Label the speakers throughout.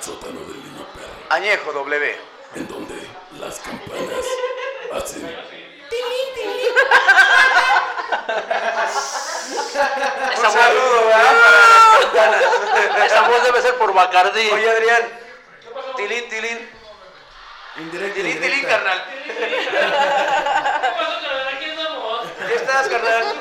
Speaker 1: sótano del niño perro,
Speaker 2: Añejo W.
Speaker 1: en donde las campanas hacen
Speaker 2: Un saludo, ¿verdad? Para las campanas.
Speaker 3: ¡Ah! Esa voz debe ser por Bacardí.
Speaker 2: Oye, Adrián. Tilín, tilín.
Speaker 4: Indirecto,
Speaker 2: Tilín, tilín,
Speaker 4: indirecta.
Speaker 2: carnal.
Speaker 5: ¿Qué pasó, carnal? Aquí andamos.
Speaker 2: ¿Qué estás, carnal?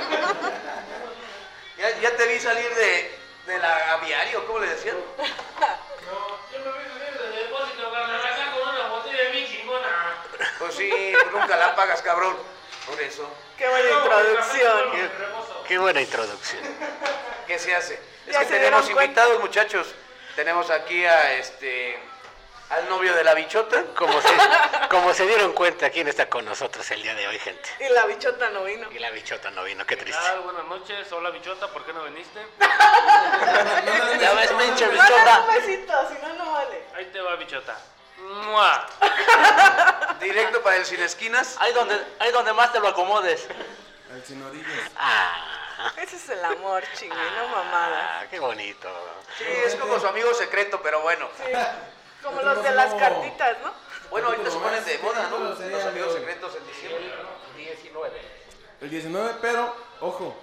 Speaker 2: Ya, ya te vi salir de, de la aviario, ¿cómo le decían?
Speaker 5: Yo me voy a salir del depósito, carnal. Acá con una botella bien chingona.
Speaker 2: Pues sí, nunca la pagas, cabrón. Por eso.
Speaker 6: Qué buena introducción.
Speaker 5: Qué hermoso.
Speaker 3: Qué buena introducción.
Speaker 2: ¿Qué se hace? Es
Speaker 6: Ya
Speaker 2: que
Speaker 6: se
Speaker 2: tenemos
Speaker 6: dieron cuenta.
Speaker 2: invitados, muchachos. Tenemos aquí a este al novio de la bichota.
Speaker 3: Como se, como se dieron cuenta, ¿quién está con nosotros el día de hoy, gente?
Speaker 6: Y la bichota no vino.
Speaker 3: Y la bichota no vino, qué triste.
Speaker 5: Ah, buenas noches, hola bichota, ¿por qué no viniste?
Speaker 3: Ya ves,
Speaker 6: Mándale
Speaker 3: pinche
Speaker 6: un
Speaker 3: bichota.
Speaker 6: besito, si no, no vale.
Speaker 5: Ahí te va bichota. ¡Mua!
Speaker 2: Directo para el Sin Esquinas.
Speaker 3: Ahí donde, ahí donde más te lo acomodes.
Speaker 4: Al sin orillas.
Speaker 3: Ah,
Speaker 6: Ese es el amor, chingue, no mamadas.
Speaker 3: ah, qué bonito.
Speaker 2: Sí, es como su amigo secreto, pero bueno.
Speaker 6: Sí. Como los de las cartitas, ¿no?
Speaker 2: Bueno, ahorita se ponen de
Speaker 4: Sí,
Speaker 2: moda, ¿no?
Speaker 4: título sería,
Speaker 2: Los amigos
Speaker 4: amigo.
Speaker 2: secretos en diciembre. 19.
Speaker 4: El 19, pero, ojo,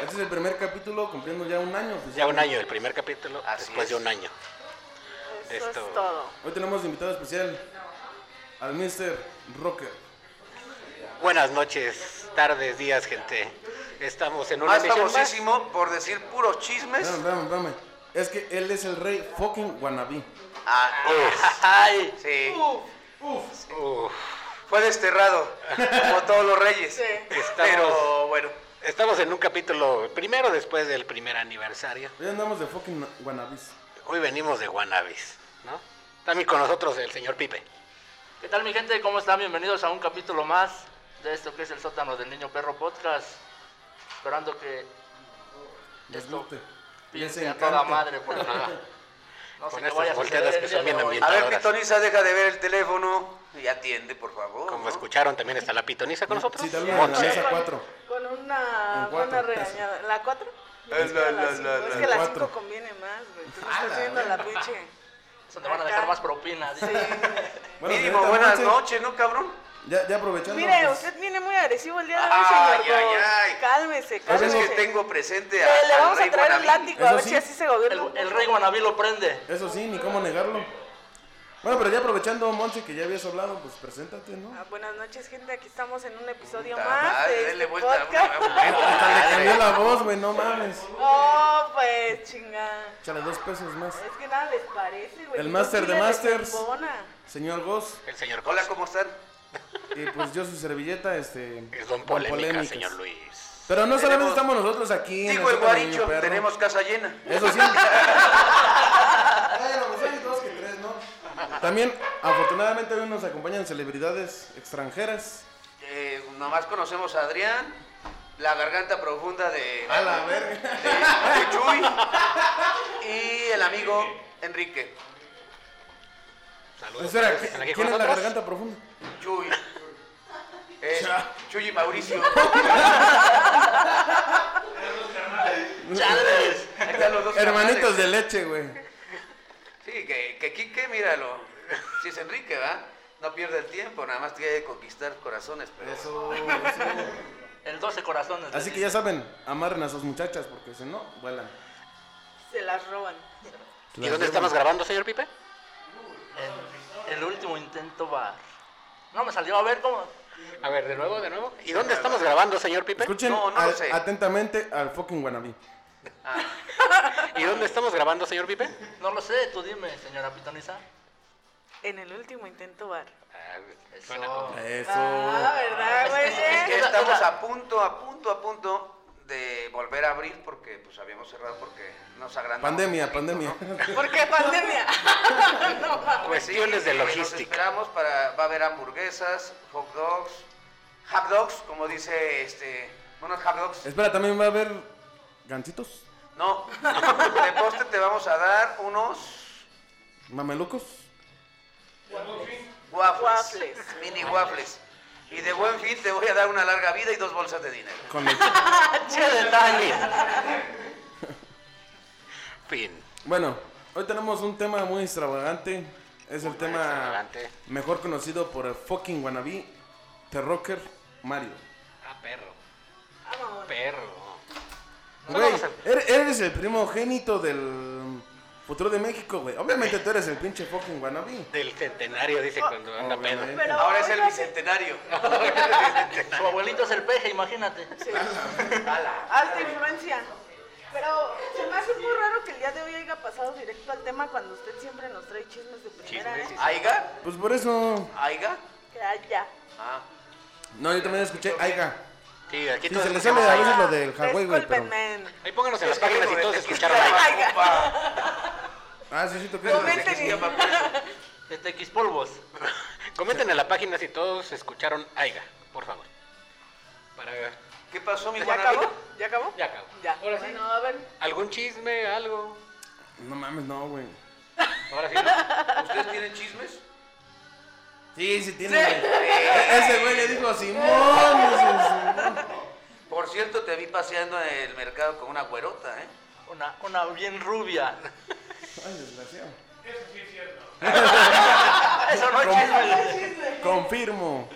Speaker 4: este es el primer capítulo cumpliendo ya un año. oficialmente.
Speaker 3: Ya un año, el primer capítulo,
Speaker 2: Así
Speaker 3: después de
Speaker 2: es.
Speaker 3: un año.
Speaker 6: Eso
Speaker 3: Esto.
Speaker 6: es todo.
Speaker 4: Hoy tenemos de invitado especial al Mr. Rocker.
Speaker 3: Buenas noches, tardes, días, gente. Estamos en una
Speaker 2: Más
Speaker 3: emisión más.
Speaker 2: famosísimo por decir puros chismes.
Speaker 4: Dame, dame, dame. Es que él es el rey fucking wannabe.
Speaker 2: Ah, Uh.
Speaker 3: Ay,
Speaker 2: sí.
Speaker 4: Uf.
Speaker 3: uf.
Speaker 2: Fue desterrado, como todos los reyes.
Speaker 6: Sí.
Speaker 2: Pero bueno,
Speaker 3: Estamos en un capítulo primero después del primer aniversario.
Speaker 4: Hoy andamos de fucking wannabes.
Speaker 3: Hoy venimos de Guanabis, ¿no? También con nosotros el señor Pipe.
Speaker 7: ¿Qué tal mi gente? ¿Cómo están? Bienvenidos a un capítulo más de esto que es el sótano del niño perro podcast. Esperando que
Speaker 4: Les
Speaker 7: Esto.
Speaker 4: guste. Les
Speaker 7: pinte a
Speaker 4: encanta.
Speaker 7: toda madre porque no sé
Speaker 3: Con
Speaker 7: qué
Speaker 3: estas
Speaker 7: vaya a
Speaker 3: volteadas
Speaker 7: suceder
Speaker 3: que
Speaker 7: el día
Speaker 3: son
Speaker 7: de
Speaker 3: bien
Speaker 7: hoy.
Speaker 2: a ver,
Speaker 3: Ahora sí.
Speaker 2: Pitoniza, deja de ver el teléfono y atiende, por favor.
Speaker 3: Como
Speaker 2: ¿no?
Speaker 3: escucharon, también está la pitoniza con nosotros.
Speaker 4: Sí, también en la
Speaker 3: Monse.
Speaker 4: mesa 4.
Speaker 6: Con una
Speaker 4: Con cuatro.
Speaker 6: buena regañada. ¿La cuatro?
Speaker 2: La,
Speaker 6: Es que a
Speaker 2: la,
Speaker 6: las
Speaker 2: la,
Speaker 6: cinco-
Speaker 2: la,
Speaker 6: es
Speaker 2: la
Speaker 6: que la
Speaker 4: cuatro.
Speaker 6: 5 conviene más, güey. Tú no
Speaker 4: Ah,
Speaker 6: estás
Speaker 4: la
Speaker 6: viendo la pinche.
Speaker 7: Es donde van a dejar
Speaker 6: Acá.
Speaker 7: más propina. dice.
Speaker 2: Mínimo, buenas noches, ¿no, cabrón?
Speaker 4: Ya, ya aprovechando.
Speaker 6: Mire,
Speaker 4: pues,
Speaker 6: usted viene muy agresivo el día de hoy,
Speaker 2: Ay,
Speaker 6: señor.
Speaker 2: ay,
Speaker 6: Goss.
Speaker 2: ay.
Speaker 6: Cálmese,
Speaker 2: Pues es
Speaker 6: cálmese.
Speaker 2: que tengo presente
Speaker 6: Le,
Speaker 2: a.
Speaker 6: le
Speaker 2: al
Speaker 6: vamos
Speaker 2: rey
Speaker 6: a traer el
Speaker 2: Guanabí.
Speaker 6: látigo a
Speaker 4: Eso
Speaker 6: ver
Speaker 4: sí.
Speaker 6: si así se gobierna.
Speaker 7: El, el rey Guanabí lo prende.
Speaker 4: Eso sí, ni cómo negarlo. Bueno, pero ya aprovechando, Monse, que ya habías hablado, pues preséntate, ¿no?
Speaker 6: Ah, buenas noches, gente. Aquí estamos en un episodio
Speaker 2: Puta
Speaker 6: más
Speaker 2: madre,
Speaker 6: de
Speaker 2: denle
Speaker 6: este
Speaker 2: vuelta a una-
Speaker 6: podcast.
Speaker 4: Hasta le cambié
Speaker 2: Madre.
Speaker 4: la voz, güey, no mames.
Speaker 6: Oh, pues, chinga.
Speaker 4: Échale dos pesos más.
Speaker 6: Es que nada les parece, güey.
Speaker 4: El
Speaker 6: Qué
Speaker 4: máster de
Speaker 6: chile
Speaker 4: masters.
Speaker 6: desembona.
Speaker 4: Señor Goss,
Speaker 3: El señor
Speaker 2: Hola,
Speaker 3: Cos-
Speaker 2: ¿cómo están?
Speaker 4: y pues yo su servilleta, este...
Speaker 3: Es don
Speaker 4: con
Speaker 3: polémica,
Speaker 4: polémicas.
Speaker 3: señor Luis.
Speaker 4: Pero no solamente
Speaker 2: Tenemos-
Speaker 4: estamos nosotros aquí. en
Speaker 2: Digo el
Speaker 4: sótano del niño
Speaker 2: guaricho,
Speaker 4: perro.
Speaker 2: tenemos casa llena.
Speaker 4: Eso sí. Bueno, pues hay dos que tres, ¿no? También, afortunadamente, hoy nos acompañan celebridades extranjeras.
Speaker 2: Eh, nomás conocemos a Adrián, la garganta profunda de,
Speaker 4: A la verga.
Speaker 2: de- de Chuy y el amigo Enrique.
Speaker 3: Saludos.
Speaker 4: Espera, ¿qui-
Speaker 3: ¿Están aquí con
Speaker 4: ¿quién es la
Speaker 3: nosotros?
Speaker 4: garganta profunda?
Speaker 2: Chuy. Eh,
Speaker 4: Cha.
Speaker 2: Chuy y Mauricio.
Speaker 7: ¡Chales!
Speaker 2: Ahí están los dos
Speaker 4: Hermanitos
Speaker 2: carnales.
Speaker 4: de leche, güey.
Speaker 2: Sí, que, que Quique, míralo. Si es Enrique, ¿va? No pierde el tiempo, nada más tiene que conquistar corazones. Pero...
Speaker 4: Eso, eso.
Speaker 7: El 12 corazones.
Speaker 4: Así que ya saben, amarren a sus muchachas porque si no, vuelan.
Speaker 6: Se las roban.
Speaker 3: ¿Y dónde estamos grabando, señor Pipe?
Speaker 7: El, el último intento bar. No me salió a ver cómo.
Speaker 3: A ver, de nuevo, de nuevo. ¿Y dónde estamos grabando, señor Pipe?
Speaker 4: Escuchen
Speaker 2: No, no lo
Speaker 4: a-
Speaker 2: sé.
Speaker 4: atentamente al fucking wannabe.
Speaker 3: ¿Y dónde estamos grabando, señor Pipe?
Speaker 7: No lo sé, tú dime, señora Pitoniza.
Speaker 6: En el último intento bar.
Speaker 3: Ah,
Speaker 7: Eso.
Speaker 3: suena como-
Speaker 4: Eso.
Speaker 6: Ah, ¿verdad, güey?
Speaker 2: Es que
Speaker 7: Esa-
Speaker 2: estamos
Speaker 7: esa-
Speaker 2: a punto, a punto, a punto de volver a abrir porque pues habíamos cerrado porque nos agrandamos.
Speaker 4: Pandemia,
Speaker 2: un poquito,
Speaker 4: pandemia.
Speaker 2: ¿no?
Speaker 6: ¿Por qué pandemia? no,
Speaker 3: Ah,
Speaker 6: mames.
Speaker 2: Pues sí,
Speaker 3: Cuestiones de
Speaker 2: eh, nos
Speaker 3: logística.
Speaker 2: esperamos para va a haber hamburguesas, hot dogs, hot dogs, como dice este, unos hot dogs.
Speaker 4: Espera, también va a haber ganchitos,
Speaker 2: No, de postre te vamos a dar unos
Speaker 4: mamelucos.
Speaker 2: waffles,
Speaker 6: Waffles.
Speaker 2: mini waffles. Y de buen fin te voy a dar una larga vida y dos bolsas de dinero.
Speaker 4: Con leche.
Speaker 3: ¡Qué detalle! fin.
Speaker 4: bueno, Hoy tenemos un tema muy extravagante. Es el tema
Speaker 3: extravagante.
Speaker 4: mejor conocido por el fucking wannabe, The Rocker Mario.
Speaker 3: Ah, perro.
Speaker 6: Ah, mamón.
Speaker 3: Perro. No,
Speaker 4: Güey,
Speaker 3: vamos a-
Speaker 4: er- eres el primogénito del futuro de México, güey. Obviamente tú eres el pinche fucking wannabe.
Speaker 3: Del centenario, dice cuando anda pedo.
Speaker 4: Obviamente.
Speaker 6: Pero
Speaker 2: Ahora es el
Speaker 6: oigan,
Speaker 2: bicentenario.
Speaker 7: Su abuelito es el peje, imagínate.
Speaker 6: sí.
Speaker 2: Ala.
Speaker 6: Alta influencia. Pero se me hace muy raro que el día de hoy haya pasado directo al tema cuando usted siempre nos trae chismes de primera.
Speaker 3: Chismes,
Speaker 6: ¿eh?
Speaker 3: sí.
Speaker 2: ¿Aiga?
Speaker 4: Pues por eso.
Speaker 2: ¿Aiga?
Speaker 6: Que haya.
Speaker 2: Ah.
Speaker 4: No, yo también escuché Aiga.
Speaker 3: Sí, aquí
Speaker 4: Sí,
Speaker 3: todos
Speaker 4: se le
Speaker 3: escuchamos
Speaker 4: sale a
Speaker 3: ahí.
Speaker 4: veces lo del Hawái, güey, pero-
Speaker 6: Ah, Discúlpenme.
Speaker 3: Ahí pónganos en las
Speaker 2: Es que
Speaker 3: páginas
Speaker 2: digo,
Speaker 3: y todos
Speaker 2: es que
Speaker 3: escucharon
Speaker 2: está
Speaker 3: ahí.
Speaker 6: Aiga.
Speaker 2: ocupa.
Speaker 4: Ah, sí, sí, tú crees.
Speaker 6: Comenten.
Speaker 2: Se llama por eso.
Speaker 7: De Tequis Polvos.
Speaker 3: Comenten en la página si todos escucharon Aiga, por favor. Para
Speaker 2: ¿Qué pasó, mi
Speaker 6: ¿Ya
Speaker 2: Juan?
Speaker 6: acabó? ¿Ya acabó?
Speaker 3: Ya acabo.
Speaker 6: Ya.
Speaker 3: Ahora sí.
Speaker 6: Bueno, a ver.
Speaker 3: ¿Algún chisme, algo?
Speaker 4: No mames, no, güey.
Speaker 3: Ahora sí. ¿no?
Speaker 2: ¿Ustedes tienen chismes?
Speaker 4: Sí, sí tiene. güey. E- Ese güey le dijo Simón. dice, Simón.
Speaker 2: Por cierto, te vi paseando en el mercado con una güerota, ¿eh?
Speaker 7: Una, una bien rubia.
Speaker 4: Ay, desgraciado.
Speaker 5: Eso sí es cierto.
Speaker 7: Eso no es chisme.
Speaker 4: Confirmo.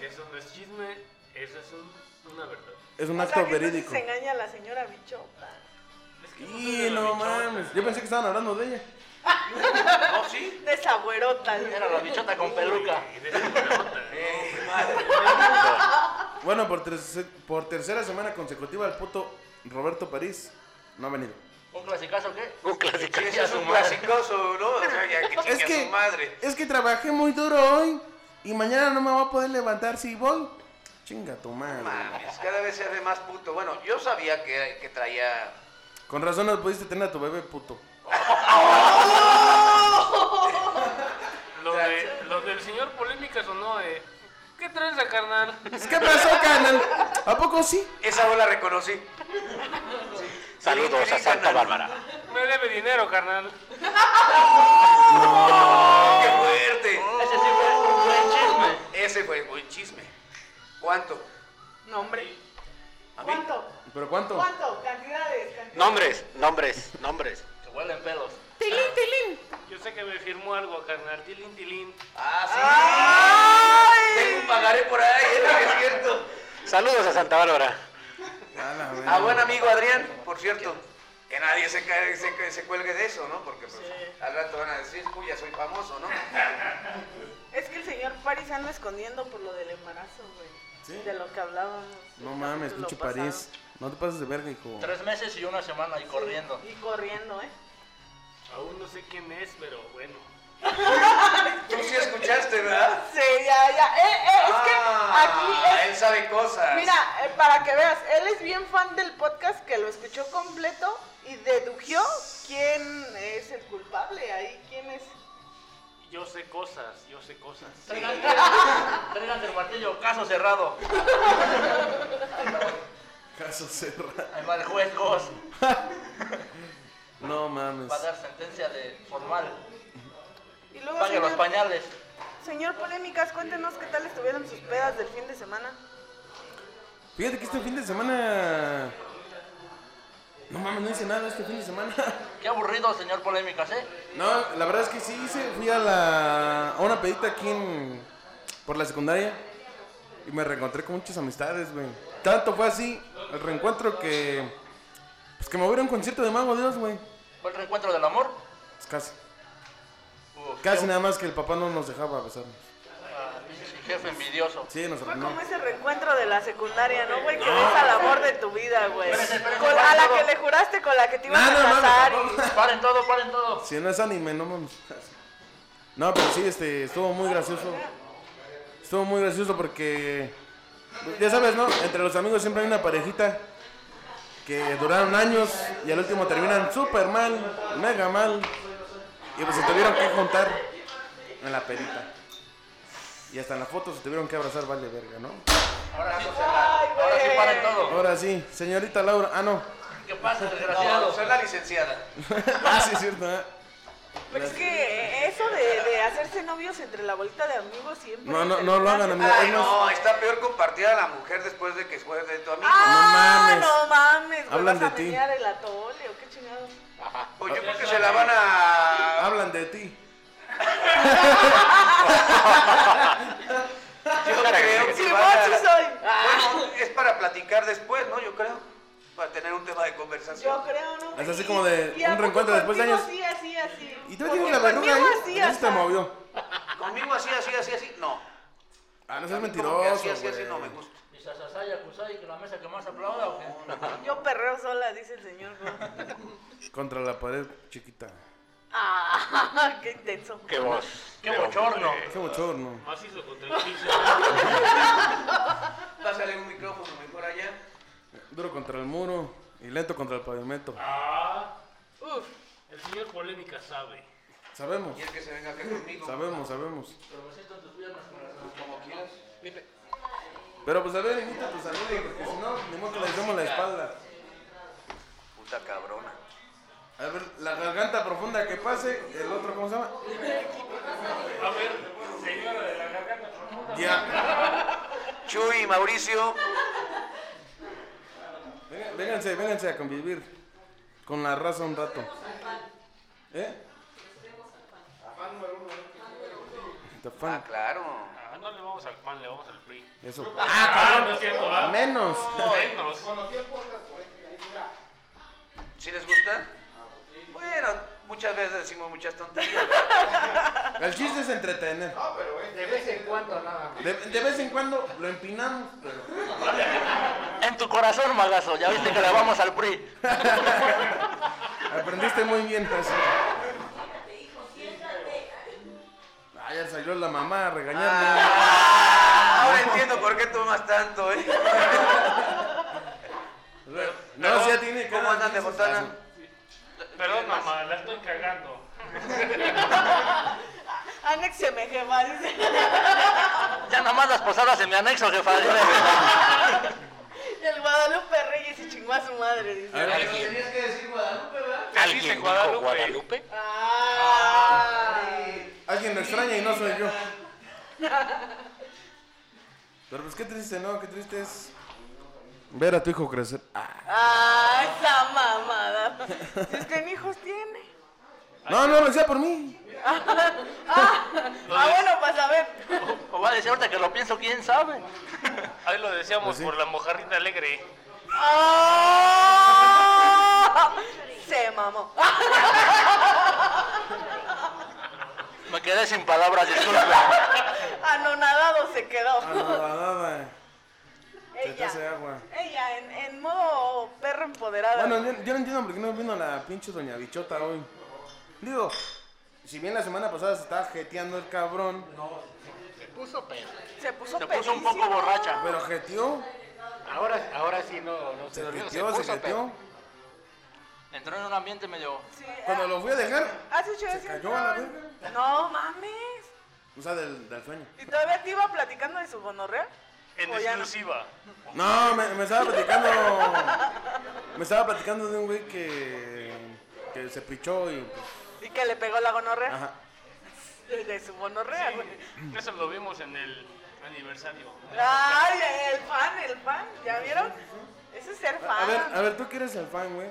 Speaker 5: Eso no es chisme, eso es un- una verdad.
Speaker 4: Es un
Speaker 6: O
Speaker 4: acto
Speaker 6: sea, que entonces
Speaker 4: verídico.
Speaker 6: se engaña a la señora bichota.
Speaker 5: Es que
Speaker 4: Y no mames. Yo pensé que estaban hablando de ella.
Speaker 2: No, Ah, sí.
Speaker 6: De esa güerota.
Speaker 7: Era la bichota con peluca.
Speaker 2: Eh, madre.
Speaker 4: Bueno, por, terce- por tercera semana consecutiva, el puto Roberto París no ha venido.
Speaker 7: ¿Un clasicazo qué?
Speaker 3: Un clásico.
Speaker 2: Sí, ese es un clasicoso, ¿no? O sea, ya que
Speaker 4: Es
Speaker 2: chingue a
Speaker 4: que,
Speaker 2: su madre.
Speaker 4: es que trabajé muy duro hoy y mañana no me voy a poder levantar si voy. Chinga tu madre.
Speaker 2: Mames, cada vez se hace más puto. Bueno, yo sabía que, que traía.
Speaker 4: Con razón no pudiste tener a tu bebé, puto.
Speaker 5: Lo, de, lo del señor polémicas o no, eh. ¿Qué traes a carnal?
Speaker 4: Es que pasó, canal. ¿A poco sí?
Speaker 2: Esa voz la reconocí.
Speaker 3: Saludos a Santa Bárbara.
Speaker 5: Me debe dinero, carnal.
Speaker 2: Oh, ¡Qué
Speaker 4: Oh.
Speaker 2: fuerte!
Speaker 7: Ese sí fue un buen chisme.
Speaker 2: Ese fue buen chisme. ¿Cuánto?
Speaker 6: No, hombre.
Speaker 2: ¿A mí?
Speaker 6: ¿Cuánto?
Speaker 4: ¿Pero cuánto?
Speaker 6: ¿Cuánto? Cantidades, cantidades.
Speaker 3: Nombres, nombres, nombres.
Speaker 7: Se huelen pelos.
Speaker 5: Yo sé que me firmó algo, carnal. Tilín, tilín.
Speaker 2: Ah, sí. Tengo un pagaré por ahí, es lo que es cierto.
Speaker 3: Saludos a Santa Bárbara.
Speaker 4: A la verga.
Speaker 2: A buen amigo Adrián, por cierto. Que nadie se, cae- se, que se cuelgue de eso, ¿no? Porque pues, al rato van a decir, uy, ya soy famoso, ¿no?
Speaker 6: Es que el señor París anda escondiendo por lo del embarazo, güey.
Speaker 4: Sí.
Speaker 6: De lo que hablábamos. el
Speaker 4: No mames,
Speaker 6: capítulo
Speaker 4: pinche
Speaker 6: pasado.
Speaker 4: París. No te pases de verga, hijo.
Speaker 7: Tres meses y una semana ahí corriendo.
Speaker 6: Y corriendo, ¿eh?
Speaker 5: Aún no sé quién es, pero bueno.
Speaker 2: Tú sí escuchaste, ¿verdad?
Speaker 6: Sí, ya, ya. Eh, eh, es
Speaker 2: Ah,
Speaker 6: que aquí es.
Speaker 2: Él sabe cosas.
Speaker 6: Mira, eh, para que veas, él es bien fan del podcast que lo escuchó completo y dedujo quién es el culpable ahí, quién es.
Speaker 5: Yo sé cosas, yo sé cosas.
Speaker 7: Tráiganse tráiganse el martillo, caso cerrado.
Speaker 4: Caso cerrado.
Speaker 7: Ahí va el juez Goss.
Speaker 4: No mames.
Speaker 7: Va a dar sentencia de formal.
Speaker 6: Y luego,
Speaker 7: Pague los
Speaker 6: señor,
Speaker 7: pañales.
Speaker 6: señor Polémicas, cuéntenos qué tal estuvieron sus pedas del fin de semana.
Speaker 4: Fíjate que este fin de semana. No mames, no hice nada este fin de semana.
Speaker 7: Qué aburrido, señor Polémicas, ¿eh?
Speaker 4: No, la verdad es que sí hice. Fui a la. a una pedita aquí en. por la secundaria. Y me reencontré con muchas amistades, güey. Tanto fue así el reencuentro que. Pues que me hubiera un concierto de Mago Dios, güey.
Speaker 7: Fue el reencuentro del amor.
Speaker 4: Pues casi.
Speaker 7: Uf,
Speaker 4: Casi
Speaker 7: qué-
Speaker 4: nada más que el papá no nos dejaba besarnos.
Speaker 7: ah, pinche jefe envidioso.
Speaker 4: Sí, nos
Speaker 6: Fue
Speaker 4: arruinó.
Speaker 6: como ese reencuentro de la secundaria, ¿no, güey? Que ves al amor de tu vida, güey.
Speaker 7: Espérense, espérense,
Speaker 6: Con- A la
Speaker 7: todo.
Speaker 6: que le juraste con la que te ibas
Speaker 4: Nada,
Speaker 6: a
Speaker 4: mames,
Speaker 6: casar.
Speaker 4: tampoco.
Speaker 6: y-
Speaker 7: Paren todo, paren todo.
Speaker 4: Si no es anime, no mames. No, pero sí, este, estuvo muy gracioso. Estuvo muy gracioso porque. Ya sabes, ¿no? Entre los amigos siempre hay una parejita que duraron años y al último terminan súper mal, mega mal. Y pues se tuvieron que juntar en la perita. Y hasta en la foto se tuvieron que abrazar, vale verga, ¿no?
Speaker 7: Ahora sí, ahora sí
Speaker 6: güey.
Speaker 7: paren todo.
Speaker 4: Ahora sí, señorita Laura. Ah, no.
Speaker 7: ¿Qué pasa,
Speaker 2: No,
Speaker 7: desgraciado?
Speaker 2: soy la licenciada.
Speaker 4: Ah, sí, es cierto. ¿eh?
Speaker 6: Pero es que eh, eso de, de hacerse novios entre la bolita de amigos siempre.
Speaker 4: No, no, no lo hagan, amigos.
Speaker 2: Ay,
Speaker 4: Es más-
Speaker 2: no, está peor compartir a la mujer después de que fue de tu amigo.
Speaker 6: Ah,
Speaker 4: No mames.
Speaker 6: no mames. güey, vas
Speaker 4: Hablan de
Speaker 6: a
Speaker 4: ti.
Speaker 6: menear el atole o qué chingados.
Speaker 3: Ajá.
Speaker 2: Pues yo creo que se la van a.
Speaker 4: Hablan de ti.
Speaker 2: Yo
Speaker 3: Para
Speaker 2: creo
Speaker 3: que-
Speaker 2: que
Speaker 6: Sí,
Speaker 2: van a-
Speaker 6: sí soy. Ah.
Speaker 2: Bueno, es para platicar después, ¿no? Yo creo. Para tener un tema de conversación.
Speaker 6: Yo creo, ¿no?
Speaker 4: Es así como de
Speaker 6: Y a
Speaker 4: un
Speaker 6: poco
Speaker 4: reencuentro después de
Speaker 6: contigo
Speaker 4: años.
Speaker 6: Sí, así, así.
Speaker 4: Y tú tienes la
Speaker 6: Porque
Speaker 4: verruga ahí.
Speaker 6: conmigo así,
Speaker 4: Así se te
Speaker 6: hasta-
Speaker 4: movió.
Speaker 2: Conmigo así, así, así, así. No.
Speaker 4: Ah, no
Speaker 2: A
Speaker 4: seas
Speaker 2: mí
Speaker 4: mentiroso.
Speaker 2: como que Así, así, así
Speaker 4: güey.
Speaker 2: no me gusta.
Speaker 7: Y Sasasaya Kusai, que la mesa que más aplauda. ¿o qué?
Speaker 6: Yo perreo sola, dice el señor. güey.
Speaker 4: Contra la pared chiquita.
Speaker 6: ah, qué intenso.
Speaker 3: Qué voz.
Speaker 7: Qué
Speaker 3: de
Speaker 7: bochorno.
Speaker 3: hombre.
Speaker 4: Qué bochorno.
Speaker 5: Macizo contra el piso.
Speaker 2: Pásale un micrófono mejor allá.
Speaker 4: Duro contra el muro y lento contra el pavimento.
Speaker 5: Ah,
Speaker 6: Uf.
Speaker 5: el señor polémica sabe.
Speaker 4: Sabemos,
Speaker 2: Y el que se venga acá conmigo.
Speaker 4: sabemos, sabemos.
Speaker 7: Pero me siento en tus piernas, corazón.
Speaker 2: Como quieras.
Speaker 4: Pero pues a ver, invita a tus amigos, porque si no, ni modo que les demos la espalda.
Speaker 2: Puta cabrona.
Speaker 4: A ver, la garganta profunda que pase, el otro, ¿cómo se llama?
Speaker 5: A ver, señora de la garganta profunda.
Speaker 4: Ya.
Speaker 2: Chuy, Mauricio.
Speaker 4: Venga- Vénganse, vénganse a convivir con la raza un rato. ¿Eh? Te fan.
Speaker 2: Ah, claro.
Speaker 5: Ah, no le vamos al pan, le vamos al PRI.
Speaker 4: Eso.
Speaker 5: Ah, no es cierto, ¿ah?
Speaker 4: Menos.
Speaker 5: Menos.
Speaker 2: ¿Sí les gusta? Bueno, muchas veces decimos muchas tonterías.
Speaker 4: El chiste es entretener.
Speaker 7: De vez en cuando nada.
Speaker 4: De, de vez en cuando lo empinamos, pero.
Speaker 7: En tu corazón, magazo. Ya viste que le vamos al PRI.
Speaker 4: Aprendiste muy bien, José. Ah, ya salió la mamá a regañarme.
Speaker 2: Ah, ahora entiendo por qué tomas tanto, ¿eh?
Speaker 4: No, sí, ya tiene
Speaker 2: ¿Cómo
Speaker 4: cara
Speaker 2: andan de
Speaker 4: pinche
Speaker 2: botana?
Speaker 4: sazo.
Speaker 5: Perdón, mamá, la estoy cagando.
Speaker 6: Anexeme, jefa, dice.
Speaker 7: Ya nada más las posadas en mi anexo, jefa. dime.
Speaker 6: El Guadalupe Reyes se chingó a su madre,
Speaker 4: A
Speaker 6: dice.
Speaker 4: ver,
Speaker 2: Tenías que decir Guadalupe, ¿verdad?
Speaker 5: ¿Alguien dijo Guadalupe?
Speaker 6: Ah.
Speaker 4: alguien lo extraña y no soy yo. Pero pues qué triste, ¿no? Qué triste es ver a tu hijo crecer. Ah.
Speaker 6: Ah, esa mamada. Si usted ni hijos tiene.
Speaker 4: No, no, lo decía por mí.
Speaker 6: Ah, bueno, para saber.
Speaker 7: O va a decir ahorita que lo pienso, quién sabe.
Speaker 5: Ahí lo deseamos
Speaker 4: Pues sí.
Speaker 5: por la mojarrita alegre.
Speaker 6: Ah, se mamó. Ah,
Speaker 7: Me quedé sin palabras, disculpe.
Speaker 6: Anonadado se quedó.
Speaker 4: Ah, nada, nada. Se te hace
Speaker 6: Ella,
Speaker 4: agua.
Speaker 6: ella en, en modo perro empoderada.
Speaker 4: Bueno, yo, yo no entiendo por qué no vino la pinche doña bichota hoy. Digo, si bien la semana pasada se estaba jeteando el cabrón,
Speaker 3: Se puso pedo.
Speaker 6: se puso,
Speaker 7: Se puso un
Speaker 6: pedísima.
Speaker 7: poco borracha.
Speaker 4: pero jeteó,
Speaker 3: Ahora, ahora sí no, no
Speaker 4: se
Speaker 3: se durmió.
Speaker 4: jeteó, se
Speaker 3: puso pedo.
Speaker 4: jeteó.
Speaker 7: Entró en un ambiente medio.
Speaker 6: Sí,
Speaker 4: Cuando
Speaker 6: ah,
Speaker 4: lo fui a dejar,
Speaker 6: ¿Has hecho
Speaker 4: se
Speaker 6: eso?
Speaker 4: cayó a la verga.
Speaker 6: No mames.
Speaker 4: O sea, del, del sueño.
Speaker 6: ¿Y todavía te iba platicando de su gonorrea?
Speaker 5: En
Speaker 6: O ya no.
Speaker 5: exclusiva.
Speaker 4: No, me, me estaba platicando. Me estaba platicando de un güey que. que se pichó y.
Speaker 6: ¿Y
Speaker 4: pues,
Speaker 6: que le pegó la gonorrea?
Speaker 4: ajá.
Speaker 6: De, de su gonorrea, güey.
Speaker 5: Eso lo vimos en el aniversario. Ah.
Speaker 6: Ay, el fan, el fan. ¿Ya vieron? Ese es ser fan.
Speaker 4: A ver, a ver, tú que eres el fan, güey.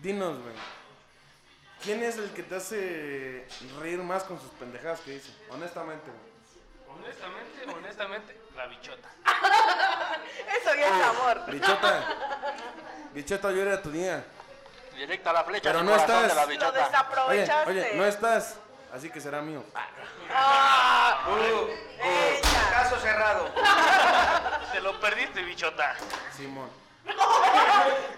Speaker 4: Dinos, güey. ¿Quién es el que te hace reír más con sus pendejadas que dice? Honestamente, güey.
Speaker 5: Honestamente, honestamente, la bichota.
Speaker 6: Eso ya
Speaker 7: Oh,
Speaker 6: es amor.
Speaker 4: Bichota. Bichota, yo era tu día.
Speaker 7: Directa a la flecha
Speaker 4: Pero
Speaker 7: del
Speaker 4: no
Speaker 7: corazón
Speaker 4: estás.
Speaker 7: de la
Speaker 6: Lo
Speaker 7: bichota.
Speaker 4: Oye,
Speaker 6: desaprovechaste.
Speaker 4: oye, no estás. Así que será mío. Ah,
Speaker 6: Ah,
Speaker 2: Uh,
Speaker 6: ella.
Speaker 2: caso cerrado.
Speaker 5: Te lo perdiste, bichota.
Speaker 4: Simón.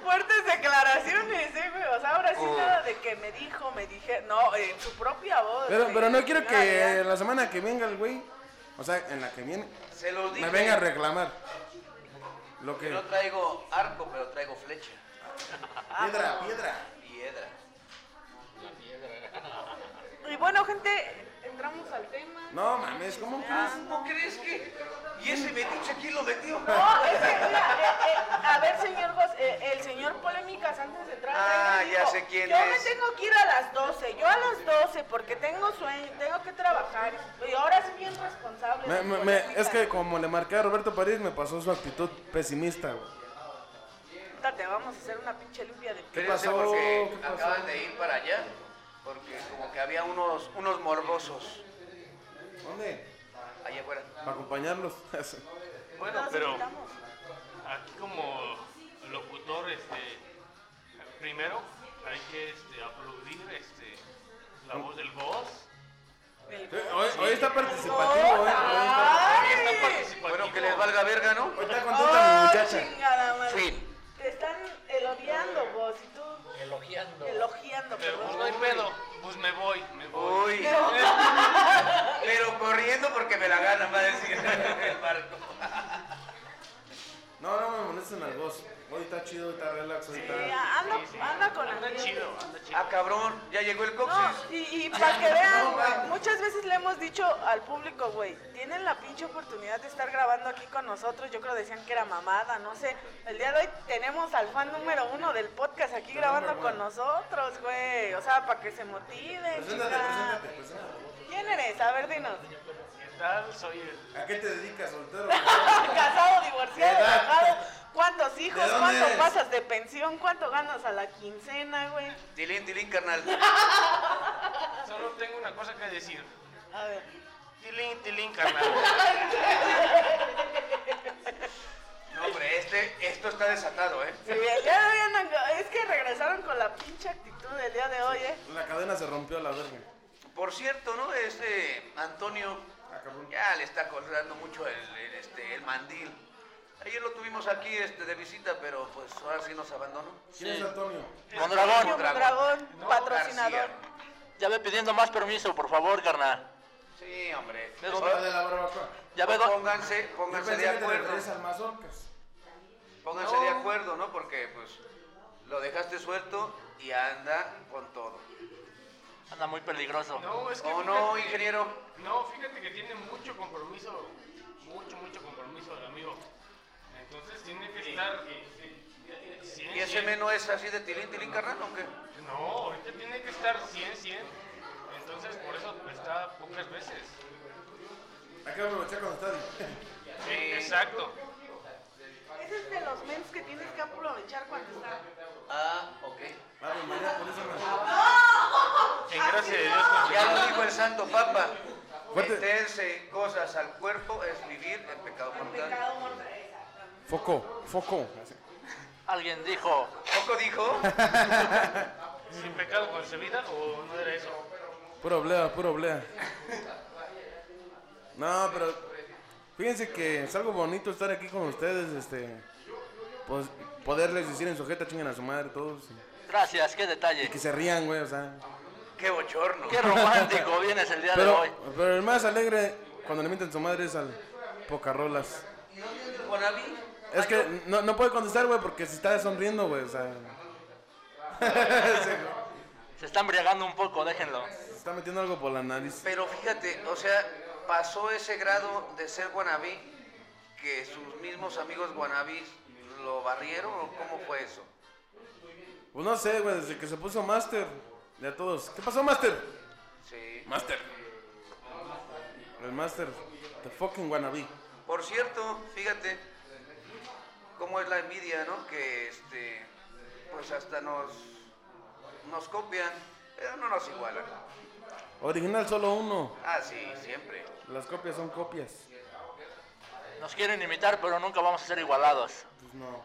Speaker 6: Fuertes declaraciones, eh, güey. O sea, ahora sí
Speaker 2: Oh.
Speaker 6: nada de que me dijo, me dije. No, en su propia voz.
Speaker 4: Pero,
Speaker 6: güey.
Speaker 4: pero no quiero
Speaker 6: Ah,
Speaker 4: que
Speaker 6: ya.
Speaker 4: la semana que venga el güey, o sea, en la que viene,
Speaker 2: Se los dije.
Speaker 4: me venga a reclamar. Lo que.
Speaker 2: No traigo arco, pero traigo flecha.
Speaker 4: Piedra, piedra.
Speaker 2: Piedra.
Speaker 6: Y bueno, gente, entramos al tema.
Speaker 4: No mames, ¿cómo crees?
Speaker 2: ¿Cómo crees que Y ese metiche, ¿quién lo metió?
Speaker 6: No, es que mira, eh, eh, a ver, señor Jos- eh, el señor Polémicas antes de entrar.
Speaker 2: Ah,
Speaker 6: me
Speaker 2: ya sé quién
Speaker 6: yo
Speaker 2: es".
Speaker 6: me tengo que ir a las 12, yo a las 12 porque tengo sueño, tengo que trabajar. Y ahora sí bien responsable.
Speaker 4: Me-
Speaker 6: don
Speaker 4: me- me-
Speaker 6: Polémicas.
Speaker 4: es que como le marqué a Roberto París, me pasó su actitud pesimista, güey.
Speaker 6: Ahorita Te vamos a hacer una pinche limpia de...
Speaker 4: ¿Qué
Speaker 2: Espérense
Speaker 4: pasó?
Speaker 2: Porque
Speaker 4: ¿Qué pasó?
Speaker 2: acaban de ir para allá, porque como que había unos, unos morbosos
Speaker 4: ¿Dónde?
Speaker 2: allá afuera.
Speaker 4: Para acompañarlos.
Speaker 5: Bueno,
Speaker 6: Nos
Speaker 5: pero
Speaker 6: invitamos.
Speaker 5: aquí como locutor, este, primero hay que este, aplaudir este, la voz del voz.
Speaker 4: Sí, hoy, hoy está participativo, ¿eh? Hoy está,
Speaker 6: Ay.
Speaker 2: Bueno, que les valga verga, ¿no?
Speaker 4: hoy está contenta mi
Speaker 6: Ay,
Speaker 4: muchacha.
Speaker 6: Ah, chingada madre.
Speaker 7: Fin.
Speaker 6: Te están elogiando vos y tú
Speaker 7: Elogiando.
Speaker 6: elogiando.
Speaker 5: Pero
Speaker 6: perdón.
Speaker 5: pues no hay pedo, pues me voy, me voy.
Speaker 2: Uy, pero corriendo porque me la ganan, va a decir el barco.
Speaker 4: No, no me molesten al voz. Hoy está chido, hoy está relax, hoy
Speaker 6: Sí,
Speaker 4: está.
Speaker 6: anda, anda con la
Speaker 5: Anda
Speaker 6: gente.
Speaker 5: chido, anda chido.
Speaker 2: Ah, cabrón, ya llegó el coxis.
Speaker 6: No, y, y para que vean,
Speaker 4: No,
Speaker 6: güey,
Speaker 4: mames.
Speaker 6: muchas veces le hemos dicho al público, güey, tienen la pinche oportunidad de estar grabando aquí con nosotros. Yo creo decían que era mamada, no sé. El día de hoy tenemos al fan número uno del podcast aquí grabando
Speaker 4: número
Speaker 6: con
Speaker 4: uno.
Speaker 6: nosotros, güey. O sea, para que se motiven.
Speaker 4: Preséntate,
Speaker 6: chingada.
Speaker 4: preséntate, preséntate.
Speaker 6: ¿Quién eres? A ver, dinos.
Speaker 5: ¿Qué tal? Soy el...
Speaker 4: ¿A qué te dedicas, soltero?
Speaker 6: Casado, divorciado,
Speaker 4: ¿Qué edad?
Speaker 6: enojado. ¿Cuántos hijos?
Speaker 4: dónde
Speaker 6: ¿Cuánto
Speaker 4: eres?
Speaker 6: pasas de pensión? ¿Cuánto ganas a la quincena, güey?
Speaker 2: Tilín, tilín, carnal. Ah.
Speaker 5: Solo tengo una cosa que decir.
Speaker 6: A ver.
Speaker 5: Tilín, tilín, carnal.
Speaker 2: No, hombre, este, esto está desatado, ¿eh?
Speaker 6: Sí, el día de hoy andan- es que regresaron con la pinche actitud del día de hoy, ¿eh?
Speaker 4: La cadena se rompió a la verga.
Speaker 2: Por cierto, ¿no? Este Antonio
Speaker 4: Ah, cabrón.
Speaker 2: ya le está colgando mucho el, el, este, el mandil. Ayer lo tuvimos aquí este, de visita, pero pues ahora sí nos abandonó.
Speaker 4: ¿Quién es Antonio?
Speaker 7: Con
Speaker 6: Niño
Speaker 7: dragón.
Speaker 6: Mondragón,
Speaker 2: No,
Speaker 6: patrocinador.
Speaker 2: García.
Speaker 7: Ya ve pidiendo más permiso, por favor, carnal.
Speaker 2: Sí, hombre.
Speaker 7: Pero-
Speaker 2: Ahora-
Speaker 4: La de la barbacoa.
Speaker 7: Ya ve, do-
Speaker 2: Pónganse,
Speaker 4: Yo
Speaker 2: pónganse
Speaker 4: pensé
Speaker 2: de
Speaker 4: que te
Speaker 2: acuerdo.
Speaker 4: referías al Mazorcas.
Speaker 2: Pónganse de acuerdo, ¿no? Porque pues lo dejaste suelto y anda con todo.
Speaker 7: anda muy peligroso.
Speaker 5: No, es que...
Speaker 2: ¿O Oh, no,
Speaker 5: fíjate-
Speaker 2: ingeniero?
Speaker 5: No, fíjate que tiene mucho compromiso, mucho, mucho compromiso el amigo. Entonces tiene que estar... cien,
Speaker 2: ¿Y ese
Speaker 5: cien.
Speaker 2: menú es así de tilín, tilín, carnal, o qué?
Speaker 5: No, ahorita tiene que estar 100, 100. Entonces por eso está pocas veces.
Speaker 4: Acá me moché cuando está.
Speaker 5: Sí, exacto.
Speaker 6: Ese es de los mens que tienes que aprovechar cuando está.
Speaker 2: Ah, ok.
Speaker 4: Vale, María, por eso me.
Speaker 5: En gracia de Dios.
Speaker 2: Ya lo dijo el santo papa.
Speaker 4: Fuerte.
Speaker 2: Meterse cosas al cuerpo es vivir en pecado mortal.
Speaker 6: Pecado mortal.
Speaker 4: Foco, foco.
Speaker 7: Alguien dijo,
Speaker 2: ¿Poco dijo?
Speaker 5: ¿Sin pecado concebida o no era eso?
Speaker 4: Puro oblea, puro oblea. No, pero fíjense que es algo bonito estar aquí con ustedes, este, pues poderles decir en su jeta chingan a su madre todos y-
Speaker 7: gracias, qué
Speaker 4: y
Speaker 7: detalle.
Speaker 4: que se rían, güey, o sea.
Speaker 2: ¡Qué bochorno!
Speaker 7: Qué romántico vienes el día de
Speaker 4: Pero,
Speaker 7: hoy.
Speaker 4: pero el más alegre cuando le mienten su madre es al Pocarrolas.
Speaker 2: ¿Y dónde anda el Guanabí?
Speaker 4: Es que no, no puede contestar, güey, porque se está sonriendo, güey, o sea,
Speaker 7: Se está embriagando un poco, déjenlo.
Speaker 4: se está metiendo algo por la nariz.
Speaker 2: Pero fíjate, o sea, pasó ese grado de ser guanabí que sus mismos amigos guanabí lo barrieron o cómo fue eso?
Speaker 4: Pues no sé, güey, desde que se puso Master, ya todos. ¿Qué pasó, Master?
Speaker 2: Sí.
Speaker 4: Master. El Master. The fucking wannabe.
Speaker 2: Por cierto, fíjate cómo es la envidia, ¿no? Que este pues hasta nos nos copian, pero no nos igualan.
Speaker 4: Original solo uno.
Speaker 2: Ah, sí, siempre.
Speaker 4: Las copias son copias.
Speaker 7: Nos quieren imitar, pero nunca vamos a ser igualados.
Speaker 4: Pues no.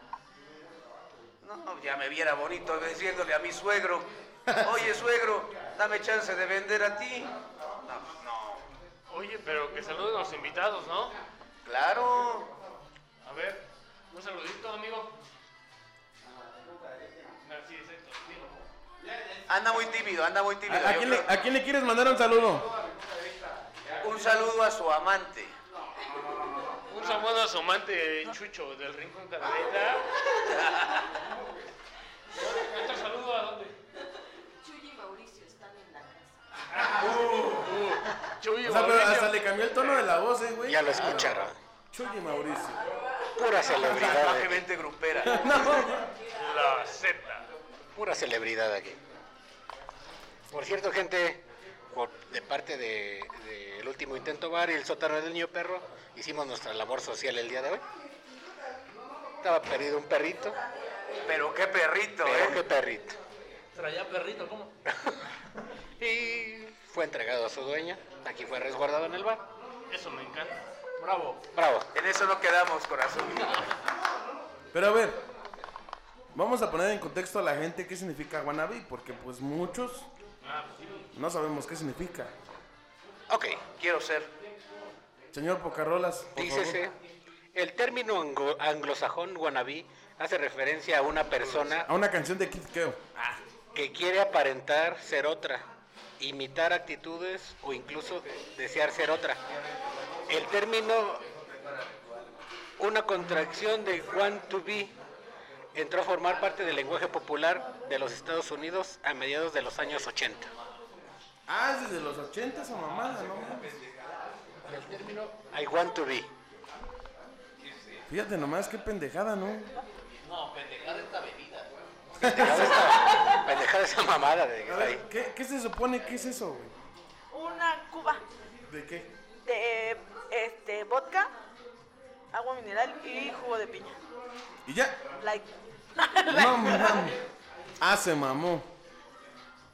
Speaker 2: No, ya me viera bonito diciéndole a mi suegro, "Oye, suegro, dame chance de vender a ti." No, pues no.
Speaker 5: Oye, pero que saluden los invitados, ¿no?
Speaker 2: Claro.
Speaker 5: A ver, un saludito, amigo. Así es esto, digo.
Speaker 2: Anda muy tímido, anda muy tímido.
Speaker 4: ¿A, a
Speaker 2: yo
Speaker 4: quién le,
Speaker 2: creo.
Speaker 4: a quién le quieres mandar un saludo?
Speaker 2: Un saludo a su amante.
Speaker 5: Un saludo a su amante Chucho del Rincón Carolina. ¿Otro saludo a dónde?
Speaker 8: Chuy y Mauricio están en la casa.
Speaker 5: Chuy,
Speaker 4: O sea, pero hasta le cambió el tono de la voz, eh, güey.
Speaker 3: Ya lo escucharon.
Speaker 4: Chuy y Mauricio.
Speaker 3: Puras celebridades.
Speaker 2: Salvajemente grupera.
Speaker 5: La Z.
Speaker 3: Pura celebridad aquí. Por cierto, gente, por- de parte de, de El Último Intento Bar y El Sótano del Niño Perro, hicimos nuestra labor social el día de hoy. Estaba perdido un perrito,
Speaker 2: Pero qué perrito,
Speaker 3: pero
Speaker 2: ¿eh?
Speaker 3: qué perrito.
Speaker 7: Traía perrito, ¿cómo?
Speaker 3: Y fue entregado a su dueña, aquí fue resguardado en el bar.
Speaker 5: Eso me encanta. Bravo.
Speaker 3: Bravo.
Speaker 2: En eso no quedamos, corazón.
Speaker 4: Pero a ver, vamos a poner en contexto a la gente qué significa wannabe, porque pues muchos no sabemos qué significa.
Speaker 3: Ok,
Speaker 2: Quiero ser.
Speaker 4: Señor Pocarrolas, por
Speaker 3: dícese,
Speaker 4: favor.
Speaker 3: el término anglo- anglosajón wannabe hace referencia a una persona
Speaker 4: A una canción de Kid Keo.
Speaker 3: que quiere aparentar ser otra, imitar actitudes o incluso desear ser otra. El término, una contracción de want to be, entró a formar parte del lenguaje popular de los Estados Unidos a mediados de los años 80.
Speaker 4: Ah, es desde los 80 esa mamada, ¿no? mames.
Speaker 3: El término I want to be.
Speaker 4: Fíjate nomás qué pendejada, ¿no?
Speaker 3: Pendejada esa- pendejada esa mamada de que
Speaker 4: A
Speaker 3: está ahí.
Speaker 4: ver, ¿qué, qué se supone que es eso, güey?
Speaker 6: Una cuba
Speaker 4: ¿De qué?
Speaker 6: de este, vodka, agua mineral y jugo de piña.
Speaker 4: ¿Y ya?
Speaker 6: Like.
Speaker 4: No, mames. Ah, se mamó.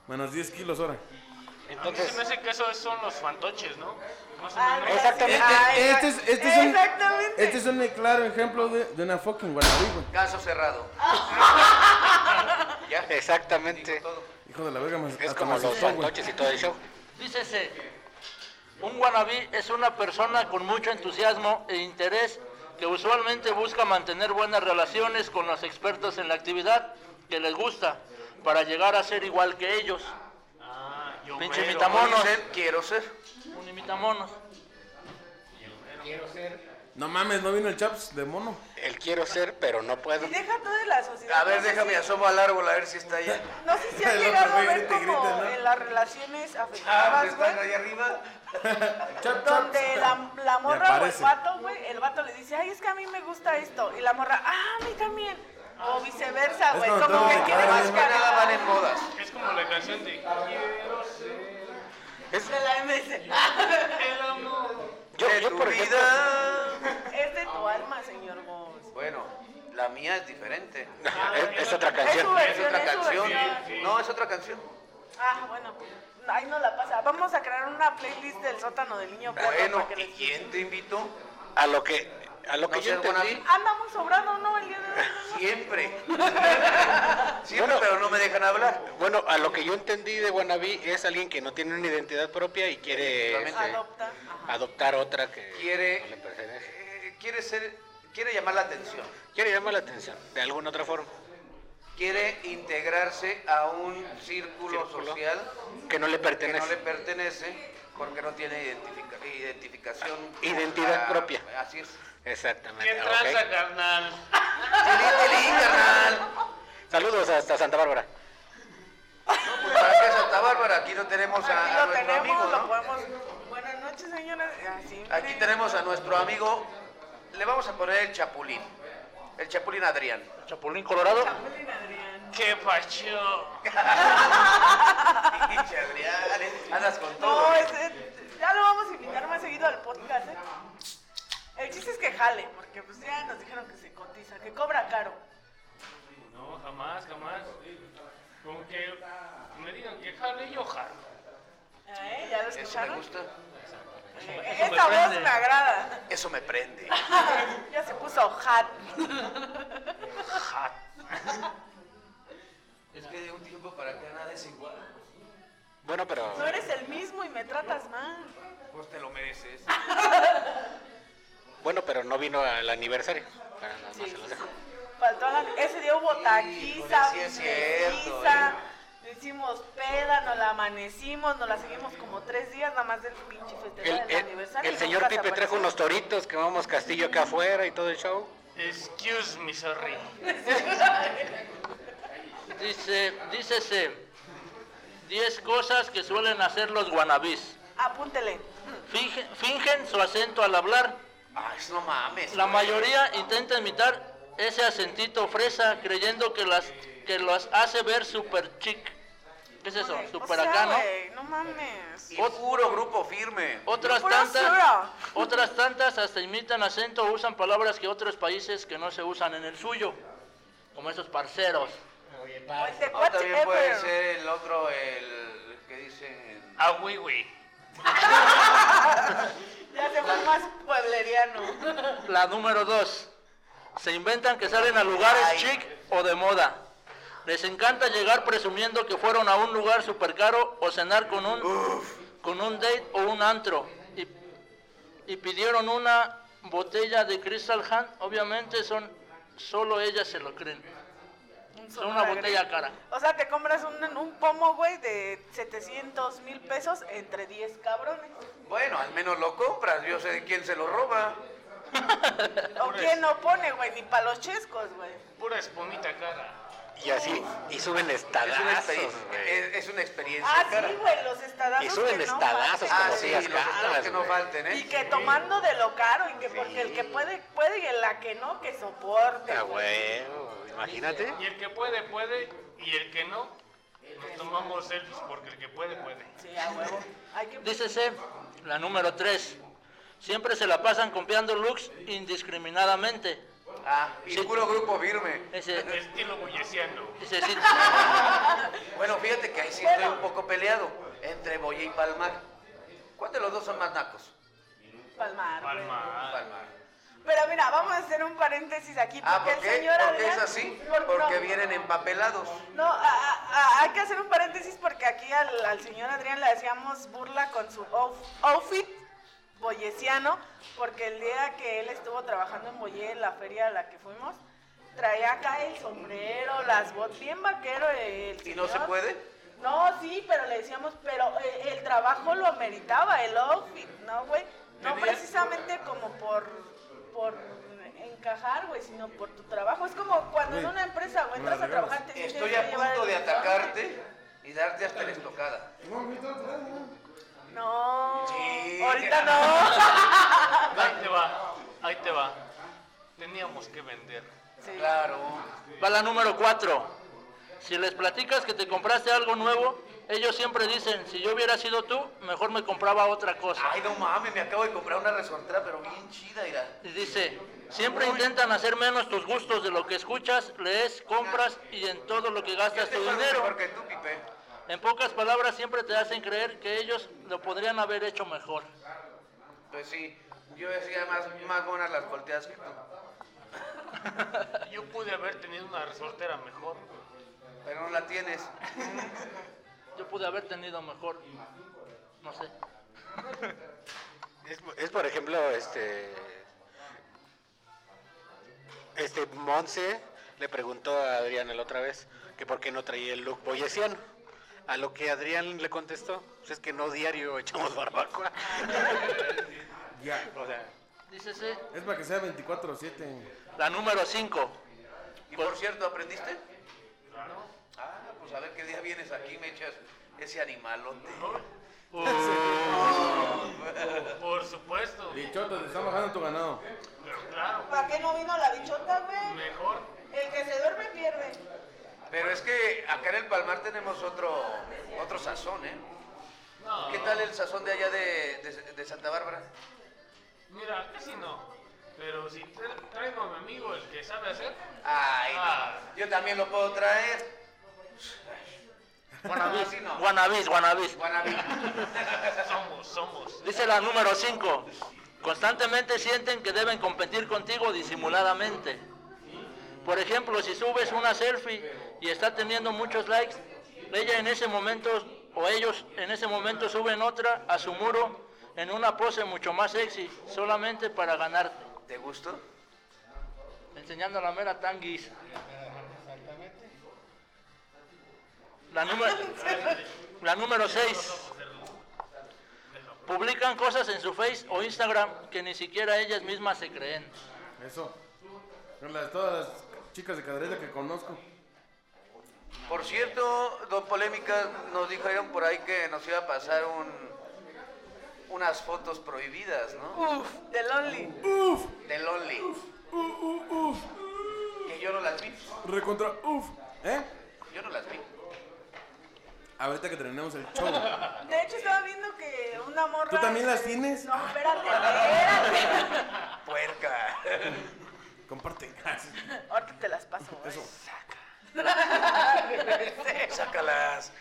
Speaker 4: Menos 10 kilos ahora.
Speaker 5: A mí se me
Speaker 3: Entonces,
Speaker 5: hace que esos son los fantoches, ¿no? Más o
Speaker 6: Ah,
Speaker 5: menos.
Speaker 3: Exactamente.
Speaker 6: ah,
Speaker 4: Este,
Speaker 6: exact-
Speaker 4: es, este, es un,
Speaker 6: Exactamente.
Speaker 4: este es un claro ejemplo de, de una fucking wannabe, güey.
Speaker 2: Caso cerrado. ya.
Speaker 3: exactamente.
Speaker 2: Todo.
Speaker 4: Hijo de la verga, más
Speaker 3: Es como los fantoches y todo el show.
Speaker 7: Dícese, un wannabe es una persona con mucho entusiasmo e interés que usualmente busca mantener buenas relaciones con los expertos en la actividad que les gusta para llegar a ser igual que ellos.
Speaker 5: Ah, yo
Speaker 7: Pinche
Speaker 5: mero.
Speaker 7: mitamo- Vámonos.
Speaker 2: Ser, quiero ser.
Speaker 7: Un imitamonos.
Speaker 4: No mames, no vino el Chaps de mono.
Speaker 3: El quiero ser, pero no puedo.
Speaker 6: Y deja toda la sociedad.
Speaker 2: A ver,
Speaker 6: no sé
Speaker 2: déjame
Speaker 6: si-
Speaker 2: asomo al árbol a ver si está allá.
Speaker 6: No sé si han
Speaker 4: El otro
Speaker 6: llegado a
Speaker 4: güey
Speaker 6: ver
Speaker 4: grita y
Speaker 6: como
Speaker 4: grita, ¿no?
Speaker 6: en las relaciones
Speaker 2: Ah,
Speaker 6: afectivas,
Speaker 2: están
Speaker 6: güey.
Speaker 2: allá arriba.
Speaker 4: Chap,
Speaker 6: Donde la, la
Speaker 4: Y
Speaker 6: morra o el
Speaker 4: aparece.
Speaker 6: vato, güey, el vato le dice, ay, es que a mí me gusta esto. Y la morra, ah, a mí también. O viceversa,
Speaker 4: Es
Speaker 6: güey.
Speaker 4: cuando
Speaker 6: Como
Speaker 4: todos
Speaker 6: que
Speaker 4: se
Speaker 6: quiere
Speaker 4: caen.
Speaker 2: Más que nada van
Speaker 6: buscar.
Speaker 2: en modas.
Speaker 5: Es como la canción de Quiero ser
Speaker 3: Es-
Speaker 6: De la MS.
Speaker 5: el amor.
Speaker 3: yo,
Speaker 2: de
Speaker 3: yo,
Speaker 2: tu
Speaker 3: por ejemplo,
Speaker 2: vida.
Speaker 6: es de tu alma, señor Bones.
Speaker 2: Bueno, la mía es diferente.
Speaker 3: es, es otra
Speaker 6: Es su
Speaker 3: canción.
Speaker 2: Es
Speaker 6: versión,
Speaker 2: otra
Speaker 6: es su
Speaker 2: canción.
Speaker 6: versión.
Speaker 2: No, es otra canción.
Speaker 6: Ah, bueno, pues, ahí no la pasa. Vamos a crear una playlist del sótano del niño perro
Speaker 2: Bueno,
Speaker 6: para que
Speaker 2: ¿y
Speaker 6: les-
Speaker 2: quién te invitó?
Speaker 3: A lo que, a lo que
Speaker 2: No
Speaker 3: yo
Speaker 2: sé, buena-
Speaker 3: entendí,
Speaker 6: Anda muy sobrado, ¿no? El día de hoy.
Speaker 2: Siempre. Siempre,
Speaker 3: Bueno.
Speaker 2: pero no me dejan hablar.
Speaker 3: bueno, a lo que yo entendí de Wannabe es alguien que no tiene una identidad propia y quiere este,
Speaker 6: Adopta. Ajá.
Speaker 3: adoptar otra que no le
Speaker 2: Quiere,
Speaker 3: pertenece.
Speaker 2: eh, quiere ser, quiere llamar la atención.
Speaker 3: Quiere llamar la atención, de alguna otra forma,
Speaker 2: Quiere integrarse a un círculo,
Speaker 3: Círculo.
Speaker 2: social
Speaker 3: que no le
Speaker 2: que no le
Speaker 3: pertenece.
Speaker 2: pertenece porque no tiene identifica- identificación.
Speaker 3: Identidad
Speaker 2: Ah,
Speaker 3: propia.
Speaker 2: Así es.
Speaker 3: Exactamente.
Speaker 5: ¿Qué
Speaker 3: ok.
Speaker 5: tranza, carnal?
Speaker 2: Tilín, tilín, carnal.
Speaker 3: Saludos hasta Santa Bárbara.
Speaker 2: Pues para qué Santa Bárbara, aquí no tenemos
Speaker 4: Ah,
Speaker 2: a,
Speaker 6: Aquí
Speaker 2: a
Speaker 6: lo
Speaker 2: nuestro
Speaker 6: tenemos,
Speaker 2: amigo,
Speaker 6: lo
Speaker 2: ¿no?
Speaker 6: podemos. Buenas noches, señora. Ah, Así,
Speaker 2: Aquí tenemos a nuestro amigo, le vamos a poner el chapulín, el chapulín Adrián.
Speaker 7: Chapulín Colorado.
Speaker 5: ¿Qué pacho?
Speaker 2: Pinche Adrián, andas con todo.
Speaker 6: No, es- es- ya lo vamos a invitar más seguido al podcast, ¿eh? El chiste es que jale, porque pues ya nos dijeron que se cotiza, que cobra caro.
Speaker 5: No, jamás, jamás. Como que me digan que jale, yo jalo.
Speaker 6: ¿Eh? ¿Ya lo
Speaker 2: Eso me
Speaker 6: escucharon?
Speaker 2: gusta,
Speaker 6: Eh,
Speaker 7: Eso me
Speaker 6: Esta voz
Speaker 7: prende.
Speaker 6: me agrada.
Speaker 2: eso me prende.
Speaker 6: ya se puso hat.
Speaker 2: Es que de un tiempo para acá nada es igual.
Speaker 3: Bueno, pero
Speaker 6: No eres el mismo y me tratas mal.
Speaker 2: Pues te lo mereces.
Speaker 3: bueno, pero no vino al aniversario. Pero nada más se los dejo.
Speaker 6: Faltó a la- Ese día hubo taquiza,
Speaker 2: sí es cierto,
Speaker 6: pizza, hicimos peda, nos la amanecimos, nos la seguimos como tres días, nada más del pinche
Speaker 3: El,
Speaker 6: festival del
Speaker 3: el-
Speaker 6: aniversario.
Speaker 3: el señor
Speaker 6: nunca se
Speaker 3: Pipe trajo
Speaker 6: apareció.
Speaker 3: unos toritos, quemamos castillo acá afuera y todo el show.
Speaker 5: Excuse me, sorry.
Speaker 7: Dice, dícese, 10 cosas que suelen hacer los wannabes.
Speaker 6: Apúntele.
Speaker 7: Finge- fingen su acento al hablar,
Speaker 2: Ay, no mames.
Speaker 7: La
Speaker 2: güey.
Speaker 7: mayoría intenta imitar ese acentito fresa creyendo que las que los hace ver super chic. ¿Qué es eso?
Speaker 6: O
Speaker 7: Super
Speaker 6: sea,
Speaker 7: acá, ¿no?
Speaker 6: güey, no mames.
Speaker 2: Y puro grupo firme.
Speaker 7: Otras
Speaker 6: Pura
Speaker 7: tantas,
Speaker 6: basura.
Speaker 7: otras tantas hasta imitan acento o usan palabras que otros países que no se usan en el suyo, como esos parceros.
Speaker 3: Oye,
Speaker 6: O
Speaker 3: pa,
Speaker 6: el de
Speaker 2: O también Oh, puede
Speaker 6: whatever.
Speaker 2: ser el otro, el que dicen.
Speaker 5: Ah, güey, güey.
Speaker 6: Ya se fue más puebleriano.
Speaker 7: La número dos, se inventan que salen a lugares
Speaker 2: Ay.
Speaker 7: chic o de moda. Les encanta llegar presumiendo que fueron a un lugar super caro o cenar con un, con un date o un antro. Y, y pidieron una botella de Crystal Hand, obviamente son solo ellas se lo creen. Son una botella cara.
Speaker 6: O sea, te compras un, un pomo, güey, de 700 mil pesos entre 10 cabrones.
Speaker 2: Bueno, al menos lo compras. Yo sé de quién se lo roba.
Speaker 6: ¿O quién no pone, güey? Ni para los chescos, güey.
Speaker 5: Pura espumita cara.
Speaker 3: y así, y suben
Speaker 2: Es una,
Speaker 3: estadazos,
Speaker 2: experiencia-
Speaker 3: güey.
Speaker 2: es, es una experiencia.
Speaker 6: Ah,
Speaker 2: cara.
Speaker 6: sí, güey, los estadazos.
Speaker 3: Y suben
Speaker 6: que no
Speaker 3: estadazos
Speaker 6: faltan.
Speaker 2: Ah,
Speaker 3: como
Speaker 2: sí,
Speaker 3: sillas
Speaker 2: los estados
Speaker 3: caras,
Speaker 2: que no
Speaker 3: güey.
Speaker 2: falten, ¿eh?
Speaker 6: Y que tomando de lo caro, y que porque el que puede, puede, y la que no, que soporte.
Speaker 3: Ah,
Speaker 6: güey.
Speaker 3: güey, imagínate.
Speaker 5: Y el que puede, puede. Y el que no, nos tomamos selfies porque el que puede, puede.
Speaker 6: Sí, a huevo. Hay que...
Speaker 7: Dícese la número 3. Siempre se la pasan copiando looks indiscriminadamente.
Speaker 2: Ah, y
Speaker 7: Sí.
Speaker 2: puro grupo firme.
Speaker 7: Dice,
Speaker 5: Estilo bulleciano.
Speaker 7: dice, sí,
Speaker 2: Bueno, fíjate que ahí sí estoy un poco peleado entre Boya y Palmar. ¿Cuál de los dos son más nacos?
Speaker 6: Palmar. güey.
Speaker 5: Palma.
Speaker 2: Palmar.
Speaker 6: Pero mira, vamos a hacer un paréntesis aquí porque
Speaker 2: Ah, ¿por
Speaker 6: el
Speaker 2: qué?
Speaker 6: señor
Speaker 2: Porque es
Speaker 6: Adrián-
Speaker 2: así.
Speaker 6: por-
Speaker 2: Porque
Speaker 6: no,
Speaker 2: vienen empapelados.
Speaker 6: No, a- a- a- hay que hacer un paréntesis porque aquí al, al señor Adrián le hacíamos burla con su outf- outfit boyesiano, porque el día que él estuvo trabajando en Boyé, en la feria a la que fuimos, traía acá el sombrero, las botas, bien vaquero el
Speaker 2: ¿Y no se
Speaker 6: señor.
Speaker 2: puede?
Speaker 6: No, sí, pero le decíamos, pero eh, el trabajo lo ameritaba, el outfit, ¿no, güey? No
Speaker 2: Tenía-
Speaker 6: precisamente como por, por encajar, güey, sino por tu trabajo. Es como cuando en
Speaker 4: Güey,
Speaker 6: una empresa, güey,
Speaker 4: no me
Speaker 6: entras a
Speaker 4: regalas.
Speaker 6: trabajar, te dicen,
Speaker 2: Estoy
Speaker 6: "Tienes
Speaker 2: a
Speaker 6: que llevar
Speaker 2: punto
Speaker 6: el
Speaker 2: de
Speaker 6: uniforme".
Speaker 2: atacarte y darte hasta la estocada.
Speaker 6: No,
Speaker 2: Sí.
Speaker 6: ahorita no.
Speaker 5: Ahí te va, ahí te va. Teníamos que vender.
Speaker 6: Sí.
Speaker 2: Claro.
Speaker 7: va la número 4. Si les platicas que te compraste algo nuevo, ellos siempre dicen, si yo hubiera sido tú, mejor me compraba otra cosa.
Speaker 2: Ay, no mames, me acabo de comprar una resortera, pero bien chida, mira.
Speaker 7: Y dice, siempre intentan hacer menos tus gustos de lo que escuchas, lees, compras y en todo lo que gastas tu
Speaker 2: Este fue
Speaker 7: dinero.
Speaker 2: mejor que tú, Pipe.
Speaker 7: En pocas palabras, siempre te hacen creer que ellos lo podrían haber hecho mejor.
Speaker 2: Pues sí, yo decía más, más buenas las volteadas que tú.
Speaker 5: Yo pude haber tenido una resortera mejor.
Speaker 2: Pero no la tienes.
Speaker 7: Yo pude haber tenido mejor. No sé.
Speaker 3: Es, es, por ejemplo, este. Este Monse le preguntó a Adrián la otra vez que por qué no traía el look boyesiano. A lo que Adrián le contestó: "Pues Es que no diario echamos barbacoa.
Speaker 4: Ya.
Speaker 3: o sea,
Speaker 7: Dícese
Speaker 4: Es para que sea 24-7.
Speaker 7: la número 5.
Speaker 2: Y por cierto, ¿aprendiste? Ah, pues a ver qué día vienes aquí, me echas ese animalote.
Speaker 5: Por supuesto.
Speaker 4: Dichoto, te están bajando tu ganado.
Speaker 5: Pero claro,
Speaker 6: ¿Para qué no vino la bichota, güey?
Speaker 5: mejor.
Speaker 6: El que se duerme pierde.
Speaker 2: Pero es que acá en el Palmar tenemos otro, otro sazón, ¿eh?
Speaker 5: No.
Speaker 2: ¿Qué tal el sazón de allá de, de- de Santa Bárbara?
Speaker 5: Mira, casi no. Pero si tra- traigo a mi amigo el que sabe hacer,
Speaker 2: Ay,
Speaker 5: Ah.
Speaker 2: no. Yo también lo puedo traer.
Speaker 7: Guanabis,
Speaker 2: Así no.
Speaker 7: guanabis, guanabis.
Speaker 2: Guanabí.
Speaker 5: somos, somos.
Speaker 7: Dice la número 5. Constantemente sienten que deben competir contigo disimuladamente. Por ejemplo, si subes una selfie y está teniendo muchos likes, ella en ese momento o ellos en ese momento suben otra a su muro en una pose mucho más sexy, solamente para ganarte,
Speaker 2: ¿Te gustó?
Speaker 7: enseñando la mera tanguis. La número la número 6. Publican cosas en su Face o Instagram que ni siquiera ellas mismas se creen.
Speaker 4: Eso. Con las, todas las chicas de cadereta que conozco.
Speaker 2: Por cierto, dos polémicas nos dijeron por ahí que nos iba a pasar un, unas fotos prohibidas, ¿no?
Speaker 6: Uf, de Lonely.
Speaker 2: De Lonely. Que yo no las vi.
Speaker 4: Recontra. Uf. ¿Eh?
Speaker 2: Yo no las vi.
Speaker 4: Ahorita que terminamos el show.
Speaker 6: De hecho, estaba viendo que una morra.
Speaker 4: ¿Tú también las
Speaker 6: este,
Speaker 4: tienes?
Speaker 6: No, espérate, espérate.
Speaker 2: Puerca.
Speaker 4: Comparte.
Speaker 6: Ahorita te las paso. güey.
Speaker 4: Eso.
Speaker 2: Sácalas.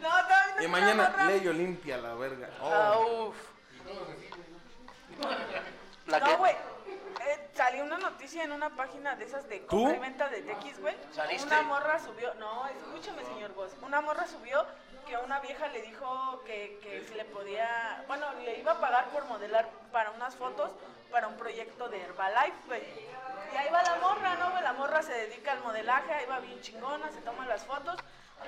Speaker 6: No, estaba viendo
Speaker 4: Y
Speaker 6: que una
Speaker 4: mañana
Speaker 6: morra-
Speaker 4: Leyo limpia la verga.
Speaker 6: Ah,
Speaker 4: Oh.
Speaker 6: uf.
Speaker 7: La que-
Speaker 6: No, güey. Eh, salió una noticia en una página de esas de compra y venta de TX, güey.
Speaker 2: ¿Saliste?
Speaker 6: Una morra subió, no, escúchame, señor Vos. Una morra subió que una vieja le dijo que, que si le podía, bueno, le iba a pagar por modelar para unas fotos para un proyecto de Herbalife, güey. Y ahí va la morra, ¿no? güey? La morra se dedica al modelaje, ahí va bien chingona, se toma las fotos.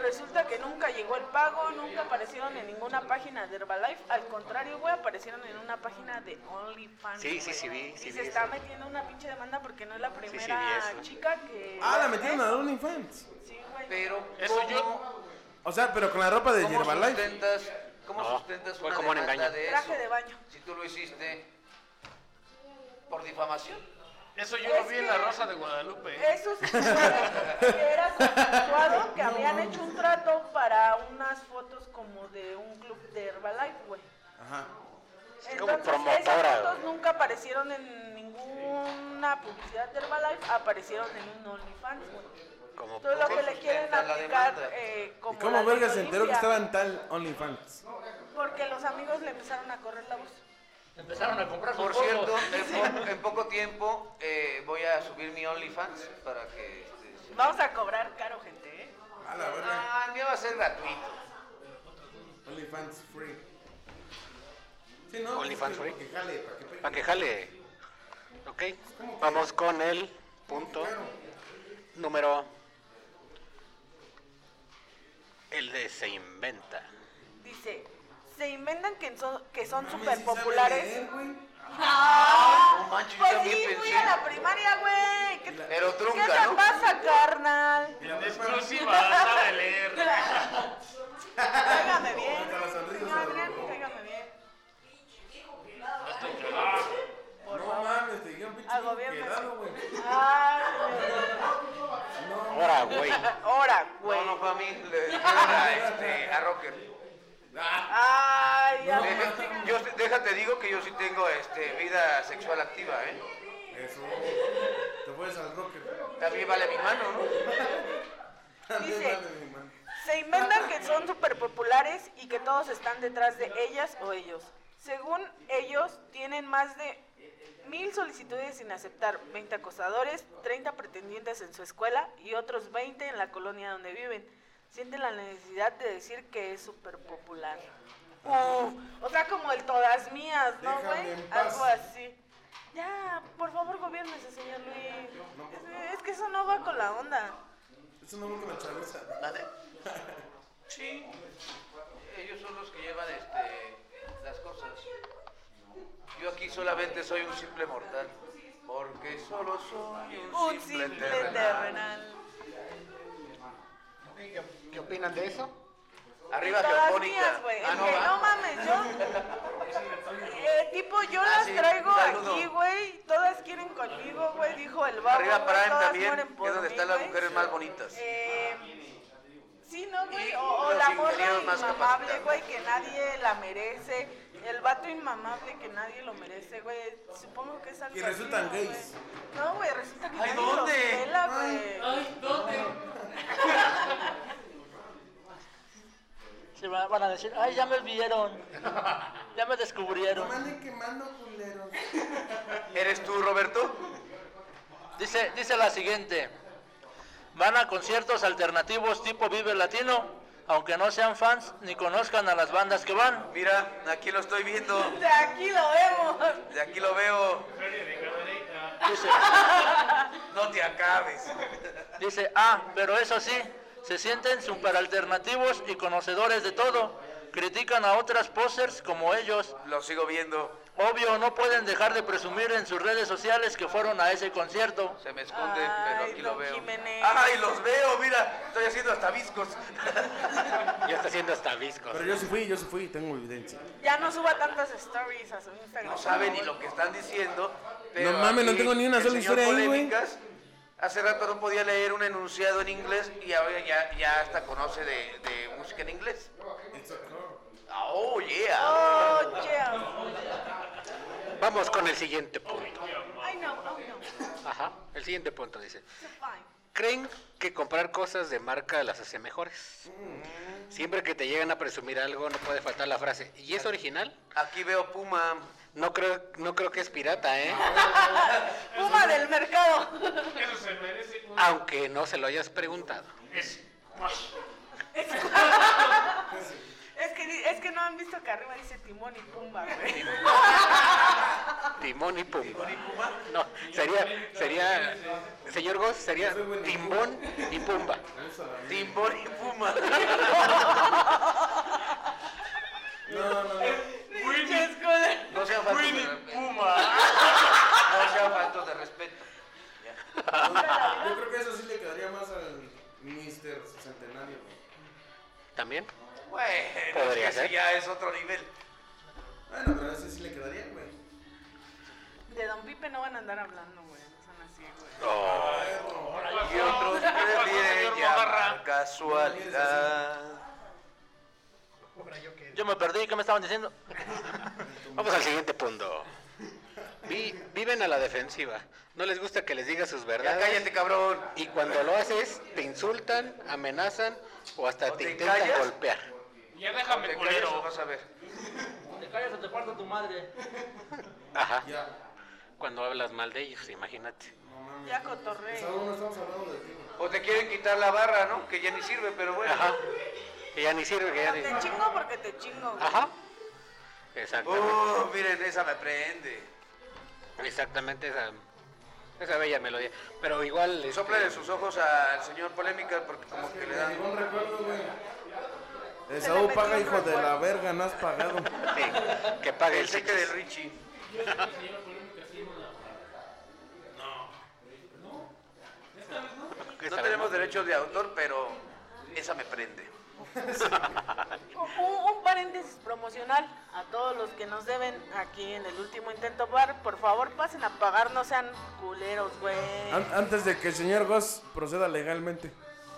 Speaker 6: Resulta que nunca llegó el pago, nunca aparecieron en ninguna página de Herbalife. Al contrario, güey, aparecieron en una página de OnlyFans.
Speaker 3: Sí, sí,
Speaker 6: güey.
Speaker 3: sí vi,
Speaker 6: Y
Speaker 3: sí
Speaker 6: se
Speaker 3: vi
Speaker 6: está
Speaker 3: eso.
Speaker 6: metiendo una pinche demanda porque no es la
Speaker 3: sí vi
Speaker 6: primera
Speaker 3: eso.
Speaker 6: chica que.
Speaker 4: Ah, la metieron a OnlyFans.
Speaker 6: Sí, güey.
Speaker 2: Pero,
Speaker 5: Eso
Speaker 2: ¿cómo,
Speaker 5: yo-
Speaker 4: O sea, pero con la ropa de
Speaker 2: cómo
Speaker 4: Yerbalife.
Speaker 2: sustentas, cómo
Speaker 3: No,
Speaker 2: sustentas
Speaker 3: fue
Speaker 2: una
Speaker 3: como un
Speaker 2: demanda
Speaker 3: engaño.
Speaker 2: de eso?
Speaker 6: Traje de baño.
Speaker 2: Si tú lo hiciste por difamación.
Speaker 5: Eso yo
Speaker 6: Es
Speaker 5: lo vi en la
Speaker 6: que-
Speaker 5: Rosa de Guadalupe. ¿eh?
Speaker 6: Esos que era consensuado, que habían hecho un trato para unas fotos como de un club de Herbalife, güey.
Speaker 4: Ajá.
Speaker 6: Entonces,
Speaker 3: como promotora,
Speaker 6: esas fotos
Speaker 3: güey.
Speaker 6: nunca aparecieron en ninguna publicidad de Herbalife, aparecieron en un OnlyFans, güey.
Speaker 3: Como pues,
Speaker 6: Entonces lo que le
Speaker 2: sustenta
Speaker 6: quieren
Speaker 2: la
Speaker 6: aplicar
Speaker 2: demanda?
Speaker 6: eh,
Speaker 4: ¿Y
Speaker 6: como la
Speaker 4: cómo
Speaker 6: ley
Speaker 4: verga se enteró que
Speaker 6: Olimpia,
Speaker 4: estaba en tal OnlyFans?
Speaker 6: Porque los amigos le empezaron a correr la voz.
Speaker 7: Empezaron a comprar sus
Speaker 2: Por
Speaker 7: polvos.
Speaker 2: cierto, en, po- en poco tiempo eh, voy a subir mi OnlyFans para que... este, se-
Speaker 6: Vamos a cobrar caro, gente, ¿eh?
Speaker 4: Ah, la verga.
Speaker 2: Ah, el mío va a ser gratuito.
Speaker 4: OnlyFans free. Sí, ¿no? pues,
Speaker 3: OnlyFans free.
Speaker 4: Que jale, para que pegue.
Speaker 3: Para que jale. Ok. Vamos con el punto número. El de se inventa.
Speaker 6: Dice, se inventan que son, que son
Speaker 4: Mames,
Speaker 6: súper
Speaker 4: sí sabe
Speaker 6: populares.
Speaker 4: leer, güey.
Speaker 6: ¡Ah!
Speaker 2: No manches, yo
Speaker 6: pues
Speaker 2: también
Speaker 6: sí, fui
Speaker 2: pensé.
Speaker 6: a la primaria, güey. ¿Qué, te-
Speaker 2: Pero
Speaker 6: ¿qué
Speaker 2: trunca,
Speaker 6: te
Speaker 2: ¿no?
Speaker 6: pasa, carnal?
Speaker 5: En exclusiva, sabe leer.
Speaker 6: Cáigame bien.
Speaker 4: Hasta la sonrisa
Speaker 6: señor
Speaker 4: se le
Speaker 6: Adrián,
Speaker 4: borró.
Speaker 6: cáigame bien.
Speaker 5: ah,
Speaker 6: Por
Speaker 4: No
Speaker 6: favor.
Speaker 4: mames, te dijeron pinche
Speaker 6: Al gobierno.
Speaker 4: quedado, güey.
Speaker 6: Ay, señor.
Speaker 3: Ahora, güey.
Speaker 6: Ahora, güey.
Speaker 2: No, no fue a mí, le dijeron a, este, a Rocker.
Speaker 6: Ay, ya.
Speaker 2: Le- yo, sí- déjate digo que yo sí tengo este, vida sexual activa, ¿eh?
Speaker 4: Eso. Te puedes al rocker.
Speaker 2: También vale mi mano, ¿no?
Speaker 4: También
Speaker 6: Dice-
Speaker 4: vale mi mano.
Speaker 6: Se inventan que son súper populares y que todos están detrás de ellas o ellos. Según ellos, tienen más de mil solicitudes sin aceptar, 20 acosadores, 30 pretendientes en su escuela y otros 20 en la colonia donde viven. Sienten la necesidad de decir que es súper popular. Uf, o sea, como el todas mías, ¿no,
Speaker 4: Déjame
Speaker 6: güey?
Speaker 4: en paz.
Speaker 6: Algo así. Ya, por favor, gobiernese, señor Luis. Es- Es que eso no va con la onda.
Speaker 4: Es un hombre con la chaluza.
Speaker 2: ¿Vale? Sí. Ellos son los que llevan este, las cosas. Yo aquí solamente soy un simple mortal. Porque solo soy un,
Speaker 6: Un simple terrenal.
Speaker 3: ¿Qué opinan de eso?
Speaker 2: Arriba
Speaker 6: Todas
Speaker 2: geopónica.
Speaker 6: mías, güey.
Speaker 2: Ah,
Speaker 6: Es
Speaker 2: no,
Speaker 6: que,
Speaker 2: va.
Speaker 6: no mames, yo. Eh, tipo, yo
Speaker 2: Ah,
Speaker 6: las
Speaker 2: sí,
Speaker 6: traigo
Speaker 2: un saludo.
Speaker 6: aquí, güey. Todas quieren conmigo, güey. Dijo el babo.
Speaker 2: Arriba
Speaker 6: güey,
Speaker 2: Prime
Speaker 6: todas
Speaker 2: también,
Speaker 6: mueren por
Speaker 2: es donde
Speaker 6: mí,
Speaker 2: están las
Speaker 6: güey.
Speaker 2: mujeres más bonitas.
Speaker 6: Eh, sí, ¿no, güey?
Speaker 2: Y
Speaker 6: O, o
Speaker 2: los
Speaker 6: la morra
Speaker 2: ingenieros más
Speaker 6: inmamable,
Speaker 2: capacitados.
Speaker 6: güey, que nadie la merece. El vato inmamable que nadie lo merece, güey. Supongo que es algo
Speaker 4: Y
Speaker 6: así,
Speaker 4: resultan
Speaker 6: ¿no,
Speaker 4: gays.
Speaker 6: güey? No, güey, resulta que
Speaker 2: Ay,
Speaker 6: nadie los
Speaker 2: ¿dónde?
Speaker 6: pela,
Speaker 4: Ay,
Speaker 6: güey.
Speaker 7: Se va- van a decir, ay, ya me vieron. Ya me descubrieron.
Speaker 4: Mande quemando culeros.
Speaker 2: ¿Eres tú, Roberto?
Speaker 7: Dice, dice la siguiente. Van a conciertos alternativos tipo Vive Latino, aunque no sean fans ni conozcan a las bandas que van.
Speaker 2: Mira, aquí lo estoy viendo.
Speaker 6: De aquí lo vemos.
Speaker 2: De aquí lo veo.
Speaker 7: Dice,
Speaker 2: No te acabes.
Speaker 7: dice, ah, pero eso sí, se sienten super alternativos y conocedores de todo. Critican a otras posers como ellos.
Speaker 2: Lo sigo viendo.
Speaker 7: Obvio, no pueden dejar de presumir en sus redes sociales que fueron a ese concierto.
Speaker 2: Se me esconde,
Speaker 6: Ay,
Speaker 2: pero aquí lo
Speaker 6: don
Speaker 2: veo.
Speaker 6: Jiménez.
Speaker 2: ¡Ay, los veo! Mira, estoy haciendo hasta viscos.
Speaker 3: Ya está haciendo hasta viscos.
Speaker 4: Pero yo sí fui, yo sí fui, tengo evidencia.
Speaker 6: Ya no suba tantas stories a su Instagram.
Speaker 2: No saben ni lo que están diciendo. Pero
Speaker 4: No mames, no
Speaker 2: aquí
Speaker 4: tengo ni una
Speaker 2: el
Speaker 4: sola
Speaker 2: señor
Speaker 4: historia ahí, güey.
Speaker 2: Polémicas, Hace rato no podía leer un enunciado en inglés y ahora ya, ya hasta conoce de, de música en inglés. Oh, yeah.
Speaker 6: Oh, yeah.
Speaker 3: Vamos con el siguiente punto.
Speaker 6: I know, oh no.
Speaker 3: Ajá. El siguiente punto dice.
Speaker 6: It's fine.
Speaker 3: creen que comprar cosas de marca las hace mejores. Siempre que te llegan a presumir algo, no puede faltar la frase. ¿Y es original?
Speaker 2: Aquí veo Puma.
Speaker 3: No creo, no creo que es pirata, ¿eh?
Speaker 6: Puma del mercado.
Speaker 5: Eso se merece un
Speaker 3: Aunque no se lo hayas preguntado.
Speaker 5: smash.
Speaker 6: Es que, di- es que no han visto que arriba dice Timón y Pumba, güey.
Speaker 3: Timón y Pumba. No, sería, sería, señor Goss, sería Timbón y Pumba.
Speaker 2: Timbón y Puma.
Speaker 5: Winnie,
Speaker 2: No sean faltos de
Speaker 5: Winnie
Speaker 2: respeto.
Speaker 5: Puma.
Speaker 2: No sean faltos de respeto.
Speaker 4: Yo creo que eso sí le quedaría más al Mr. Centenario.
Speaker 3: ¿También?
Speaker 2: Bueno, es
Speaker 3: Podría
Speaker 2: que
Speaker 3: ser.
Speaker 2: sí, ya es otro nivel.
Speaker 4: Bueno, pero ese sí le quedaría, güey.
Speaker 6: De Don Pipe no van a andar hablando, güey. No son así, güey.
Speaker 2: Y otros
Speaker 5: ¿Qué pasó,
Speaker 2: prefieren
Speaker 5: señor Mojarra?
Speaker 2: llamar casualidad.
Speaker 7: Yo me perdí, ¿qué me estaban diciendo?
Speaker 3: Vamos al siguiente punto. Vi- viven a la defensiva. No les gusta que les diga sus
Speaker 2: Ya
Speaker 3: verdades.
Speaker 2: cállate, cabrón.
Speaker 3: Y cuando lo haces, te insultan, amenazan o hasta
Speaker 2: ¿O
Speaker 3: te,
Speaker 2: te
Speaker 3: intentan
Speaker 2: callas?
Speaker 3: golpear.
Speaker 5: Ya
Speaker 2: Te
Speaker 5: déjame
Speaker 2: callas o
Speaker 5: culero.
Speaker 2: vas a ver.
Speaker 7: Te callas o te parto tu madre.
Speaker 3: Ajá. Cuando hablas mal de ellos, imagínate.
Speaker 6: Ya cotorreo.
Speaker 4: Pues, no estamos hablando de ti, güey.
Speaker 2: O te quieren quitar la barra, ¿no? Que ya ni sirve, pero bueno.
Speaker 3: Ajá. Que ya ni sirve, que ya ni...
Speaker 6: Te chingo porque te chingo, güey.
Speaker 3: Ajá. Exactamente.
Speaker 2: Uh, miren, esa me prende.
Speaker 3: Exactamente esa, esa bella melodía. Pero igual... este,
Speaker 2: Sopla de sus ojos al señor Polémica porque como que le
Speaker 4: Me
Speaker 2: dan...
Speaker 4: llegó un recuerdo, güey. Esaú paga, hijo de la verga, no has pagado.
Speaker 3: sí, que pague
Speaker 2: El
Speaker 3: el
Speaker 2: cheque del
Speaker 3: chiquis.
Speaker 2: Richie.
Speaker 3: Que
Speaker 2: No
Speaker 3: sabemos.
Speaker 2: tenemos derechos de autor, pero esa me prende.
Speaker 6: Un, un paréntesis promocional a todos los que nos deben aquí en el último intento bar. Por favor, pasen a pagar, no sean culeros, güey.
Speaker 4: An- antes de que el señor Goss proceda legalmente.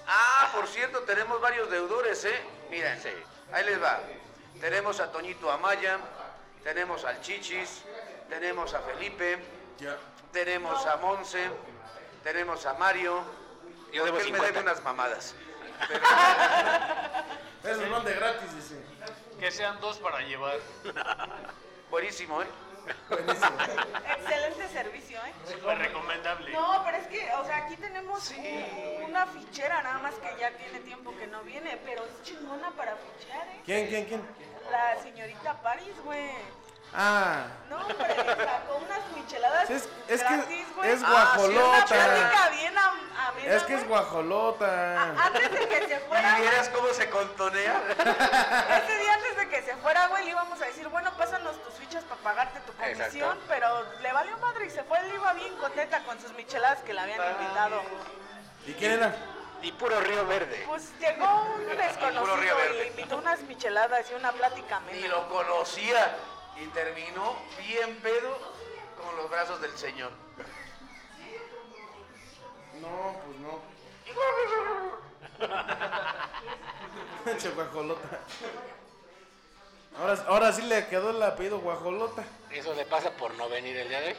Speaker 2: Ah, por cierto, tenemos varios deudores, ¿eh? Miren,
Speaker 3: Sí.
Speaker 2: ahí les va. Tenemos a Toñito Amaya, tenemos al Chichis, tenemos a Felipe, tenemos a Monse, tenemos a Mario.
Speaker 3: Yo debo
Speaker 2: porque él me debe
Speaker 3: 50.
Speaker 2: unas mamadas. Pero-
Speaker 4: Eso no de gratis, dice.
Speaker 5: Que sean dos para llevar.
Speaker 2: buenísimo, ¿eh?
Speaker 4: Buenísimo.
Speaker 6: Excelente servicio, ¿eh?
Speaker 5: Súper recomendable.
Speaker 6: No, pero es que, o sea, aquí tenemos un- una fichera nada más que ya tiene tiempo que no viene, pero es chingona para fichar, ¿eh?
Speaker 4: ¿Quién, quién, quién?
Speaker 6: La señorita París, güey.
Speaker 4: Ah,
Speaker 6: No, hombre, sacó unas micheladas
Speaker 4: Sí, es- es que
Speaker 6: gratis, güey.
Speaker 4: es
Speaker 6: Ah, sí,
Speaker 4: guajolota.
Speaker 6: Una plática bien am- amena,
Speaker 4: es que es
Speaker 6: güey. A-
Speaker 4: guajolota.
Speaker 6: Antes de que se
Speaker 2: Y
Speaker 6: fuera,
Speaker 2: vieras cómo se contonea.
Speaker 6: ese día antes de que se fuera, güey, le íbamos a decir, bueno, pásanos tus fichas para pagarte tu comisión,
Speaker 3: Exacto.
Speaker 6: pero le valió madre y se fue, él iba bien contenta con sus micheladas que le habían invitado.
Speaker 4: ¿Y quién era?
Speaker 3: Y puro Río Verde.
Speaker 6: Pues llegó un
Speaker 2: Puro Río
Speaker 6: desconocido y
Speaker 2: Verde.
Speaker 6: le invitó unas micheladas y una plática
Speaker 2: Ni
Speaker 6: amena.
Speaker 2: lo conocía. Y terminó bien pedo con los brazos del señor.
Speaker 4: No, pues no. Pinche guajolota. Ahora, ahora sí le quedó el apellido guajolota.
Speaker 3: Eso le pasa por no venir el día de hoy.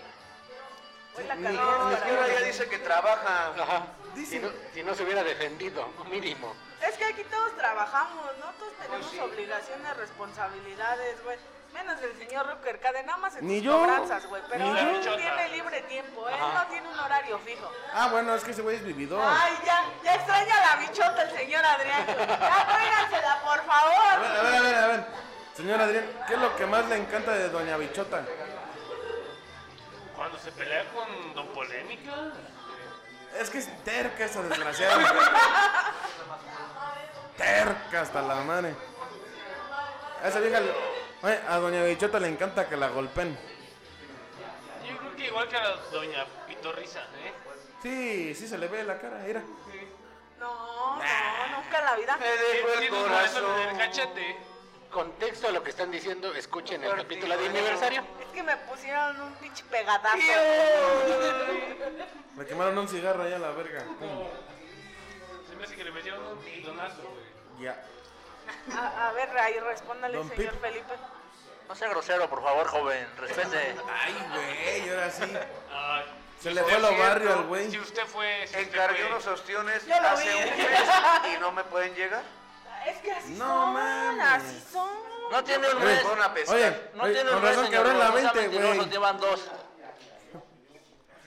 Speaker 6: Fue la
Speaker 4: Ni-
Speaker 6: cagada
Speaker 2: Mi
Speaker 6: para-
Speaker 2: señora ya dice que trabaja.
Speaker 3: Ajá.
Speaker 4: Dice-
Speaker 3: Si no, si no se hubiera defendido, mínimo.
Speaker 6: Es que aquí todos trabajamos, ¿no? Todos
Speaker 2: Pues
Speaker 6: tenemos obligaciones, responsabilidades, güey. Menos el señor Rucker Cade, nada más en
Speaker 4: Ni
Speaker 6: sus
Speaker 4: yo.
Speaker 6: cobranzas, güey. Pero
Speaker 4: Ni
Speaker 6: él
Speaker 5: yo.
Speaker 6: tiene libre tiempo, él no tiene un horario fijo.
Speaker 4: Ah, bueno, es que ese güey es vividor.
Speaker 6: Ay, ya, ya extraña la bichota el señor Adrián. güey. Ya tráigansela, por
Speaker 4: A ver, a
Speaker 6: favor.
Speaker 4: ver, a ver, a ver. Señor Adrián, ¿qué es lo que más le encanta de Doña Bichota?
Speaker 5: Cuando se pelea con Don Polémica.
Speaker 4: Es que es terca esa desgraciada. terca hasta la madre. A esa vieja le- Oye, a Doña Bichota le encanta que la golpeen.
Speaker 5: Yo creo que igual que a la doña Pitorrisa, ¿eh?
Speaker 4: Sí, sí se le ve la cara, mira.
Speaker 6: No, no, nunca en la vida.
Speaker 2: Me dejó el
Speaker 5: Tiene un momento en el
Speaker 2: corazón.
Speaker 5: cachete.
Speaker 3: Contexto a lo que están diciendo, escuchen el capítulo de aniversario.
Speaker 6: Es que me pusieron un pinche pegadazo.
Speaker 4: Me quemaron un cigarro allá a la verga. Pum.
Speaker 5: Se me hace que le metieron un donazo, güey.
Speaker 4: Ya.
Speaker 6: A, a ver, ahí respóndale,
Speaker 4: Don
Speaker 6: señor
Speaker 4: Pip.
Speaker 6: Felipe.
Speaker 7: No sea grosero, por favor, joven. Respete.
Speaker 4: Ay, güey, y ahora sí.
Speaker 5: Ay,
Speaker 4: Se
Speaker 5: si
Speaker 4: le
Speaker 5: usted
Speaker 4: fue lo
Speaker 5: fue-
Speaker 4: barrio al güey.
Speaker 5: Si usted fue. Si usted
Speaker 2: Encargué
Speaker 5: fue-
Speaker 2: unos ostiones
Speaker 6: Yo lo
Speaker 2: hace
Speaker 6: vi.
Speaker 2: un mes y no me pueden llegar.
Speaker 6: Es que así
Speaker 4: No
Speaker 6: son,
Speaker 4: mames.
Speaker 6: así son.
Speaker 7: No tiene un
Speaker 4: Oye,
Speaker 7: mes.
Speaker 2: Fueron a pescar.
Speaker 4: Oye,
Speaker 7: No
Speaker 4: oye,
Speaker 7: tiene
Speaker 4: con
Speaker 7: un mes,
Speaker 4: razón que
Speaker 7: señor.
Speaker 4: abren la
Speaker 7: No sea
Speaker 4: 20,
Speaker 7: mentiroso,
Speaker 4: güey.
Speaker 7: llevan dos.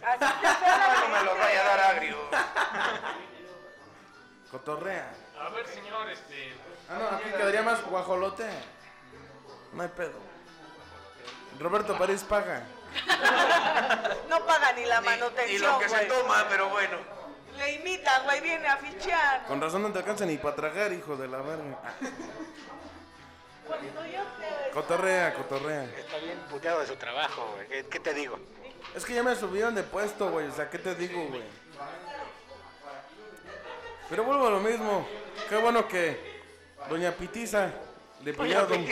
Speaker 6: Así te pega
Speaker 2: No me los vaya a dar agrio.
Speaker 4: Cotorrea.
Speaker 5: A ver, señor, este.
Speaker 4: Ah, no, aquí quedaría más guajolote. No hay pedo. Roberto París paga.
Speaker 6: No paga ni la
Speaker 2: Y lo
Speaker 6: manutención,
Speaker 2: que se
Speaker 6: güey.
Speaker 2: toma, pero bueno.
Speaker 6: Le imitan, güey, viene a fichar.
Speaker 4: Con razón no te alcanza ni para tragar, hijo de la verga. Ah,
Speaker 6: Cuando yo te...
Speaker 4: Cotorrea, cotorrea.
Speaker 3: Está bien puteado de su trabajo, güey. ¿Qué, qué te digo?
Speaker 4: Es que ya me subieron de puesto, güey. O sea, ¿qué te digo, güey? Pero vuelvo a lo mismo. Qué bueno que Doña Pitiza le pidió, a don,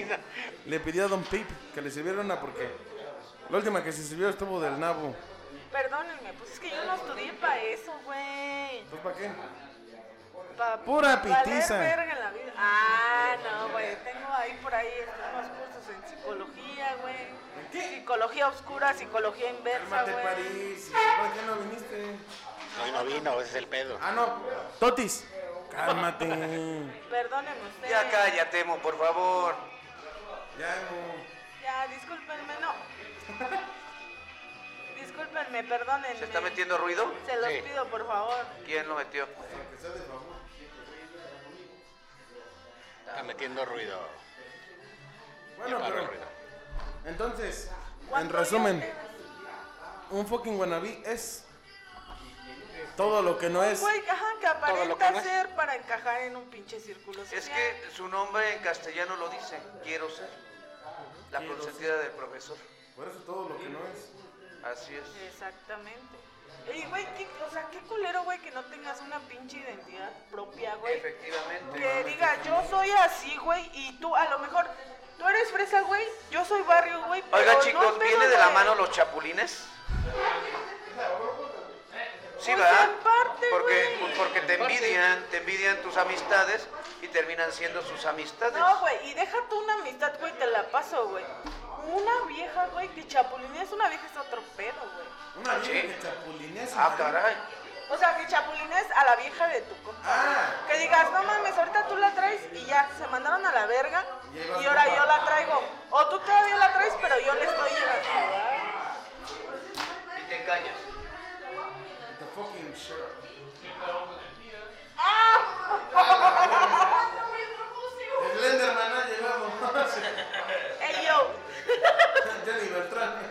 Speaker 4: le pidió a Don Pip que le sirviera una porque la última que se sirvió estuvo del nabo.
Speaker 6: Perdónenme, pues es que yo no estudié para eso, güey.
Speaker 4: ¿Entonces para qué?
Speaker 6: Pa-
Speaker 4: Pura
Speaker 6: valer
Speaker 4: pitiza.
Speaker 6: verga en la vida. Ah, no, güey. Tengo ahí por ahí este, unos cursos en psicología, güey. Psicología oscura, psicología inversa,
Speaker 4: Cálmate,
Speaker 6: güey.
Speaker 4: París. ¿Por qué no viniste?
Speaker 3: Hoy no vino, ese es el pedo.
Speaker 4: Ah, no. Totis. Cálmate.
Speaker 6: Perdónenme ustedes.
Speaker 2: Ya cállate, Mo, por favor.
Speaker 4: Ya, no.
Speaker 6: Ya, discúlpenme, no. discúlpenme, perdónenme.
Speaker 2: ¿Se está metiendo ruido?
Speaker 6: Se los
Speaker 3: Sí.
Speaker 6: pido, por favor.
Speaker 2: ¿Quién lo metió?
Speaker 3: Está metiendo ruido.
Speaker 4: Bueno,
Speaker 3: Ya paró el
Speaker 4: pero.
Speaker 3: ruido.
Speaker 4: Entonces, en
Speaker 6: ¿Cuánto
Speaker 4: resumen,
Speaker 6: día
Speaker 4: un fucking wannabe es todo lo que no es.
Speaker 6: Güey, ajá, que
Speaker 3: Todo lo que
Speaker 6: aparenta
Speaker 3: no es.
Speaker 6: ser para encajar en un pinche círculo social.
Speaker 2: Es que su nombre en castellano lo dice. Quiero ser. La consentida del profesor.
Speaker 4: Por eso todo lo que no es.
Speaker 2: Así es.
Speaker 6: Exactamente. Y, güey, qué- o sea, qué culero, güey, que no tengas una pinche identidad propia, güey. Que
Speaker 2: Efectivamente.
Speaker 6: diga, yo soy así, güey, y tú a lo mejor, tú eres fresa, güey, yo soy barrio, güey. pero
Speaker 2: Oiga,
Speaker 6: no
Speaker 2: chicos,
Speaker 6: tengo
Speaker 2: ¿viene de la mano
Speaker 6: Pues
Speaker 2: los chapulines? Sí,
Speaker 6: Pues en
Speaker 2: ¿verdad?
Speaker 6: parte,
Speaker 2: Porque, pues,
Speaker 6: güey.
Speaker 2: porque te envidian, te envidian tus amistades y terminan siendo sus amistades.
Speaker 6: No, güey, y deja tú una amistad, güey, te la paso, güey. Una vieja, güey, que chapulineas una vieja es otro pedo, güey.
Speaker 4: Una vieja
Speaker 2: Sí.
Speaker 4: que chapulinea a su
Speaker 2: Ah,
Speaker 4: marido.
Speaker 2: caray.
Speaker 6: O sea, que chapulinees a la vieja de tu compa.
Speaker 4: Ah.
Speaker 6: Que digas, no mames, ahorita tú la traes y ya, se mandaron a la verga y ahora yo la traigo. O tú todavía la traes, pero yo le estoy llegando.
Speaker 2: Y te engañas.
Speaker 4: The fucking shit. El Slenderman ha llegado.
Speaker 6: Ey, yo.
Speaker 4: Jenny Beltrán.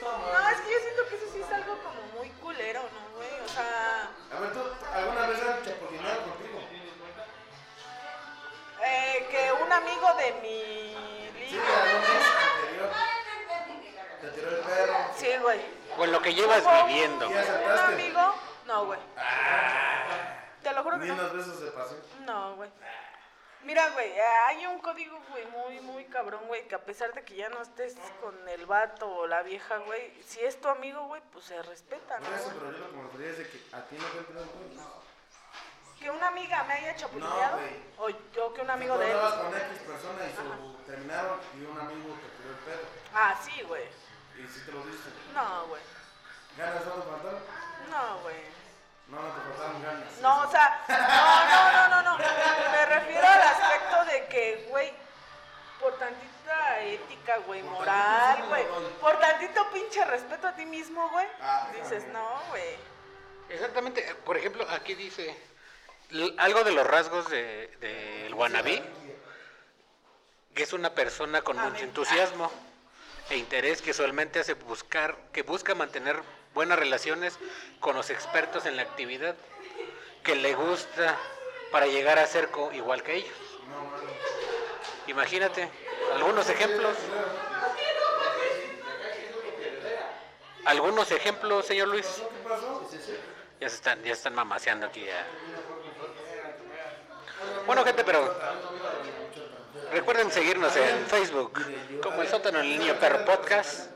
Speaker 6: No, es que yo siento que eso sí es algo como muy culero, ¿no, güey? O sea,
Speaker 4: A ver, ¿tú alguna vez has chapulineado contigo?
Speaker 6: eh, que un amigo de mi
Speaker 4: Sí,
Speaker 6: liga.
Speaker 4: alguna vez anterior. Te tiró el perro.
Speaker 6: Sí, güey.
Speaker 3: Con lo que llevas
Speaker 6: Hubo
Speaker 3: viviendo,
Speaker 6: Un
Speaker 4: Ya
Speaker 3: güey.
Speaker 4: aceptaste.
Speaker 6: amigo, no, güey. Te lo juro que
Speaker 4: Ni
Speaker 6: no.
Speaker 4: unos besos se pasó.
Speaker 6: No, güey. Mira, güey, hay un código, güey, muy, muy cabrón, güey, que a pesar de que ya no estés con el vato o la vieja, güey, si es tu amigo, güey, pues se respeta, ¿no?
Speaker 4: Por eso, pero yo lo que me gustaría es de que a ti no te han tirado el perro.
Speaker 6: Que una amiga me haya chapulineado,
Speaker 4: No,
Speaker 6: o yo que un amigo
Speaker 4: Tú
Speaker 6: de él.
Speaker 4: hablabas con X persona y su, terminaron y un amigo te tiró el perro.
Speaker 6: Ah, sí, güey.
Speaker 4: Y si te lo diste.
Speaker 6: No, güey.
Speaker 4: ¿Ganas no te faltaron?
Speaker 6: No, güey.
Speaker 4: No, no te faltaron ganas.
Speaker 6: No, o sea, no, no, no, no, no. Me refiero al aspecto de que, güey, por tantita ética, güey,
Speaker 4: Por
Speaker 6: moral,
Speaker 4: tantito
Speaker 6: güey,
Speaker 4: sentido,
Speaker 6: por tantito pinche respeto a ti mismo, güey,
Speaker 4: Ah,
Speaker 6: dices,
Speaker 4: también.
Speaker 6: no, güey.
Speaker 3: Exactamente, eh, por ejemplo, aquí dice l- algo de los rasgos del de, del wannabe, que es una persona con
Speaker 6: A
Speaker 3: mucho
Speaker 6: ver.
Speaker 3: entusiasmo e interés que usualmente hace buscar, que busca mantener buenas relaciones con los expertos en la actividad, que le gusta para llegar a ser co- igual que ellos. Imagínate, algunos ejemplos. Algunos ejemplos, señor Luis. Ya se están, ya están mamaseando aquí ya. Bueno, gente, pero recuerden seguirnos en Facebook como El Sótano del Niño Perro Podcast,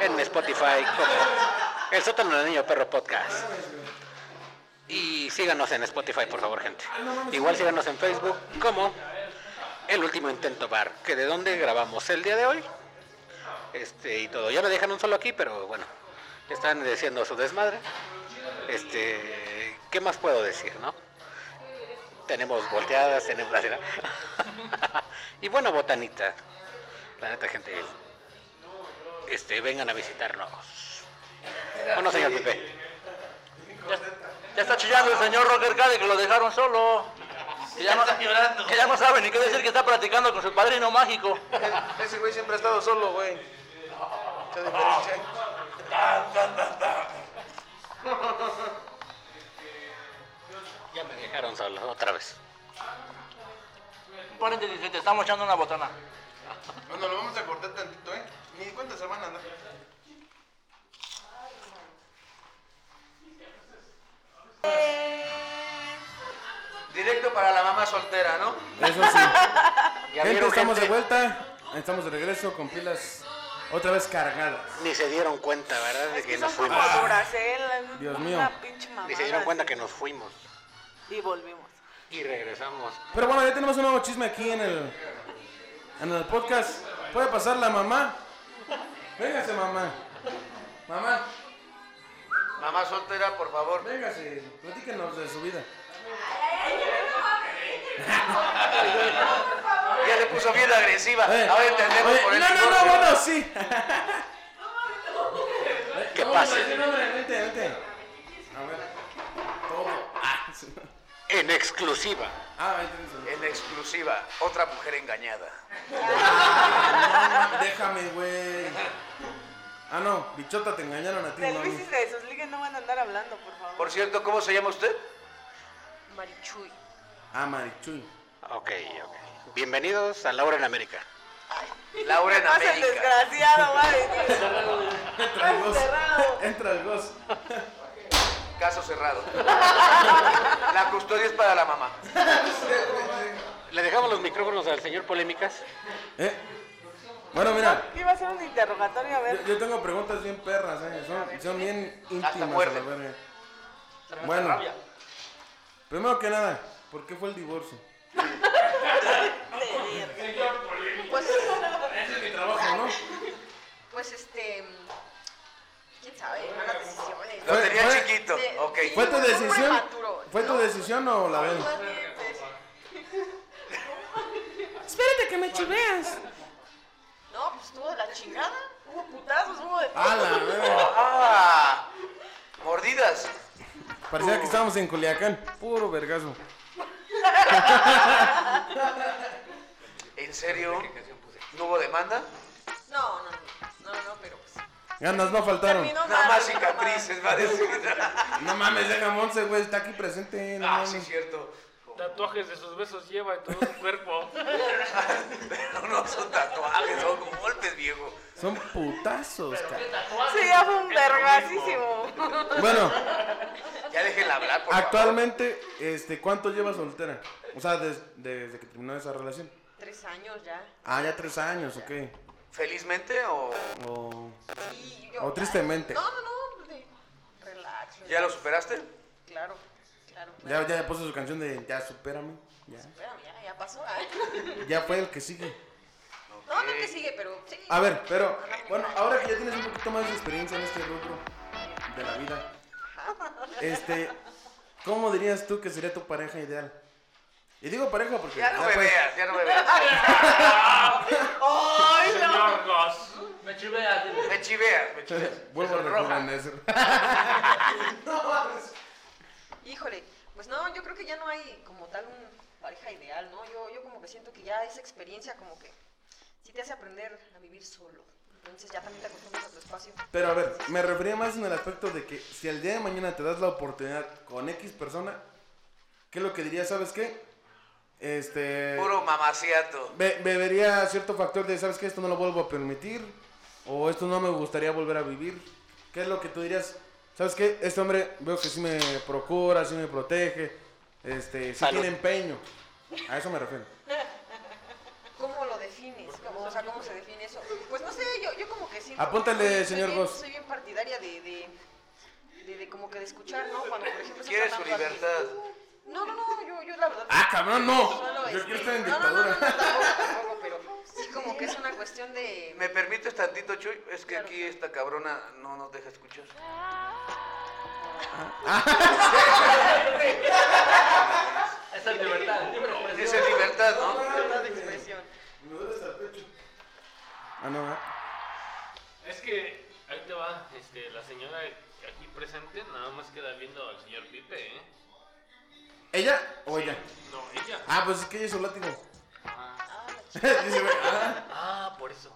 Speaker 3: en Spotify como El Sótano del Niño Perro Podcast. Y síganos en Spotify, por favor, gente. Igual síganos en Facebook como El Último Intento Bar, que de donde grabamos el día de hoy. Este y todo. Ya me dejan un solo aquí, pero bueno, ya están diciendo su desmadre. Este, ¿qué más puedo decir, no? Tenemos volteadas, tenemos y bueno, botanita. La neta, gente. Este, vengan a visitarnos. Bueno, señor Pepe.
Speaker 7: Ya, ya está chillando el señor Roger Cade que lo dejaron solo. Que ya, no, que ya no sabe ni qué decir que está platicando con su padrino mágico.
Speaker 9: Ese güey siempre ha estado solo, güey. Mucha diferencia.
Speaker 3: Ya me dejaron solo otra vez.
Speaker 7: Un paréntesis, gente, estamos echando una botana.
Speaker 9: Bueno, lo vamos a cortar tantito, ¿eh? Ni cuántas se van a dar.
Speaker 6: Eh.
Speaker 2: Directo para la mamá soltera, ¿no?
Speaker 4: Eso sí.
Speaker 3: Ya
Speaker 4: gente,
Speaker 3: vieron,
Speaker 4: estamos de
Speaker 3: gente?
Speaker 4: vuelta. Estamos de regreso con pilas otra vez cargadas.
Speaker 3: Ni se dieron cuenta, ¿verdad? De
Speaker 6: Es
Speaker 3: que
Speaker 6: que
Speaker 3: nos
Speaker 6: son como
Speaker 3: fuimos.
Speaker 6: duras, ¿eh? La-
Speaker 4: Dios
Speaker 6: Una
Speaker 4: mío.
Speaker 6: pinche mamada.
Speaker 3: Ni se dieron cuenta que nos fuimos.
Speaker 6: Y volvimos.
Speaker 3: Y regresamos.
Speaker 4: Pero bueno, ya tenemos un nuevo chisme aquí en el, en el podcast. ¿Puede pasar la mamá? Véngase, mamá. Mamá,
Speaker 2: Mamá soltera, por favor.
Speaker 4: véngase. Platíquenos de su vida.
Speaker 2: Ya se puso bien agresiva.
Speaker 4: Eh,
Speaker 2: Ahora entendemos
Speaker 4: oye,
Speaker 2: por el
Speaker 4: No, no, no,
Speaker 2: divorcio.
Speaker 4: bueno, sí. Eh,
Speaker 3: ¿Qué
Speaker 4: No,
Speaker 3: pasa?
Speaker 4: no, no, no, Vente, vente. A ver. Todo. Ah, sí.
Speaker 3: En exclusiva.
Speaker 4: Ah, ahí tienes
Speaker 2: En exclusiva, otra mujer engañada.
Speaker 4: el- no, Déjame, güey. Ah, no, bichota, te engañaron a ti,
Speaker 6: De
Speaker 4: no a mí.
Speaker 6: Luis y de sus ligues no van a andar hablando, por favor.
Speaker 2: Por cierto, ¿cómo se llama usted?
Speaker 8: Marichuy.
Speaker 4: Ah, Marichuy.
Speaker 3: Ok, ok. Bienvenidos a Laura en América.
Speaker 2: Laura en
Speaker 6: No seas
Speaker 2: América.
Speaker 6: desgraciado, va a venir.
Speaker 4: Entra el gozo.
Speaker 6: Encerrado.
Speaker 4: Entra el gozo.
Speaker 2: Caso cerrado. La custodia es para la mamá.
Speaker 3: Le dejamos los micrófonos al señor Polémicas.
Speaker 4: Eh. Bueno, mira,
Speaker 6: Iba a ser un interrogatorio, a
Speaker 4: yo,
Speaker 6: ver.
Speaker 4: yo tengo preguntas bien perras, eh. Son, son bien íntimas. a la
Speaker 2: muerde.
Speaker 4: verga. Bueno, primero que nada, ¿por qué fue el divorcio?
Speaker 8: Pues,
Speaker 4: Trabajo, ¿no?
Speaker 8: pues este. ¿Quién sabe? Malas decisiones.
Speaker 2: Lo
Speaker 4: Fue-
Speaker 2: tenía
Speaker 4: fue-
Speaker 2: chiquito.
Speaker 8: De-
Speaker 2: Ok.
Speaker 8: sí,
Speaker 4: ¿Fue tu
Speaker 8: fue
Speaker 4: decisión?
Speaker 8: prematuro.
Speaker 4: ¿Fue tu
Speaker 8: No.
Speaker 4: decisión o la ven? Espérate que me chiveas.
Speaker 8: No, pues estuvo de la chingada.
Speaker 6: Hubo putazos, hubo de
Speaker 4: A la verga.
Speaker 2: Ah, mordidas.
Speaker 4: Parecía que estábamos en Culiacán. Puro vergazo.
Speaker 2: ¿En serio? ¿No hubo demanda?
Speaker 8: No, no, no, no, no, pero pues.
Speaker 4: Ganas no faltaron.
Speaker 6: Terminó
Speaker 2: Nada
Speaker 6: mal,
Speaker 2: más
Speaker 6: terminó mal.
Speaker 2: cicatrices, va a decir.
Speaker 4: No mames, deja Monse, güey. Está aquí presente. No
Speaker 2: Ah, sí,
Speaker 4: mames.
Speaker 2: cierto.
Speaker 5: Tatuajes de sus besos lleva en todo su cuerpo.
Speaker 2: Pero no son tatuajes, son golpes, viejo.
Speaker 4: Son putazos, cara.
Speaker 6: Sí, ya fue un vergasísimo.
Speaker 4: Bueno,
Speaker 2: Ya déjenla hablar, por favor.
Speaker 4: actualmente, este, ¿cuánto llevas soltera? O sea, des- desde que terminó esa relación.
Speaker 8: Tres años ya.
Speaker 4: Ah, ya tres años, ok.
Speaker 2: ¿Felizmente o
Speaker 4: O...
Speaker 8: Y yo-
Speaker 4: O tristemente.
Speaker 8: No, no, no. de- Relax.
Speaker 2: ya lo superaste?
Speaker 8: Claro, claro.
Speaker 4: Ya, ya puso su canción de Ya supérame. Ya.
Speaker 8: Bueno, ya, ya pasó. ay.
Speaker 4: ya fue el que sigue.
Speaker 8: No, no que sigue, pero sí.
Speaker 4: A ver, pero bueno, ahora que ya tienes un poquito más de experiencia en este rubro de la vida, este, ¿cómo dirías tú que sería tu pareja ideal? Y digo pareja porque
Speaker 2: Ya no me
Speaker 4: pues,
Speaker 2: veas, ya no me veas.
Speaker 5: Señor Goss.
Speaker 7: Me chivea,
Speaker 2: Me chiveas, me chiveas.
Speaker 4: vuelvo a
Speaker 2: Son rojas.
Speaker 4: recomendarles.
Speaker 8: Híjole, pues no, yo creo que ya no hay como tal un pareja ideal, ¿no? Yo, yo como que siento que ya esa experiencia como que sí te hace aprender a vivir solo. Entonces ya también te acostumbras a tu espacio.
Speaker 4: Pero a ver, me refería más en el aspecto de que si al día de mañana te das la oportunidad con X persona, ¿qué es lo que dirías? ¿Sabes qué? Este.
Speaker 2: Puro mamaciato.
Speaker 4: be- bebería cierto factor de, ¿sabes qué? Esto no lo vuelvo a permitir. O esto no me gustaría volver a vivir. ¿Qué es lo que tú dirías? ¿Sabes qué? Este hombre veo que sí me procura, sí me protege. Este, sí
Speaker 3: Salud.
Speaker 4: tiene empeño. A eso me refiero.
Speaker 6: ¿Cómo lo defines? ¿Cómo, o sea, ¿cómo se define eso? Pues no sé, yo, yo como que sí.
Speaker 4: Apúntale,
Speaker 6: soy- soy
Speaker 4: señor
Speaker 6: bien-
Speaker 4: Goss.
Speaker 6: Soy bien partidaria de, de, de, de como que de escuchar, ¿no? Cuando, por ejemplo, estás
Speaker 2: Quiere su
Speaker 6: hablando alguien.
Speaker 2: libertad.
Speaker 6: No, no, no, yo, yo la verdad.
Speaker 4: ¡Ah, cabrón, no!
Speaker 6: Solo,
Speaker 4: Yo
Speaker 6: este,
Speaker 4: quiero estar en
Speaker 6: no, no, no, no,
Speaker 4: dictadura.
Speaker 6: tampoco, tampoco, pero sí como que es una cuestión de...
Speaker 2: ¿Me permites tantito, Chuy? Es que
Speaker 6: Claro.
Speaker 2: aquí esta cabrona no nos deja escuchar.
Speaker 7: Esa es libertad. libre expresión.
Speaker 2: Dice libertad, ¿no?
Speaker 6: libertad de expresión.
Speaker 4: Ah, no, ah.
Speaker 5: Es que ahí te va, este, la señora aquí presente nada más queda viendo al señor Pipe, ¿eh?
Speaker 4: ¿Ella o ella?
Speaker 5: No, ella.
Speaker 4: Ah, pues es que ella es su látigo. Dice, "Ve, ah".
Speaker 5: Ah, por eso.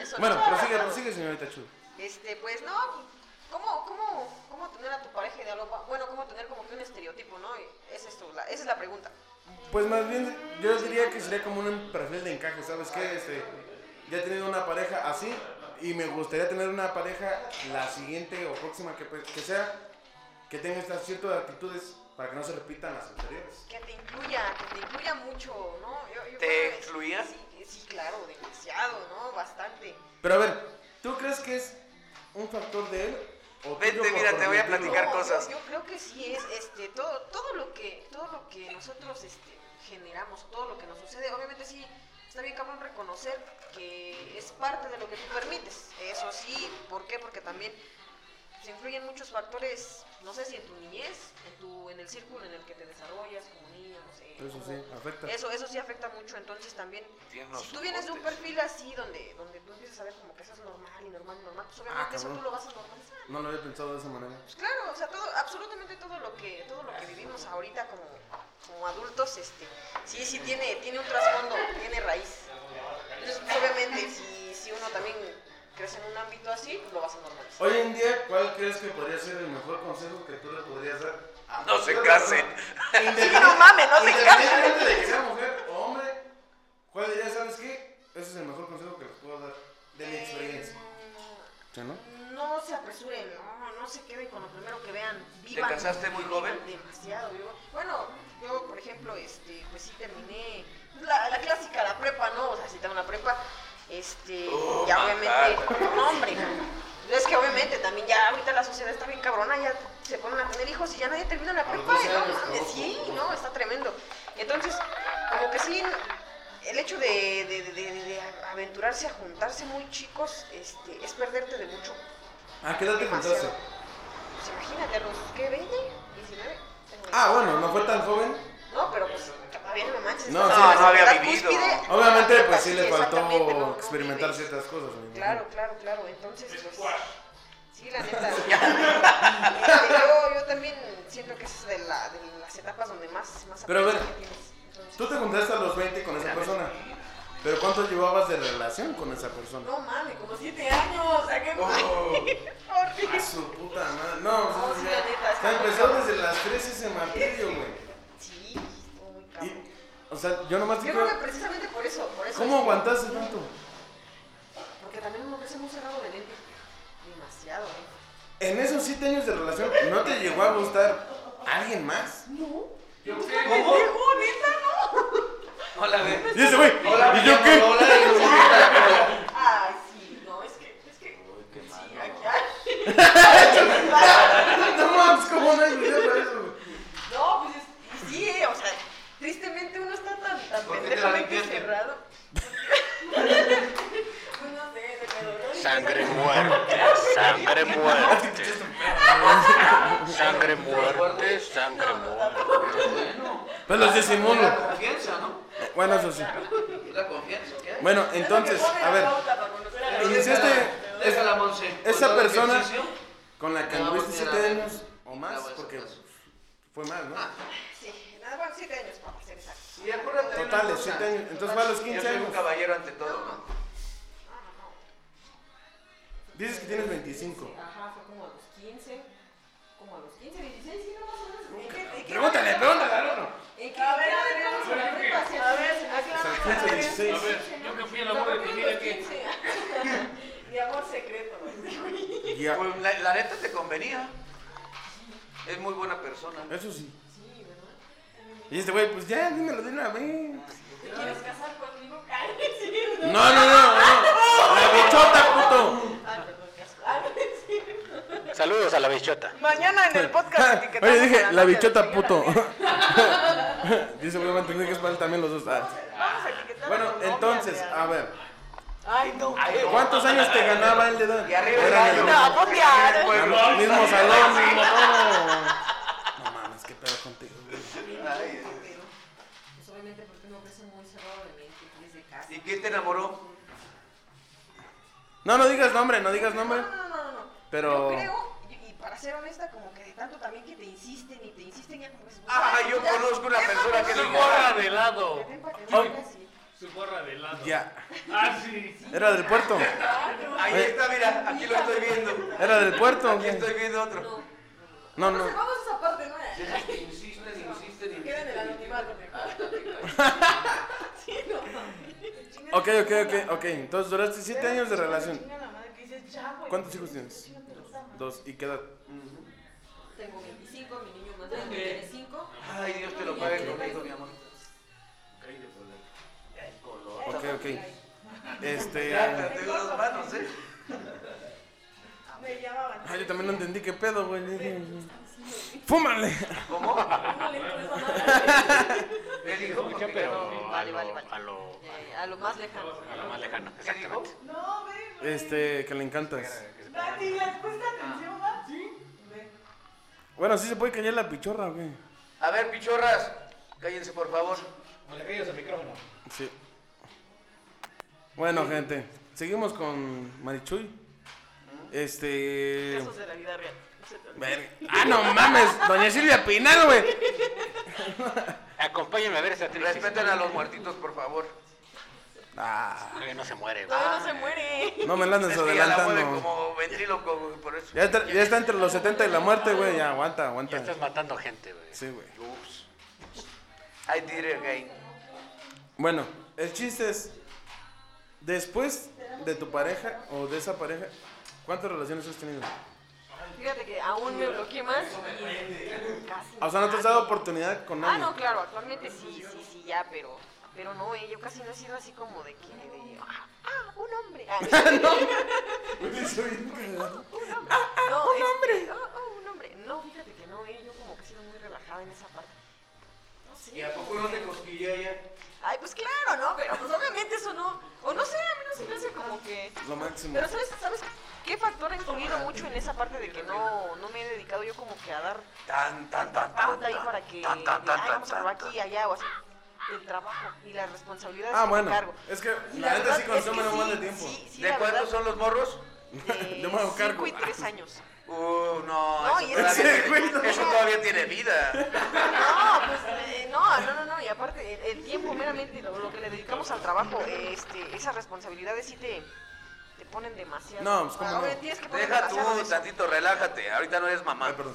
Speaker 6: Eso
Speaker 4: bueno,
Speaker 6: no.
Speaker 4: prosigue, prosigue, señorita Chu.
Speaker 6: Este, pues no, ¿cómo, cómo, cómo tener a tu pareja ideal? O, Bueno, ¿cómo tener como que un estereotipo, no? Es esto, la- esa es la pregunta.
Speaker 4: Pues más bien, yo diría que sería como un perfil de encaje, ¿sabes qué? Este, ya he tenido una pareja así y me gustaría tener una pareja la siguiente o próxima que, pe- que sea, que tenga estas ciertas actitudes para que no se repitan las anteriores.
Speaker 6: Que te incluya, que te incluya mucho, ¿no? Yo-
Speaker 2: ¿Te
Speaker 6: yo creo que-
Speaker 2: incluía?
Speaker 6: Sí, sí, claro, demasiado, ¿no? Bastante.
Speaker 4: Pero a ver, ¿tú crees que es un factor de él? O tuyo
Speaker 2: Vente,
Speaker 4: por
Speaker 2: mira, te voy a
Speaker 4: permitirlo?
Speaker 2: platicar
Speaker 6: No, yo-
Speaker 2: cosas.
Speaker 6: Yo, creo que sí es este todo todo lo que todo lo que nosotros este generamos, todo lo que nos sucede, obviamente sí está bien cabrón reconocer que es parte de lo que tú permites. Eso sí, ¿por qué? Porque también se influyen muchos factores, no sé si en tu niñez, en tu en el círculo en el que te desarrollas como niño, no sé.
Speaker 4: Eso
Speaker 6: cómo-
Speaker 4: sí, afecta.
Speaker 6: eso, eso sí afecta mucho, entonces también,
Speaker 2: Tiernos
Speaker 6: si tú vienes de un
Speaker 2: soportes.
Speaker 6: perfil así, donde, donde tú empiezas a ver como que eso es normal y normal y normal, pues obviamente eso
Speaker 4: cabrón.
Speaker 6: tú lo vas a normalizar.
Speaker 4: No lo había pensado de esa manera.
Speaker 6: Pues claro, o sea, todo, absolutamente todo lo que, todo lo que vivimos ahorita como, como adultos, este, sí, sí tiene, tiene un trasfondo, tiene raíz. Entonces, pues, obviamente, si, si uno también crece en un ámbito así, pues lo vas a normalizar.
Speaker 4: Hoy en día, ¿cuál crees que podría ser el mejor consejo que tú le podrías dar? a
Speaker 2: No se
Speaker 4: cualquier
Speaker 2: casen.
Speaker 4: persona? Independiente-
Speaker 10: no mames, no se
Speaker 4: independientemente de que sea mujer o hombre, ¿cuál dirías, sabes qué? Ese es el mejor consejo que les puedo dar de mi experiencia.
Speaker 6: Eh,
Speaker 4: ¿Sí, no?
Speaker 6: No se apresuren, no, no se queden con lo primero que vean. Vivan,
Speaker 2: casaste muy
Speaker 6: vivan
Speaker 2: joven?
Speaker 6: Demasiado, yo- Bueno, yo, por ejemplo, este, pues sí terminé la, la clásica, la prepa, ¿no? O sea, si tengo una prepa, este,
Speaker 2: Oh,
Speaker 6: ya
Speaker 2: my
Speaker 6: obviamente, no, hombre. Es que obviamente también ya ahorita la sociedad está bien cabrona, ya se ponen a tener hijos y ya nadie termina la prepa,
Speaker 4: los doce
Speaker 6: ¿no?
Speaker 4: años,
Speaker 6: mames,
Speaker 4: ¿no?
Speaker 6: Sí, no, está tremendo. Entonces, como que sí, el hecho de, de- de- de- de aventurarse a juntarse muy chicos este, es perderte de mucho.
Speaker 4: ¿A qué edad te
Speaker 6: Demasiado.
Speaker 4: juntaste?
Speaker 6: Pues imagínate, a los que 20, 19. tengo
Speaker 4: Ah, bueno, no fue tan joven.
Speaker 6: No, pero pues todavía no manches.
Speaker 4: No,
Speaker 6: estás
Speaker 4: sí,
Speaker 6: en la
Speaker 4: no
Speaker 2: había
Speaker 6: edad
Speaker 2: vivido.
Speaker 4: Obviamente, pues sí
Speaker 6: Así,
Speaker 4: le
Speaker 6: exactamente, no,
Speaker 4: faltó
Speaker 6: no
Speaker 4: experimentar
Speaker 6: vives.
Speaker 4: ciertas cosas. me imagino.
Speaker 6: Claro, claro, claro. Entonces, pues. Sí, la neta. Este, yo, yo también siento que esa es de, la, de las etapas donde más, más
Speaker 4: Pero a ver,
Speaker 6: aprendizaje tienes. Entonces,
Speaker 4: Tú te juntaste a los 20 con esa persona. Pero ¿cuánto llevabas de relación con esa persona?
Speaker 6: No mames, como 7 años. ¿A qué
Speaker 4: Oh.
Speaker 6: Horrible.
Speaker 4: A su puta madre. No,
Speaker 6: No,
Speaker 4: o
Speaker 6: sí,
Speaker 4: sea,
Speaker 6: la neta,
Speaker 4: ya
Speaker 6: está muy
Speaker 4: empezó
Speaker 6: cabrón.
Speaker 4: desde las 13 ese martirio, güey.
Speaker 6: Sí, estuvo muy cabrón.
Speaker 4: Y, o sea, yo nomás
Speaker 6: Yo
Speaker 4: digo,
Speaker 6: creo que precisamente por eso, por eso.
Speaker 4: ¿cómo
Speaker 6: este,
Speaker 4: aguantaste tanto?
Speaker 6: Porque también uno crece muy cerrado de lente. Demasiado, ¿eh?
Speaker 4: En esos 7 años de relación, ¿no te llegó a gustar alguien más?
Speaker 6: ¡Pendejo, neta, no!
Speaker 2: Hola, ve.
Speaker 4: Y ese güey, ¿y yo qué?
Speaker 6: Ay, sí, no, es que, es que. sí, aquí hay.
Speaker 4: No mames, ¿cómo no hay video para eso, güey?
Speaker 6: No, pues es, y sí, eh, o sea, tristemente uno está tan, tan
Speaker 2: ¿Por qué te la
Speaker 6: pendejamente
Speaker 2: limpiaste?
Speaker 6: cerrado. Pues no sé, se me doló.
Speaker 3: Sangre muerte, sangre muerte. Sangre muerte, sangre muerte.
Speaker 4: Pues los disimulo.
Speaker 2: La confianza, ¿no?
Speaker 4: Bueno, eso sí.
Speaker 2: La confianza. ¿qué hay?
Speaker 4: Bueno, entonces, a ver, iniciaste
Speaker 2: Deja la Monse.
Speaker 4: esa
Speaker 2: Con todo el
Speaker 4: persona-
Speaker 2: ejercicio,
Speaker 4: con la que
Speaker 2: No,
Speaker 4: anduviste
Speaker 2: mira,
Speaker 4: 7 años o más,
Speaker 2: no, eso
Speaker 4: porque
Speaker 2: pasó.
Speaker 4: fue mal, ¿no?
Speaker 6: Sí, nada más 7 años para ser exacto.
Speaker 2: Y acuérdate de una
Speaker 4: Totales,
Speaker 2: cosa.
Speaker 4: 7 años. Entonces fue a los
Speaker 2: Yo
Speaker 4: 15
Speaker 2: soy un
Speaker 4: años.
Speaker 2: caballero ante todo, ¿no?
Speaker 4: Dices que tienes 25.
Speaker 6: Ajá, fue como a los 15. Como a los 15, 16, sí, no más o menos. ¿En qué- en qué-
Speaker 4: Pregúntale, pregúntale, no, no.
Speaker 6: en qué- en qué-
Speaker 4: 15, 16.
Speaker 5: A ver, yo que fui a la boda de tu tía, que
Speaker 9: Mi amor secreto.
Speaker 4: Ya.
Speaker 2: Pues la, la neta te convenía. Es muy buena persona.
Speaker 4: Eso sí. Y este güey, pues ya, dímelo de una vez.
Speaker 11: ¿Quieres casar conmigo? Ay, sí,
Speaker 4: No, no, no, no. La bichota, puto.
Speaker 7: Saludos a la bichota.
Speaker 9: Mañana en el podcast etiquetamos
Speaker 4: Oye,
Speaker 9: a
Speaker 4: dije, la
Speaker 9: noche
Speaker 4: bichota,
Speaker 9: del señor
Speaker 4: puto.
Speaker 9: Adrián.
Speaker 4: Dice, voy a mantener que es para él también los dos. Ah.
Speaker 9: Vamos a etiquetar a tu
Speaker 4: Bueno,
Speaker 9: novia,
Speaker 4: entonces, ah.
Speaker 9: Adrián.
Speaker 4: a ver.
Speaker 9: Ay, no.
Speaker 4: ¿Cuántos años te ganaba él de edad?
Speaker 2: Y arriba el
Speaker 4: Eran
Speaker 2: gallo. pues,
Speaker 4: el
Speaker 9: No,
Speaker 2: Sí, pueblo.
Speaker 4: mismo- el
Speaker 9: pues ya. Adrián.
Speaker 4: mismo salón, mismo todo. No mames, qué pedo contigo. güey.
Speaker 2: Ay,
Speaker 11: pero, pues obviamente porque no crece muy cerrado de mente desde casa.
Speaker 2: ¿Y quién te enamoró?
Speaker 4: No, no digas nombre, no digas nombre.
Speaker 6: No, no, no, no, no.
Speaker 4: Pero-
Speaker 6: Yo creo, y, y para ser honesta, como que de tanto también que te insisten y te insisten, ya como que...
Speaker 2: Ah, yo conozco una persona que
Speaker 5: su
Speaker 2: se
Speaker 5: gorra de lado.
Speaker 6: Así.
Speaker 5: Su gorra de lado.
Speaker 4: Ya.
Speaker 5: Ah, sí.
Speaker 4: Era del puerto.
Speaker 2: Ahí está, mira, aquí lo estoy viendo.
Speaker 4: Era del puerto.
Speaker 2: Aquí estoy viendo otro.
Speaker 4: No,
Speaker 11: No,
Speaker 4: no.
Speaker 11: vamos a esa parte, ¿no?
Speaker 2: Insisten, insisten,
Speaker 11: Queda en el
Speaker 2: insisten.
Speaker 11: anonimato mejor. Sí, no.
Speaker 4: Ok, ok, ok, ok. Entonces duraste 7 años de relación.
Speaker 9: Chinga la madre, que dices, ya, güey.
Speaker 4: ¿Cuántos hijos tienes?
Speaker 9: Chinga tu puta madre.
Speaker 4: Dos. ¿Y qué edad?
Speaker 11: Tengo 25, mi niño más grande tiene 5.
Speaker 2: Ay, Dios te lo pague conmigo, mi amor.
Speaker 4: Ok, ok. Este.
Speaker 2: Ya, tengo dos manos, ¿eh?
Speaker 9: Me llamaban.
Speaker 4: Ah, yo también no entendí qué pedo, güey. ¡Fúmale!
Speaker 2: ¿Cómo?
Speaker 11: No le interesa nada.
Speaker 2: Él dijo, porque ya no-
Speaker 6: Vale, vale, vale.
Speaker 7: A lo,
Speaker 11: Eh, a lo más lejano.
Speaker 7: a lo más lejano,
Speaker 2: ¿Qué dijo?
Speaker 7: exactamente.
Speaker 9: No, ve, ve.
Speaker 4: Este, que le encantas.
Speaker 9: Dati, ¿les cuesta
Speaker 6: Ah.
Speaker 9: atención, va? Sí. Ve.
Speaker 4: Bueno, sí se puede callar la pichorra, güey.
Speaker 2: A ver, pichorras, cállense por favor.
Speaker 4: Sí. Bueno, gente, seguimos con Marichuy. Este.
Speaker 9: Casos de la vida real. No se te olvide.
Speaker 4: Verga. Ah, no mames, doña Silvia Pinal, güey.
Speaker 7: Acompáñenme a ver esa triste.
Speaker 2: Respeten a los muertitos, por favor.
Speaker 4: Ah,
Speaker 7: Todavía no se muere, güey.
Speaker 9: Todavía no se muere.
Speaker 4: no me la andes
Speaker 2: Es que ya Este la mueven
Speaker 4: adelantando.
Speaker 2: como ventríloco, güey, por eso.
Speaker 4: Ya está, ya está entre los 70 y la muerte, güey. Ya, aguanta,
Speaker 7: Ya
Speaker 4: aguanta.
Speaker 7: estás matando gente, güey.
Speaker 4: Sí, güey.
Speaker 7: Ups.
Speaker 2: I did it again.
Speaker 4: Bueno, el chiste es, después de tu pareja o de esa pareja, ¿cuántas relaciones has tenido?
Speaker 11: Fíjate que aún me bloqueé más y casi.
Speaker 4: O sea, ¿no te has dado oportunidad con
Speaker 6: Ah,
Speaker 4: nadie?
Speaker 6: no, claro, actualmente sí, sí, sí, ya, pero, pero no, eh, yo casi no he sido así como de que, de, ah, ah, un hombre. Ah, no, un hombre. Ah, ah, un hombre. No, fíjate que no, eh, yo como que he sido muy relajada en esa parte. No
Speaker 2: ¿Y
Speaker 6: sé.
Speaker 2: a poco no te cosquillea ya?
Speaker 6: Ay, pues claro, ¿no? Pero pues obviamente eso no, o no sé, a mí no se me hace como que...
Speaker 4: Lo máximo.
Speaker 6: Pero ¿sabes, ¿sabes qué factor ha influido mucho en esa parte de que no, no me he dedicado yo como que a dar
Speaker 2: Tan, tan, tan, tan,
Speaker 6: pauta ahí
Speaker 2: tan.
Speaker 6: para que de, ay, vamos a probar aquí, allá o así? El trabajo y las responsabilidades
Speaker 4: Ah,
Speaker 6: que me
Speaker 4: bueno,
Speaker 6: cargo.
Speaker 4: es que
Speaker 6: Y
Speaker 4: la neta
Speaker 6: verdad
Speaker 4: sí
Speaker 6: es que
Speaker 4: consume un buen de
Speaker 6: sí,
Speaker 4: tiempo.
Speaker 6: Sí, sí,
Speaker 2: ¿De
Speaker 6: la
Speaker 2: cuántos
Speaker 6: verdad,
Speaker 2: son los morros?
Speaker 6: de
Speaker 4: Yo me hago cargo.
Speaker 6: Eh, cinco y tres años.
Speaker 2: Uh, no,
Speaker 6: No,
Speaker 2: eso,
Speaker 6: y es-
Speaker 2: todavía,
Speaker 4: Sí, güey,
Speaker 2: tiene,
Speaker 4: no.
Speaker 2: eso todavía tiene vida.
Speaker 6: No, pues, eh, no, no, no, no, y aparte el, el tiempo meramente, lo, lo que le dedicamos al trabajo, eh, este, esas responsabilidades sí te, te ponen demasiado.
Speaker 4: No, pues, ¿cómo
Speaker 6: Ahora
Speaker 4: no?
Speaker 6: tienes que poner
Speaker 2: Deja
Speaker 6: demasiado de
Speaker 2: tú,
Speaker 6: eso.
Speaker 2: tantito, relájate. Ahorita no eres mamá.
Speaker 4: Ay, perdón.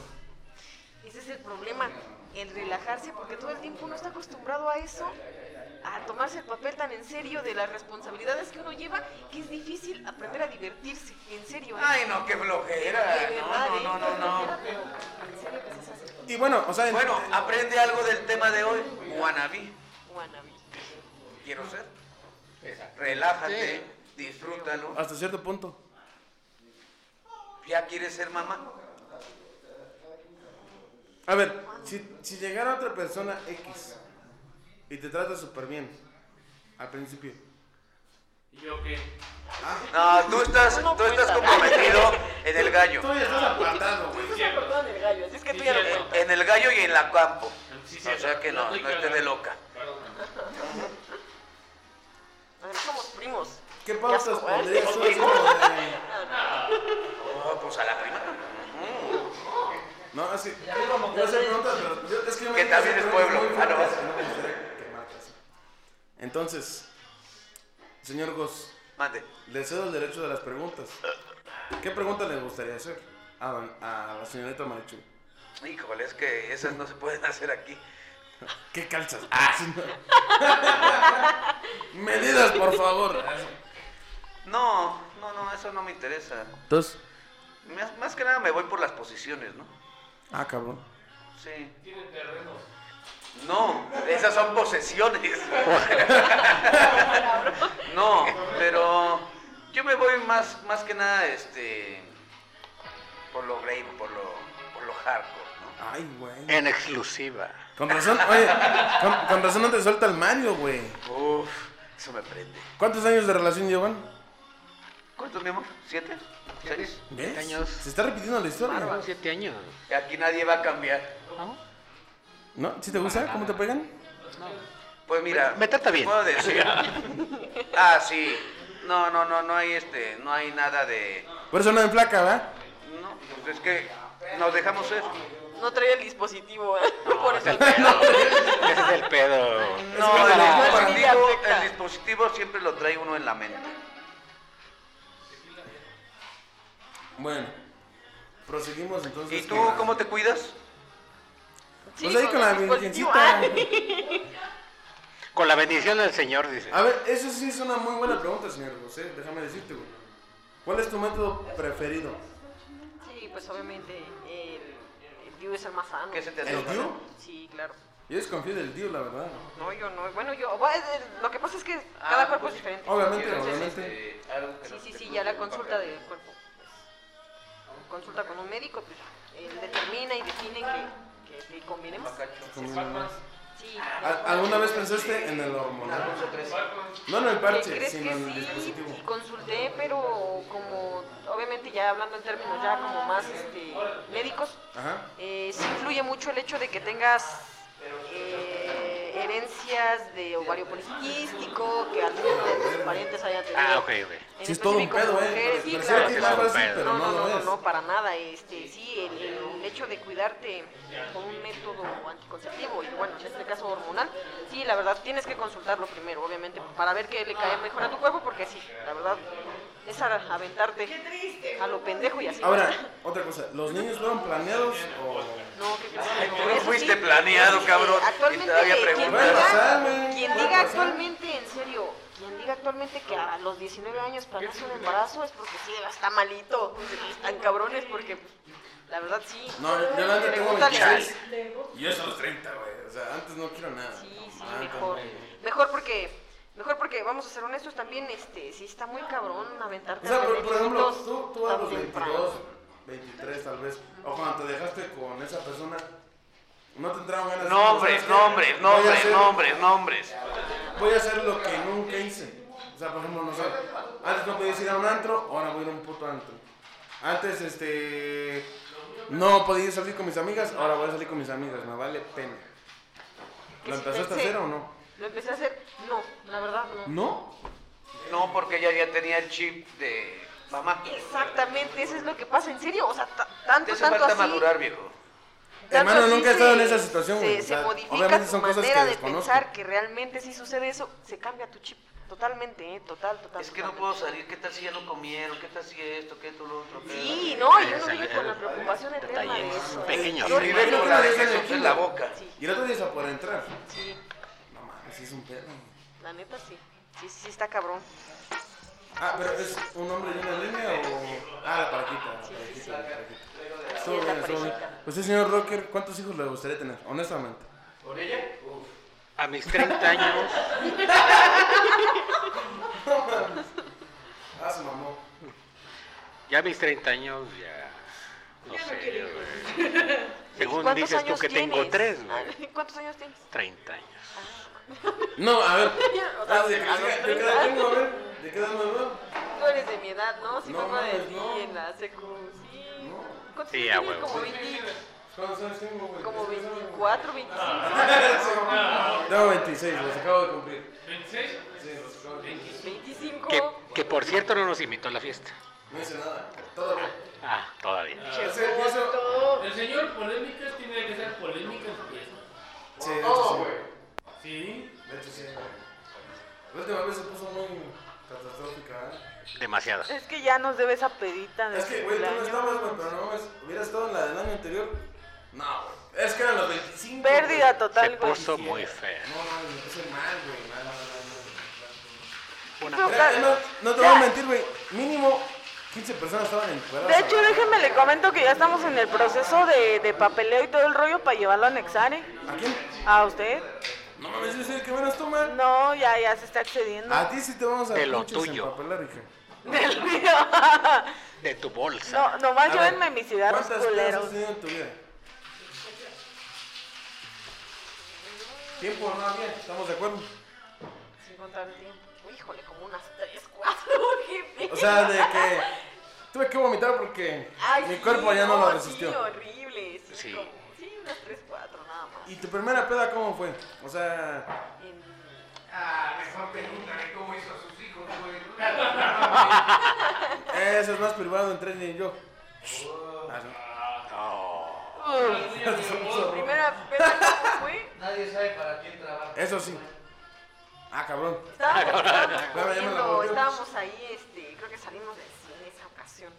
Speaker 6: Ese es el problema, el relajarse, porque todo el tiempo uno está acostumbrado a eso, a tomarse el papel tan en serio de las responsabilidades que uno lleva, que es difícil aprender a divertirse, en serio. ¿eh?
Speaker 2: Ay, no, qué
Speaker 6: De
Speaker 2: flojera.
Speaker 6: verdad, ¿eh?
Speaker 2: No, no, no, no, no.
Speaker 6: Pero, En serio, que se hace así.
Speaker 4: Y bueno, o sea, en-
Speaker 2: Bueno, aprende algo del tema de hoy. Wannabe,
Speaker 6: Wannabe.
Speaker 2: quiero ser. Relájate, disfrútalo.
Speaker 4: hasta cierto punto.
Speaker 2: ¿Ya quieres ser mamá?
Speaker 4: A ver, si, si llegara otra persona X y te trata súper bien al principio.
Speaker 5: ¿Y yo qué?
Speaker 2: No, tú estás,
Speaker 6: No
Speaker 2: tú estás
Speaker 6: cuenta.
Speaker 2: comprometido en el gallo.
Speaker 4: Tú ya estás apartado, güey.
Speaker 5: Cierto.
Speaker 6: Perdón, el gallo, así es que
Speaker 5: Sí,
Speaker 6: tú ya lo
Speaker 5: cierto.
Speaker 6: cuentas.
Speaker 2: En el gallo y en la campo.
Speaker 5: Sí,
Speaker 2: O sea que no,
Speaker 5: la estoy
Speaker 2: no estés de
Speaker 5: cagando.
Speaker 2: loca.
Speaker 6: Además, somos primos. Qué
Speaker 4: ¿Qué
Speaker 6: asco,
Speaker 4: pausas
Speaker 6: ¿eh?
Speaker 4: pondrías tú así como de-
Speaker 2: Oh, pues a la prima.
Speaker 4: No, así. Yo sé preguntas, pero yo- es que yo me
Speaker 2: Que
Speaker 4: digo,
Speaker 2: también
Speaker 4: sí,
Speaker 2: es
Speaker 4: pero
Speaker 2: pueblo.
Speaker 4: muy
Speaker 2: Ah, no.
Speaker 4: fuertes, no me gustaría que matas. Entonces, señor Goss,
Speaker 2: Mande.
Speaker 4: le cedo el derecho de las preguntas. ¿Qué pregunta le gustaría hacer a, don- a la señorita Marichu?
Speaker 2: Híjole, es que esas
Speaker 4: Ah.
Speaker 2: no se pueden hacer aquí.
Speaker 4: ¿Qué calzas? por favor.
Speaker 2: No, no, no, eso no me interesa.
Speaker 4: Entonces,
Speaker 2: Más, más que nada me voy por las posiciones, ¿no?
Speaker 4: ah, cabrón.
Speaker 2: Sí. No, esas son posesiones. no, pero yo me voy más, más que nada este por lo grave, por lo, por lo hardcore, ¿no?
Speaker 4: Ay, güey.
Speaker 3: En exclusiva.
Speaker 4: Con razón, oye, con, con razón no te suelta el Mario, güey.
Speaker 2: Uf, eso me prende.
Speaker 4: ¿Cuántos años de relación llevan?
Speaker 2: ¿Cuántos, mi amor? ¿Siete? ¿Seis?
Speaker 4: ¿Ves?
Speaker 3: años.
Speaker 4: Se está repitiendo la historia.
Speaker 3: Fueron siete años.
Speaker 2: Aquí nadie va a cambiar.
Speaker 4: ¿No? ¿Sí te gusta? ¿Cómo te pegan?
Speaker 2: Pues mira,
Speaker 3: Me- me trata bien.
Speaker 2: Puedo decir. ah, sí. No, no, no, no hay este, no hay nada de
Speaker 4: Por eso no en placa, ¿verdad?
Speaker 2: no, pues es que nos dejamos ser.
Speaker 6: No traía el dispositivo, ¿eh? por eso.
Speaker 3: Ese es el pedo.
Speaker 2: No, el
Speaker 6: verdad.
Speaker 2: dispositivo,
Speaker 6: Sí, afecta.
Speaker 2: el dispositivo siempre lo trae uno en la mente.
Speaker 4: Bueno, proseguimos
Speaker 3: Pues
Speaker 4: entonces.
Speaker 2: ¿Y tú cómo te cuidas?
Speaker 4: Pues ahí con la
Speaker 6: el dispositivo.
Speaker 4: virgencita.
Speaker 3: Con la bendición del Señor, dice.
Speaker 4: A ver, eso sí es una muy buena pregunta, señor José. Déjame decirte, güey. ¿Cuál es tu método preferido?
Speaker 6: Sí, pues obviamente el, el Diu es el más sano.
Speaker 2: ¿Qué se te
Speaker 4: ¿El
Speaker 2: antoja?
Speaker 4: Diu?
Speaker 6: Sí, claro.
Speaker 4: Yo desconfío del Diu, la verdad.
Speaker 6: No, yo no. Bueno, yo. bueno, es- es- Lo que pasa es que
Speaker 2: Ah,
Speaker 6: cada cuerpo
Speaker 2: pues,
Speaker 6: es diferente.
Speaker 4: Obviamente,
Speaker 6: Entonces,
Speaker 4: obviamente.
Speaker 2: Este, algo que
Speaker 6: Sí,
Speaker 2: nos-
Speaker 6: sí,
Speaker 2: que
Speaker 6: sí,
Speaker 2: tú-
Speaker 6: ya la
Speaker 2: tú
Speaker 6: consulta
Speaker 2: pagas.
Speaker 6: del cuerpo. pues, consulta con un médico, pues él determina y define que, que, que convenimos. Sí.
Speaker 4: ¿Al- ¿Alguna vez pensaste en el hormonal? No en el
Speaker 6: ¿Qué
Speaker 4: parche,
Speaker 6: crees
Speaker 4: sino
Speaker 6: que
Speaker 4: en el
Speaker 6: sí?
Speaker 4: dispositivo.
Speaker 6: Sí, consulté, pero como, obviamente ya hablando en términos ya como más este, médicos,
Speaker 4: Ajá.
Speaker 6: eh, sí influye mucho el hecho de que tengas eh, herencias de ovario poliquístico, que algunos de tus parientes hayan tenido.
Speaker 3: Ah, ok, ok.
Speaker 6: en
Speaker 4: Sí, es todo un
Speaker 6: específico
Speaker 4: pedo, ¿eh?
Speaker 6: mujeres, sí,
Speaker 4: Parecía
Speaker 6: claro.
Speaker 4: que
Speaker 3: Es
Speaker 4: iba a
Speaker 3: un
Speaker 4: decir,
Speaker 3: pedo.
Speaker 4: pero
Speaker 6: No, no, no, no,
Speaker 4: es.
Speaker 6: no, para nada. Este, sí, el, el hecho de cuidarte con un método anticonceptivo y bueno, en este caso hormonal, sí, la verdad tienes que consultarlo primero, obviamente, para ver qué le cae mejor a tu cuerpo, porque sí, la verdad es a- aventarte a lo pendejo y así.
Speaker 4: Ahora,
Speaker 6: ¿verdad?
Speaker 4: otra cosa, ¿los niños fueron planeados o.?
Speaker 6: No, ¿qué crees?
Speaker 2: tú no
Speaker 6: Eso
Speaker 2: fuiste planeado,
Speaker 6: eh,
Speaker 2: cabrón, y
Speaker 6: Actualmente,
Speaker 2: todavía
Speaker 6: quien
Speaker 2: preguntas.
Speaker 6: diga-
Speaker 4: Puede pasar, güey,
Speaker 6: quien
Speaker 4: puede
Speaker 6: diga
Speaker 4: pasar.
Speaker 6: actualmente, en serio, quien diga actualmente que a los 19 años planeas un embarazo es porque sí, está malito. Están cabrones porque, la verdad, sí.
Speaker 4: No, yo yo la neta tengo
Speaker 6: Pregúntale.
Speaker 4: 26. Y yo soy los 30, güey. O sea, antes no quiero nada.
Speaker 6: Sí, sí,
Speaker 4: Ah,
Speaker 6: mejor.
Speaker 4: también.
Speaker 6: Mejor porque, mejor porque, vamos a ser honestos, también, este, sí está muy cabrón
Speaker 4: O
Speaker 6: aventarte
Speaker 4: sea,
Speaker 6: a los
Speaker 4: por, por ejemplo,
Speaker 6: requisitos
Speaker 4: tú, tú a
Speaker 6: tan
Speaker 4: los
Speaker 6: temprano.
Speaker 4: 22, 23 tal vez, o cuando te dejaste con esa persona, no tendrán ganas de
Speaker 2: Nombres,
Speaker 3: Pues,
Speaker 4: ¿sabes qué?
Speaker 2: nombres,
Speaker 4: Voy a
Speaker 2: nombres,
Speaker 4: hacer-
Speaker 2: nombres, nombres.
Speaker 4: Voy a hacer lo que nunca hice. O sea, por ejemplo, no sé, antes no podías ir a un antro, ahora voy a ir a un puto antro. Antes, este, no podía salir con mis amigas, ahora voy a salir con mis amigas, me vale pena.
Speaker 6: Que
Speaker 4: ¿Lo
Speaker 6: sí
Speaker 4: empezaste a
Speaker 6: pensé.
Speaker 4: hacer o no?
Speaker 6: Lo empecé a hacer, no, la verdad, no.
Speaker 4: ¿No?
Speaker 2: No, porque ella ya tenía el chip de mamá.
Speaker 6: Exactamente, eso es lo que pasa, en serio, o sea, ta- tanto,
Speaker 2: Te hace
Speaker 6: tanto
Speaker 2: falta
Speaker 6: así.
Speaker 2: madurar, viejo.
Speaker 6: tanto
Speaker 4: Hermano,
Speaker 6: así
Speaker 4: nunca he estado en
Speaker 6: se-
Speaker 4: esa situación, güey,
Speaker 6: Se,
Speaker 4: o
Speaker 6: se
Speaker 4: sea,
Speaker 6: modifica
Speaker 4: obviamente
Speaker 6: tu
Speaker 4: son cosas que
Speaker 6: manera de
Speaker 4: desconozco.
Speaker 6: pensar que realmente si sucede eso, se cambia tu chip totalmente, ¿eh? total, total.
Speaker 2: Es que no
Speaker 6: totalmente.
Speaker 2: puedo salir, ¿qué tal si ya no comieron? ¿Qué tal si esto? ¿Qué tal lo otro?
Speaker 6: Sí, no, y uno
Speaker 3: Ese-
Speaker 6: vive con la preocupación eterna de
Speaker 3: detalles
Speaker 6: eso. ¿eh?
Speaker 3: pequeños.
Speaker 6: Yo-
Speaker 2: Y vive con la de Jesús en la boca.
Speaker 6: Sí,
Speaker 4: Y el otro día está por entrar.
Speaker 6: sí,
Speaker 4: No mames, sí es un pedo.
Speaker 6: la neta sí. Sí, sí, sí, está cabrón.
Speaker 4: Ah, pero ¿es un hombre de una línea o...? Ah, la parejita, la parejita, la parejita. Estuvo
Speaker 6: Sí, es la
Speaker 4: bien, estuvo bien.
Speaker 6: parejita.
Speaker 4: Usted, señor Rocker, ¿cuántos hijos le gustaría tener? Honestamente.
Speaker 3: A mis 30 años.
Speaker 4: Ah, su mamó.
Speaker 3: Ya a mis 30 años, ya. No sé, güey. Según
Speaker 6: ¿Cuántos
Speaker 3: dices tú
Speaker 6: años
Speaker 3: que tengo
Speaker 6: tienes?
Speaker 3: tres, güey.
Speaker 6: ¿Cuántos años tienes?
Speaker 3: 30 años.
Speaker 4: No, a ver.
Speaker 6: O sea,
Speaker 4: Ah, ¿De qué
Speaker 6: a los
Speaker 4: de qué edad tengo? A ver. ¿De qué edad me veo?
Speaker 6: Tú eres de mi edad, ¿no? Sí,
Speaker 4: No,
Speaker 6: me acuerdo de
Speaker 4: mames,
Speaker 6: ti
Speaker 4: no.
Speaker 6: en la secu. Sí. ¿Cuántos
Speaker 3: Sí,
Speaker 6: años
Speaker 3: a
Speaker 6: tienes?
Speaker 3: huevo.
Speaker 6: Como 20,
Speaker 4: ¿Cuántos años tengo, güey?
Speaker 6: como 24, 25,
Speaker 4: Tengo 26, los acabo de cumplir. ¿26? Sí, los acabo de cumplir.
Speaker 6: 25.
Speaker 3: Que, que por cierto no nos invitó a la fiesta.
Speaker 4: No hice nada. Todo bien.
Speaker 3: Ah, todavía.
Speaker 4: Ese- eso-
Speaker 5: El señor polémicas tiene que ser polémicas. pues.
Speaker 4: Sí, de hecho, sí.
Speaker 5: Sí.
Speaker 4: De hecho, sí. La última vez se puso muy catastrófica, ¿eh?
Speaker 3: Demasiado.
Speaker 12: Es que ya nos debe esa pedita de
Speaker 4: Es que, güey, tú no
Speaker 12: cumpleaños.
Speaker 4: estabas, güey, pero no mames. Hubiera estado en la del año anterior. No, güey. Es que eran los 25. güey.
Speaker 12: Pérdida
Speaker 3: Se
Speaker 4: No
Speaker 12: total, güey.
Speaker 3: puso muy fea.
Speaker 4: mames, me puse mal, güey. Mal, mal, mal, mal, mal. No,
Speaker 9: ninguna.
Speaker 4: no te voy a mentir, güey. Mínimo 15 personas estaban en
Speaker 9: De hecho, déjenme le comento que ya estamos en el proceso de, de papeleo y todo el rollo para llevarlo a anexar, ¿eh?
Speaker 4: ¿A quién?
Speaker 9: ¿A usted?
Speaker 4: No mames, yo soy el que menos toma.
Speaker 9: No, ya, ya se está excediendo.
Speaker 4: A ti sí te vamos a
Speaker 3: De lo
Speaker 4: pinches
Speaker 3: tuyo.
Speaker 4: empapelar, hija.
Speaker 9: Del mío.
Speaker 3: De tu bolsa.
Speaker 9: No,
Speaker 6: Ah,
Speaker 9: nomás
Speaker 4: A
Speaker 9: llévenme
Speaker 4: ver,
Speaker 9: mis cigarros
Speaker 4: ¿Cuántas pedas has
Speaker 9: culeros.
Speaker 4: tenido en tu vida? Tiempo, no había, estamos de acuerdo.
Speaker 6: Sin contar el tiempo. Híjole, como unas 3, 4, jefe.
Speaker 4: O sea, de que tuve que vomitar porque
Speaker 6: Ay,
Speaker 4: mi
Speaker 6: sí,
Speaker 4: cuerpo ya no lo
Speaker 6: Sí,
Speaker 4: resistió.
Speaker 6: horrible. Sí,
Speaker 3: Sí.
Speaker 6: como- sí unas 3, 4, nada más.
Speaker 4: ¿Y tu primera peda cómo fue? O sea,
Speaker 6: En-
Speaker 5: Ah, mejor pregúntale cómo hizo a sus hijos, güey.
Speaker 4: eso es más privado entre ella y yo. Ah,
Speaker 6: Mi primera peda ¿cómo fue?
Speaker 2: Nadie sabe para quién trabaja.
Speaker 4: no. Eso sí. Ah, cabrón.
Speaker 6: Estábamos, estábamos
Speaker 4: Bueno, ya me la
Speaker 6: comiendo,
Speaker 4: volvió.
Speaker 6: estábamos ahí, este, creo que salimos del cine esa ocasión.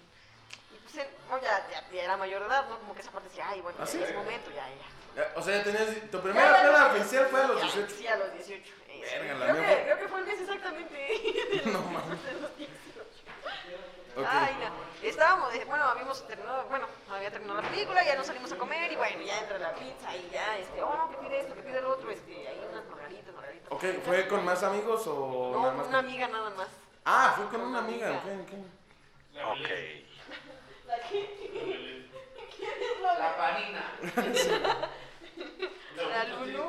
Speaker 6: Y pues él, no, ya, ya, ya era mayor de edad, ¿no? Como que esa parte decía, ay, bueno,
Speaker 4: ¿Ah,
Speaker 6: ya
Speaker 4: sí?
Speaker 6: es momento, ya, ya.
Speaker 4: Ya, O sea, ya tenías. Tu
Speaker 6: Ya
Speaker 4: primera
Speaker 6: era
Speaker 4: peda
Speaker 6: mayor,
Speaker 4: oficial fue a los
Speaker 6: ya,
Speaker 4: 18.
Speaker 6: Sí, a los 18. eh,
Speaker 4: Verga, la
Speaker 6: creo,
Speaker 4: mía
Speaker 6: que,
Speaker 4: fue-
Speaker 6: creo que fue el mes exactamente.
Speaker 4: No mames.
Speaker 6: De los 18.
Speaker 4: Ok.
Speaker 6: Ay, no. Estábamos, eh, bueno, habíamos terminado, bueno, había terminado la película, ya nos salimos a comer y bueno, ya entra la pizza y ya, este, oh, que pide esto, que pide el otro, este, ahí unas margaritas, margaritas.
Speaker 4: Ok,
Speaker 6: margaritas.
Speaker 4: ¿fue con más amigos o
Speaker 6: No,
Speaker 4: nada más?
Speaker 6: una
Speaker 4: con-
Speaker 6: amiga nada más.
Speaker 4: Ah, fue con una amiga. ok, ok.
Speaker 3: Ok.
Speaker 2: La panina.
Speaker 6: La Lulu.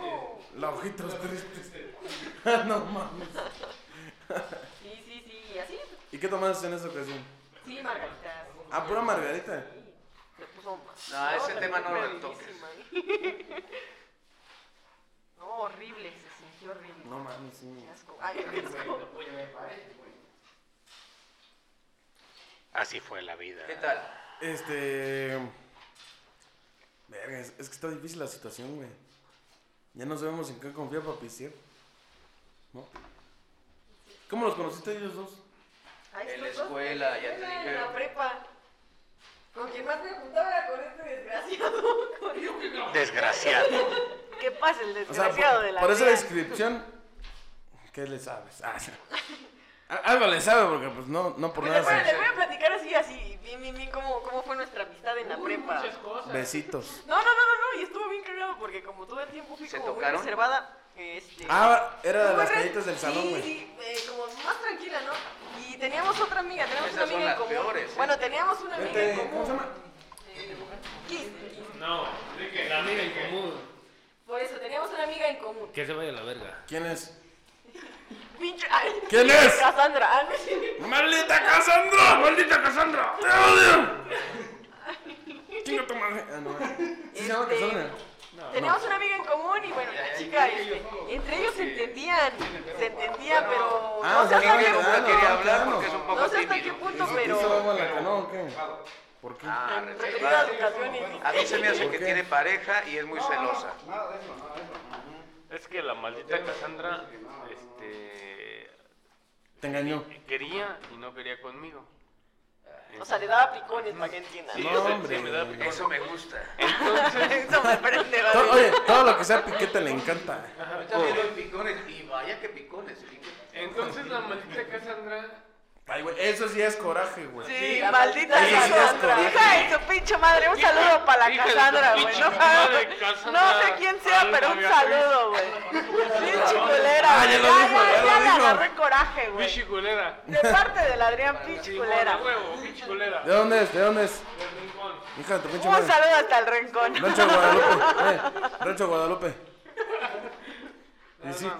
Speaker 4: La ojitos tristes. no mames.
Speaker 6: Sí, sí, sí, así.
Speaker 4: ¿Y qué tomaste en esa ocasión?
Speaker 6: Sí, margaritas.
Speaker 4: Ah, pura margarita.
Speaker 6: Me puso más.
Speaker 2: No, ese tema no lo
Speaker 6: bravísima, ¿eh? No, horrible, se sintió horrible.
Speaker 4: No mames, sí.
Speaker 6: Qué asco. Ay, qué asco.
Speaker 3: Así fue la vida.
Speaker 2: ¿Qué tal?
Speaker 4: Este. Verga, es, es que está difícil la situación, güey. Ya no sabemos en qué confiar para pistear. ¿No? ¿Cómo los conociste ellos dos?
Speaker 6: Ay,
Speaker 2: En la
Speaker 6: estos dos,
Speaker 2: escuela, ya te
Speaker 6: En la
Speaker 2: dijeron.
Speaker 6: prepa. Con quien más me juntaba era con este desgraciado. Con este.
Speaker 3: Desgraciado.
Speaker 9: ¿Qué pasa el
Speaker 4: O sea,
Speaker 9: desgraciado de
Speaker 4: por,
Speaker 9: la
Speaker 4: por esa
Speaker 9: vida?
Speaker 4: descripción, ¿qué le sabes? Ah, sí. A- Algo le sabe porque, pues, no, no por
Speaker 6: Mira,
Speaker 4: nada.
Speaker 6: espera,
Speaker 4: se-
Speaker 6: les voy a platicar así, así, bien, bien, bien, cómo, cómo fue nuestra amistad en la prepa.
Speaker 4: Besitos.
Speaker 6: No, no, no, no, no, y estuvo bien cagado porque como todo el tiempo fui
Speaker 2: ¿Se
Speaker 6: como muy
Speaker 2: tocaron?
Speaker 6: reservada, este...
Speaker 4: Ah, era de
Speaker 6: Fue
Speaker 4: las
Speaker 6: re-
Speaker 4: callitas del salón, güey.
Speaker 6: Sí, sí, eh, como más tranquila, ¿no? Y teníamos otra amiga, teníamos
Speaker 2: Esas
Speaker 6: una
Speaker 2: son
Speaker 6: amiga en
Speaker 2: las
Speaker 6: común.
Speaker 2: peores, ¿eh?
Speaker 6: Bueno, teníamos una amiga en
Speaker 4: Vete,
Speaker 6: común.
Speaker 4: ¿cómo se llama?
Speaker 6: Kiss, Kiss.
Speaker 13: No, la amiga en común.
Speaker 6: Por eso, teníamos una amiga en común.
Speaker 13: Que se vaya a la verga.
Speaker 4: ¿Quién es?
Speaker 6: Pinche. ay,
Speaker 4: ¿Quién es?
Speaker 6: Cassandra. ah, no sé.
Speaker 4: ¡Maldita Cassandra! ¡Maldita Cassandra! ¡Te odio! Chinga tu madre. Ah, no. Sí, se llama
Speaker 6: Este,
Speaker 4: Cassandra.
Speaker 6: Teníamos una amiga en común y bueno, la chica, este, entre ellos se entendían, se entendía, pero
Speaker 4: Ah, o
Speaker 6: no sé
Speaker 4: sea,
Speaker 6: hasta
Speaker 4: que
Speaker 6: qué
Speaker 4: no
Speaker 6: punto,
Speaker 4: Ah,
Speaker 2: Nunca quería
Speaker 4: no,
Speaker 2: hablar
Speaker 4: claro.
Speaker 2: porque es un
Speaker 6: no
Speaker 2: poco
Speaker 6: sé hasta qué
Speaker 2: tímido.
Speaker 6: punto,
Speaker 4: ¿Hizo
Speaker 6: pero
Speaker 4: algo a la canoa o qué? ¿Por qué?
Speaker 2: Ah,
Speaker 6: en repetidas
Speaker 2: reservado.
Speaker 6: ocasiones.
Speaker 2: A mí se me hace
Speaker 4: ¿Por
Speaker 2: que
Speaker 4: qué?
Speaker 2: tiene pareja y es muy celosa.
Speaker 5: Es que la maldita Cassandra, este,
Speaker 4: Te engañó.
Speaker 5: quería y no quería conmigo.
Speaker 6: O sea, le daba picones para que entiendan.
Speaker 5: Sí,
Speaker 4: No,
Speaker 5: o sea, sí
Speaker 4: hombre.
Speaker 5: me da picor.
Speaker 2: Eso me gusta.
Speaker 6: Eso me prende,
Speaker 4: To-
Speaker 6: ¿vale?
Speaker 4: Oye, todo lo que sea piquete le encanta.
Speaker 2: Yo también
Speaker 4: Oh.
Speaker 2: doy picones y vaya que picones. ¿sí?
Speaker 5: Entonces la maldita Cassandra,
Speaker 4: Ay, güey, eso sí es coraje, güey.
Speaker 6: Sí, maldita
Speaker 4: Sí, sí, es
Speaker 6: Cassandra.
Speaker 4: correcto.
Speaker 6: Hija de su pinche madre, un saludo para la
Speaker 5: Hija de su
Speaker 6: Cassandra, güey.
Speaker 5: pinche
Speaker 6: No,
Speaker 5: madre,
Speaker 6: mames.
Speaker 5: Cassandra.
Speaker 6: no sé quién sea, pero un
Speaker 5: Alma,
Speaker 6: saludo, güey. Pinche culera.
Speaker 4: Ah, ya
Speaker 6: güey.
Speaker 4: lo dijo, ya lo
Speaker 6: ya le
Speaker 4: dijo.
Speaker 6: agarré coraje, güey.
Speaker 5: pinche culera.
Speaker 6: De parte del Adrián, pinche
Speaker 5: Sí,
Speaker 6: culera.
Speaker 5: de huevo, pinche culera.
Speaker 4: ¿De dónde es? ¿De dónde es?
Speaker 5: Del rincón.
Speaker 4: Hija de tu pinche
Speaker 6: Un
Speaker 4: madre.
Speaker 6: saludo hasta el rincón.
Speaker 4: Rancho Guadalupe. Eh, Rancho Guadalupe. Y sí.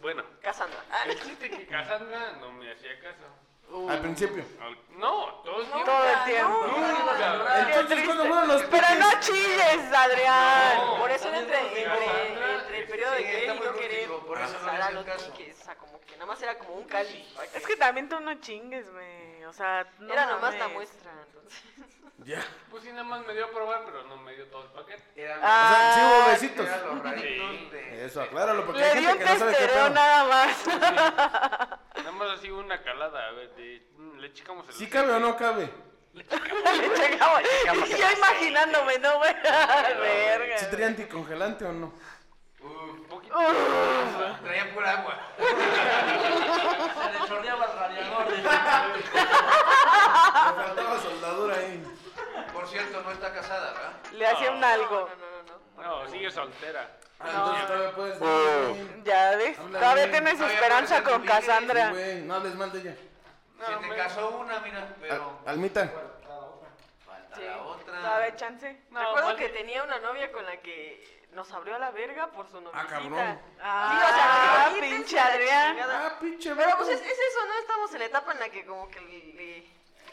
Speaker 5: Bueno,
Speaker 6: Cassandra.
Speaker 5: el chiste es que Cassandra no me hacía caso.
Speaker 4: Al principio.
Speaker 5: Al- No, todo el tiempo.
Speaker 6: Todo el tiempo.
Speaker 5: Nunca.
Speaker 6: Qué
Speaker 4: Entonces,
Speaker 6: triste.
Speaker 4: ¿cuándo fueron los
Speaker 6: Pero
Speaker 4: piques?
Speaker 6: no chilles, Adrián.
Speaker 5: No.
Speaker 6: Ah, Por eso era entre, entre,
Speaker 5: Cassandra,
Speaker 6: entre el periodo de
Speaker 2: sí,
Speaker 6: querer
Speaker 2: está
Speaker 6: y
Speaker 2: muy
Speaker 6: no querer.
Speaker 2: rústico, por eso no le
Speaker 6: Sara
Speaker 2: hacen
Speaker 6: los
Speaker 2: caso.
Speaker 6: piques, o sea, como que nada más era como un cali.
Speaker 9: Es que también tú no chingues, me. O sea, no
Speaker 6: era nada más
Speaker 9: mames.
Speaker 6: la muestra, entonces.
Speaker 4: Ya.
Speaker 5: Pues sí, nada más me dio a probar, pero no me dio todo el paquete.
Speaker 2: Eran
Speaker 4: O sea, sí hubo
Speaker 9: Ah,
Speaker 4: besitos.
Speaker 2: eran los raritos de-
Speaker 4: Eso, acláralo, porque
Speaker 9: Le
Speaker 4: hay
Speaker 9: dio
Speaker 4: gente
Speaker 9: un
Speaker 4: que no sabe qué
Speaker 9: testereo
Speaker 4: pedo.
Speaker 9: nada más.
Speaker 5: Nada más así una calada, a ver, de- mm, le chicamos el...
Speaker 4: ¿Sí cabe o no cabe?
Speaker 9: Le checamos.
Speaker 3: Digamos
Speaker 9: Y
Speaker 3: que
Speaker 9: yo
Speaker 3: sí.
Speaker 9: imaginándome, no, güey. Verga.
Speaker 4: ¿Sí tenía anticongelante o no?
Speaker 5: Un poquito.
Speaker 2: Traía pura agua.
Speaker 14: Se le chorreaba el radiador.
Speaker 4: Me faltaba soldadura ahí.
Speaker 2: Por cierto, no está casada, ¿verdad?
Speaker 9: Le hacía un algo.
Speaker 5: No, sigue soltera.
Speaker 4: Ah, Entonces todavía puedes.
Speaker 9: Ya ves,
Speaker 4: Habla
Speaker 9: todavía
Speaker 4: bien.
Speaker 9: tienes
Speaker 4: Todavía
Speaker 9: esperanza
Speaker 4: puedes ser tu
Speaker 9: con
Speaker 4: líder.
Speaker 9: Cassandra.
Speaker 4: Sí, güey, no hables mal de ella.
Speaker 2: Se te casó una, mira, pero
Speaker 4: Almita. Ah.
Speaker 2: falta la otra.
Speaker 9: A ver, chance.
Speaker 6: Me acuerdo que tenía una novia con la que nos abrió a la verga por su novia.
Speaker 4: cabrón.
Speaker 9: Ah, pinche Adrián.
Speaker 6: Ah,
Speaker 4: pinche
Speaker 6: Pero pues es, es eso, ¿no? Estamos en la etapa en la que como que le, le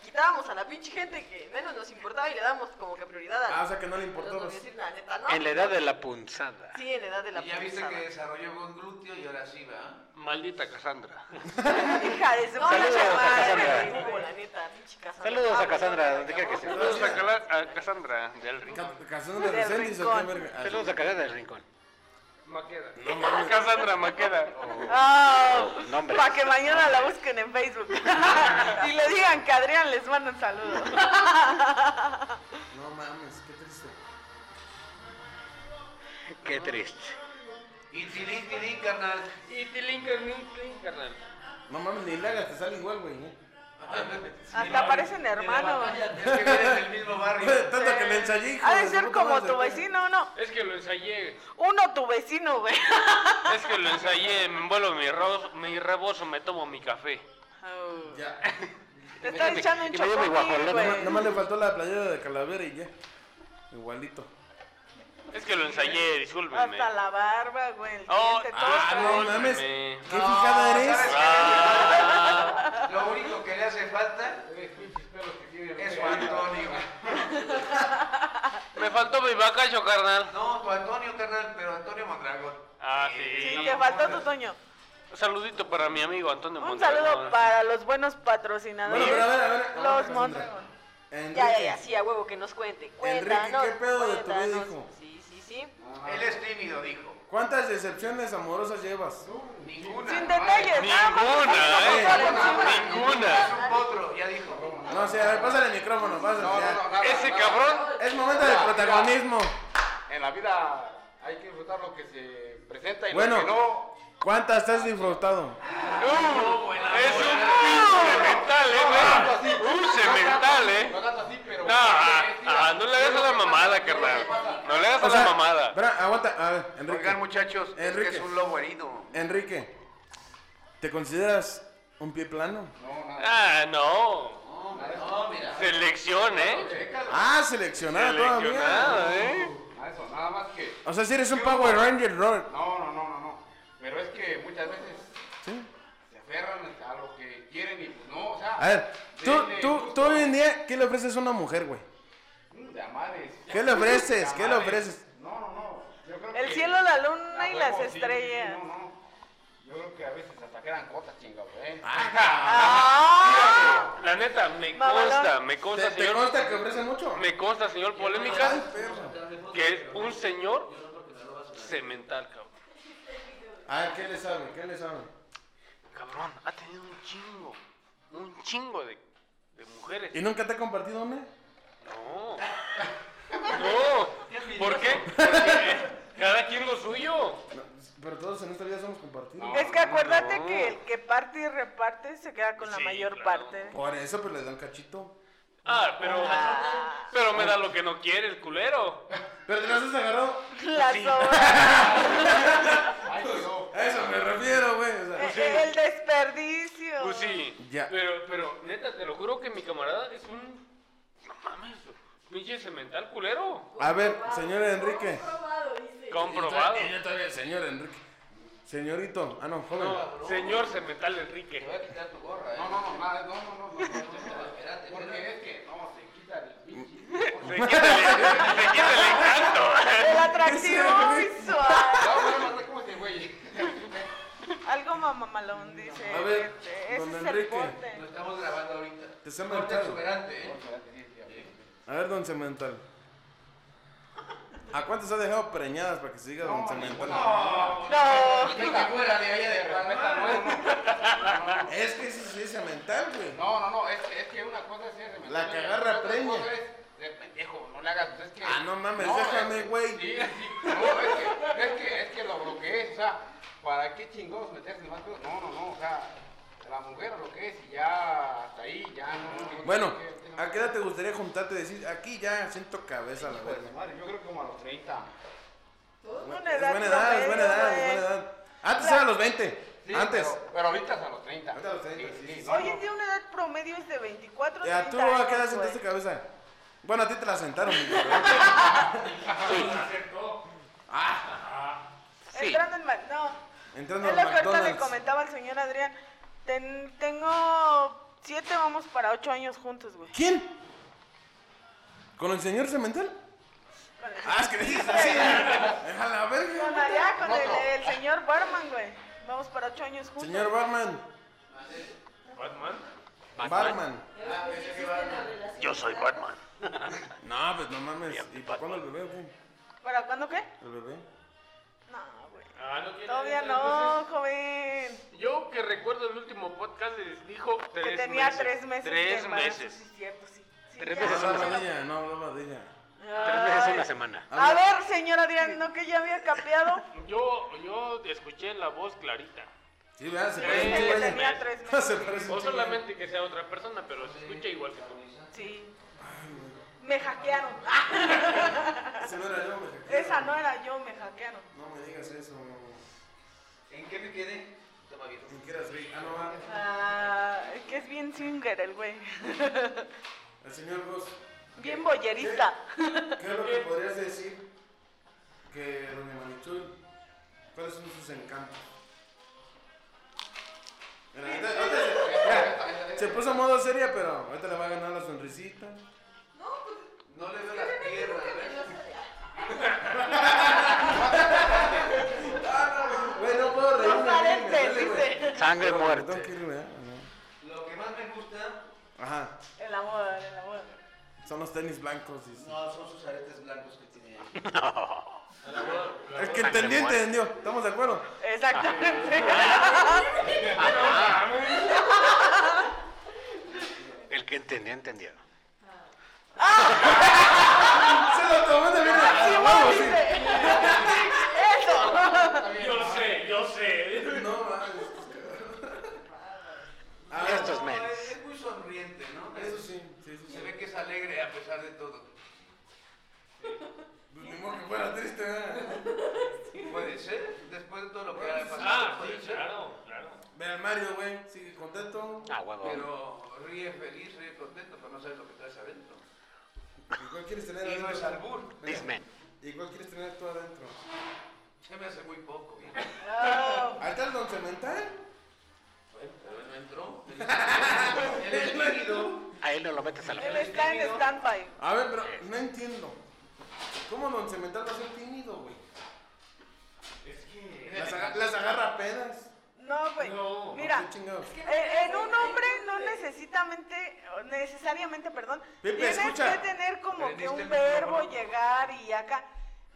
Speaker 6: quitábamos a la pinche gente que menos nos importaba y le damos como que prioridad a
Speaker 4: Ah, o sea que no le importó.
Speaker 6: los novios. La neta, ¿no?
Speaker 3: En la edad de la punzada.
Speaker 6: Sí, en la edad de la
Speaker 2: Y ya viste que
Speaker 6: punzada.
Speaker 2: desarrolló buen glúteo y ahora sí va.
Speaker 5: Maldita Cassandra.
Speaker 6: Hija de su
Speaker 3: Saludos
Speaker 6: pinche
Speaker 3: a
Speaker 6: madre.
Speaker 3: Cassandra.
Speaker 6: Hugo, la neta, pinche Cassandra.
Speaker 3: Saludos a
Speaker 6: Vamos,
Speaker 3: Cassandra, donde quiera que estés.
Speaker 5: Saludos a Cala- a Cassandra del Rincón.
Speaker 4: Cassandra
Speaker 9: Del
Speaker 4: Reséndiz o qué
Speaker 9: rincón.
Speaker 4: verga. Ah,
Speaker 3: Saludos a Cassandra del Rincón.
Speaker 5: Maqueda. Cassandra Maqueda.
Speaker 3: Nombre.
Speaker 9: para que mañana la busquen en Facebook. y le digan que Adrián les manda un saludo.
Speaker 4: No mames, qué triste.
Speaker 3: Qué triste.
Speaker 2: Y tilín, tilín, carnal.
Speaker 5: Y Tilinker, carnal.
Speaker 4: No mames, ni le hagas, te sale igual, güey. ¿eh?
Speaker 9: Hasta parecen hermanos.
Speaker 2: Es que vienen del mismo barrio.
Speaker 4: Tanto que le ensayé, hijo
Speaker 9: Ha de
Speaker 4: su
Speaker 9: ser
Speaker 4: puta
Speaker 9: como
Speaker 4: madre.
Speaker 9: tu vecino, uno.
Speaker 5: Es que lo ensayé.
Speaker 9: Uno tu vecino, güey.
Speaker 5: Es que lo ensayé. Me envuelvo mi, ro- mi rebozo, me tomo mi café.
Speaker 6: Oh.
Speaker 4: Ya.
Speaker 9: Te está
Speaker 3: me-
Speaker 9: echando un
Speaker 3: y me dio mi
Speaker 9: chocomil,
Speaker 3: guajolote.
Speaker 7: Pues.
Speaker 4: Nada
Speaker 9: güey.
Speaker 4: más le faltó la playera de calavera y ya. Igualito.
Speaker 5: Es que lo ensayé, discúlpenme.
Speaker 9: Hasta la barba, güey. El
Speaker 5: Oh,
Speaker 9: diente, todo.
Speaker 5: ah,
Speaker 4: no
Speaker 5: no mames.
Speaker 4: mames. ¿Qué fijada eres?
Speaker 2: ¿sabes
Speaker 5: Ah,
Speaker 2: qué? Lo único que le hace falta es tu Antonio.
Speaker 5: me faltó mi bacacho, carnal.
Speaker 2: No, tu Antonio, carnal, pero Antonio Mondragón.
Speaker 5: Ah,
Speaker 9: Sí,
Speaker 5: sí.
Speaker 9: te faltó tu Toño.
Speaker 5: Un saludito para mi amigo Antonio
Speaker 9: Un
Speaker 5: Mondragón.
Speaker 9: saludo para los buenos
Speaker 4: Bueno, pero a
Speaker 9: patrocinadores.
Speaker 4: ver, a ver.
Speaker 9: Los Mondragón.
Speaker 4: Enrique.
Speaker 6: Ya, ya, ya, sí, a huevo que nos cuente. Cuéntanos.
Speaker 4: ¿qué pedo de tu vida,
Speaker 6: cuéntanos.
Speaker 4: hijo?
Speaker 6: Sí, sí, sí.
Speaker 2: Él es tímido, dijo.
Speaker 4: ¿Cuántas decepciones amorosas llevas?
Speaker 2: Ninguna.
Speaker 9: Sin detalles, nada más.
Speaker 5: Ninguna, eh.
Speaker 2: Es
Speaker 5: Ninguna.
Speaker 2: un potro, ya dijo.
Speaker 4: No sé, a ver, pásale el micrófono, pásale. ya.
Speaker 5: Ese cabrón
Speaker 4: Es momento de protagonismo.
Speaker 7: En la vida hay que disfrutar lo que se presenta y
Speaker 4: Bueno.
Speaker 7: lo que no.
Speaker 4: ¿Cuántas te has disfrutado?
Speaker 5: uh, es
Speaker 9: Ah.
Speaker 5: un pinche cemental, eh, güey. Un cemental, eh.
Speaker 7: No tanto así, pero.
Speaker 5: No, ah, ah, no le hagas a la mamada, carnal. No le hagas a
Speaker 4: O sea,
Speaker 5: la mamada.
Speaker 4: espera, aguanta, a ver, Enrique.
Speaker 2: Oigan, muchachos, es que
Speaker 4: Enrique.
Speaker 2: es un lobo herido.
Speaker 4: Enrique, ¿te consideras un pie plano?
Speaker 5: Ah, no.
Speaker 2: No, mira.
Speaker 5: Selección, eh.
Speaker 4: Ah, seleccionada
Speaker 5: Seleccionado,
Speaker 4: todavía.
Speaker 5: eh.
Speaker 7: A eso, nada más que.
Speaker 4: O sea, si eres un Power Ranger, Robert.
Speaker 7: No, no, no, no, no. Pero es que muchas veces
Speaker 4: Sí.
Speaker 7: se aferran a lo que quieren y pues no, o sea.
Speaker 4: A ver, tú,
Speaker 7: denle
Speaker 4: tú,
Speaker 7: gusto.
Speaker 4: tú hoy en día, ¿qué le ofreces a una mujer, güey?
Speaker 7: Mm, De amares.
Speaker 4: ¿Qué le ofreces? ¿Qué le
Speaker 7: Amares.
Speaker 4: ofreces?
Speaker 7: No, no, no. Yo creo
Speaker 9: El
Speaker 7: que-
Speaker 9: cielo, la luna y
Speaker 7: A
Speaker 9: las
Speaker 7: huevo, sí,
Speaker 9: estrellas.
Speaker 7: sí, no, no. Yo creo que a veces hasta quedan cosas chingados, ¿eh?
Speaker 9: Ah,
Speaker 5: La neta, me
Speaker 9: Mamalón.
Speaker 5: consta, me consta,
Speaker 4: ¿Te, te
Speaker 5: señor.
Speaker 4: consta que ofrece mucho?
Speaker 5: Me consta, señor
Speaker 4: Ay,
Speaker 5: Polémica,
Speaker 4: perro.
Speaker 5: que es un señor cemental, cabrón.
Speaker 4: A ver, ¿qué le sabe? ¿Qué le sabe?
Speaker 5: Cabrón, ha tenido un chingo, un chingo de, de mujeres.
Speaker 4: ¿Y nunca te ha compartido una?
Speaker 5: No. No. ¿Por qué? Porque cada quien lo suyo.
Speaker 4: No, pero todos en esta vida somos compartidos.
Speaker 9: es que acuérdate
Speaker 5: No.
Speaker 9: que el que parte y reparte se queda con la
Speaker 5: Sí,
Speaker 9: mayor
Speaker 5: claro.
Speaker 9: parte.
Speaker 4: Por eso, pero le dan cachito.
Speaker 5: Ah, pero. Pero me da lo que no quiere el culero.
Speaker 4: ¿Pero te las has agarrado?
Speaker 9: La sobra-
Speaker 4: A eso me refiero, güey. o sea.
Speaker 9: eh, el desperdicio.
Speaker 5: Pues sí.
Speaker 4: Ya.
Speaker 5: Pero, pero, neta, te lo juro que mi camarada es un. No mames, pinche cemental culero.
Speaker 4: A ver, señor Enrique.
Speaker 5: Comprobado.
Speaker 4: Y yo todavía, señor Enrique. Señorito. Ah, no, joven.
Speaker 5: No,
Speaker 4: eh,
Speaker 5: señor cemental Enrique.
Speaker 2: Voy a quitar tu gorra, eh.
Speaker 7: No, no, no, nada, no, no, no, no, no, no, espérate, porque es que no se quita el pinche.
Speaker 5: Se quita el, se quita el encanto.
Speaker 9: El atractivo visual.
Speaker 7: Ya, bueno, no sé cómo se güey.
Speaker 9: Algo mamalón dice.
Speaker 4: A ver,
Speaker 9: este,
Speaker 4: don
Speaker 9: Ese es el
Speaker 4: Enrique.
Speaker 9: corte.
Speaker 2: Lo estamos grabando ahorita.
Speaker 4: Te está
Speaker 2: Corte
Speaker 4: manchado.
Speaker 2: exuberante, eh.
Speaker 4: A ver, don Cemental. ¿A cuántos ha dejado preñadas para que se diga don Cemental?
Speaker 9: No.
Speaker 2: Venga, fuera de allá de Palma.
Speaker 4: Es que sí, sí es Cemental, güey.
Speaker 7: No, no, no, es que, es que una cosa es ser
Speaker 4: La que agarra
Speaker 7: otra
Speaker 4: preña.
Speaker 7: cosa es
Speaker 2: usted, pendejo, no le hagas. Es que,
Speaker 4: Ah, no mames, déjame,
Speaker 2: es que- Sí,
Speaker 4: güey.
Speaker 2: sí, no, es que, es que, es que lo bloqueé, o sea, ¿para qué chingados meterse en más cosas? No, no, no, o sea, la mujer o lo que es, y ya hasta ahí, ya no. no
Speaker 4: Bueno,
Speaker 2: tiene que- tiene
Speaker 4: ¿a qué edad te gustaría juntarte y decir, aquí ya siento cabeza la
Speaker 2: Pues,
Speaker 4: verga?
Speaker 2: madre, yo creo que como a los 30.
Speaker 4: Es buena edad, es buena edad,
Speaker 9: pues.
Speaker 4: es buena edad. Antes era a los 20.
Speaker 2: Sí,
Speaker 4: Antes.
Speaker 2: Pero, pero ahorita es a los 30.
Speaker 4: Ahorita a los 30, sí, sí, sí.
Speaker 9: Hoy en día una edad promedio es de 24
Speaker 4: ¿Y a tú a qué edad sentaste
Speaker 9: pues.
Speaker 4: cabeza? Bueno, a ti te la sentaron. güey.
Speaker 15: Sí.
Speaker 9: Entrando en Mac- no.
Speaker 4: Entrando
Speaker 9: es
Speaker 4: al
Speaker 9: lo que ahorita le
Speaker 4: McDonald's.
Speaker 9: comentaba al señor Adrián. Ten- tengo siete, vamos para ocho años juntos, güey.
Speaker 4: ¿Quién? ¿Con el señor Cemental? Ah, es que dices así. Déjala verga.
Speaker 9: Con allá, con el, el señor Barman, güey. Vamos para ocho años juntos.
Speaker 4: Señor Barman.
Speaker 5: Batman.
Speaker 4: Barman.
Speaker 9: Ah,
Speaker 15: Yo soy Batman.
Speaker 4: No, pues no mames. ¿Y para cuándo el bebé? güey?
Speaker 9: ¿Para cuándo qué?
Speaker 4: ¿El bebé?
Speaker 9: No, güey.
Speaker 5: Ah, no quiere-
Speaker 9: Todavía no, joven.
Speaker 5: Yo que recuerdo el último podcast les dijo tres
Speaker 9: que tenía
Speaker 5: meses.
Speaker 9: tres meses. de
Speaker 5: Tres
Speaker 9: embarazo,
Speaker 5: meses.
Speaker 9: Sí, cierto, sí. Sí,
Speaker 5: Tres
Speaker 9: ya.
Speaker 4: No Ah, hablaba de ella, no hablaba de ella.
Speaker 9: Ay.
Speaker 5: semana.
Speaker 9: Ah. A ver, señor Adrián, ¿no que ya había capeado?
Speaker 5: Yo, yo escuché la voz clarita.
Speaker 4: Sí, ¿verdad? Se parece
Speaker 9: Este
Speaker 4: mucho a ella. Se parece
Speaker 5: O
Speaker 4: mucho a ella.
Speaker 5: solamente que sea otra persona, pero se escucha igual que tú.
Speaker 9: Sí. Me hackearon. Ah,
Speaker 4: Ese no era yo, me hackearon.
Speaker 9: Esa no era yo, me hackearon.
Speaker 4: No me digas eso.
Speaker 2: ¿En qué me quedé? Toma bien.
Speaker 4: Ni siquiera soy- Ah, no, ah.
Speaker 9: Ah, es que es bien swinger el güey.
Speaker 4: El señor Ross.
Speaker 9: Bien boyerista.
Speaker 4: ¿Qué es lo que podrías decir que Doña Manichul, cuáles son sus encantos? Mira, ahorita- ahorita se- mira, se puso modo seria, pero ahorita le va a ganar la sonrisita.
Speaker 2: No pues, le veo las piernas,
Speaker 4: Güey, no puedo reírme.
Speaker 9: No parece,
Speaker 4: me duele, güey.
Speaker 9: dice.
Speaker 7: Sangre
Speaker 4: Pero,
Speaker 7: muerte.
Speaker 4: tengo que ir, ¿verdad? ¿eh? Ajá.
Speaker 2: Lo que más me gusta
Speaker 4: Ajá,
Speaker 9: El amor, el amor.
Speaker 4: son los tenis blancos. dice.
Speaker 2: no son sus aretes blancos que tiene.
Speaker 4: Es que entendió,
Speaker 2: muerte.
Speaker 4: entendió. ¿Estamos de acuerdo?
Speaker 9: Exactamente.
Speaker 7: El que entendió, entendió.
Speaker 4: Se lo tomó de bien.
Speaker 9: Sí,
Speaker 4: Ah, huevo, sí.
Speaker 9: Ah. dice. Eso.
Speaker 5: Yo sé, yo sé.
Speaker 4: No, mames. A ver,
Speaker 7: Estos menes.
Speaker 2: Es muy sonriente, ¿no?
Speaker 4: Eso sí, sí, eso sí.
Speaker 2: Se ve que es alegre a pesar de todo.
Speaker 4: Pues ni modo que fuera triste, ¿verdad?
Speaker 2: Puede ser, después de todo lo que ha pasado,
Speaker 5: Ah,
Speaker 2: puede
Speaker 5: sí,
Speaker 2: ser.
Speaker 5: claro, claro.
Speaker 4: Ve al Mario, güey, sigue contento.
Speaker 7: Ah, huevo.
Speaker 2: Pero ríe feliz, ríe contento, pero no sabes lo que traes adentro.
Speaker 4: ¿Y cuál quieres tener
Speaker 2: Y no es
Speaker 4: adentro?
Speaker 2: albur.
Speaker 7: This man.
Speaker 4: ¿Y cuál quieres tener tú adentro?
Speaker 2: Se me hace muy poco, bien.
Speaker 9: Ah,
Speaker 4: ¿Ahí está el don cemental?
Speaker 2: Bueno, pero él no entró. Él es tímido.
Speaker 7: A él no lo metes a la
Speaker 9: Él está en stand-by.
Speaker 4: A ver, pero no entiendo. ¿Cómo don cemental va a ser tímido, güey? Las, aga- las agarra pedas.
Speaker 9: No, güey. Mira.
Speaker 4: ¿Qué chingados?
Speaker 9: Eh, En un hombre no necesitamente, necesariamente, perdón,
Speaker 4: Pepe,
Speaker 9: tienes
Speaker 4: escucha.
Speaker 9: que tener como que
Speaker 2: Prendiste el
Speaker 9: un
Speaker 2: micrófono.
Speaker 9: verbo, llegar y acá.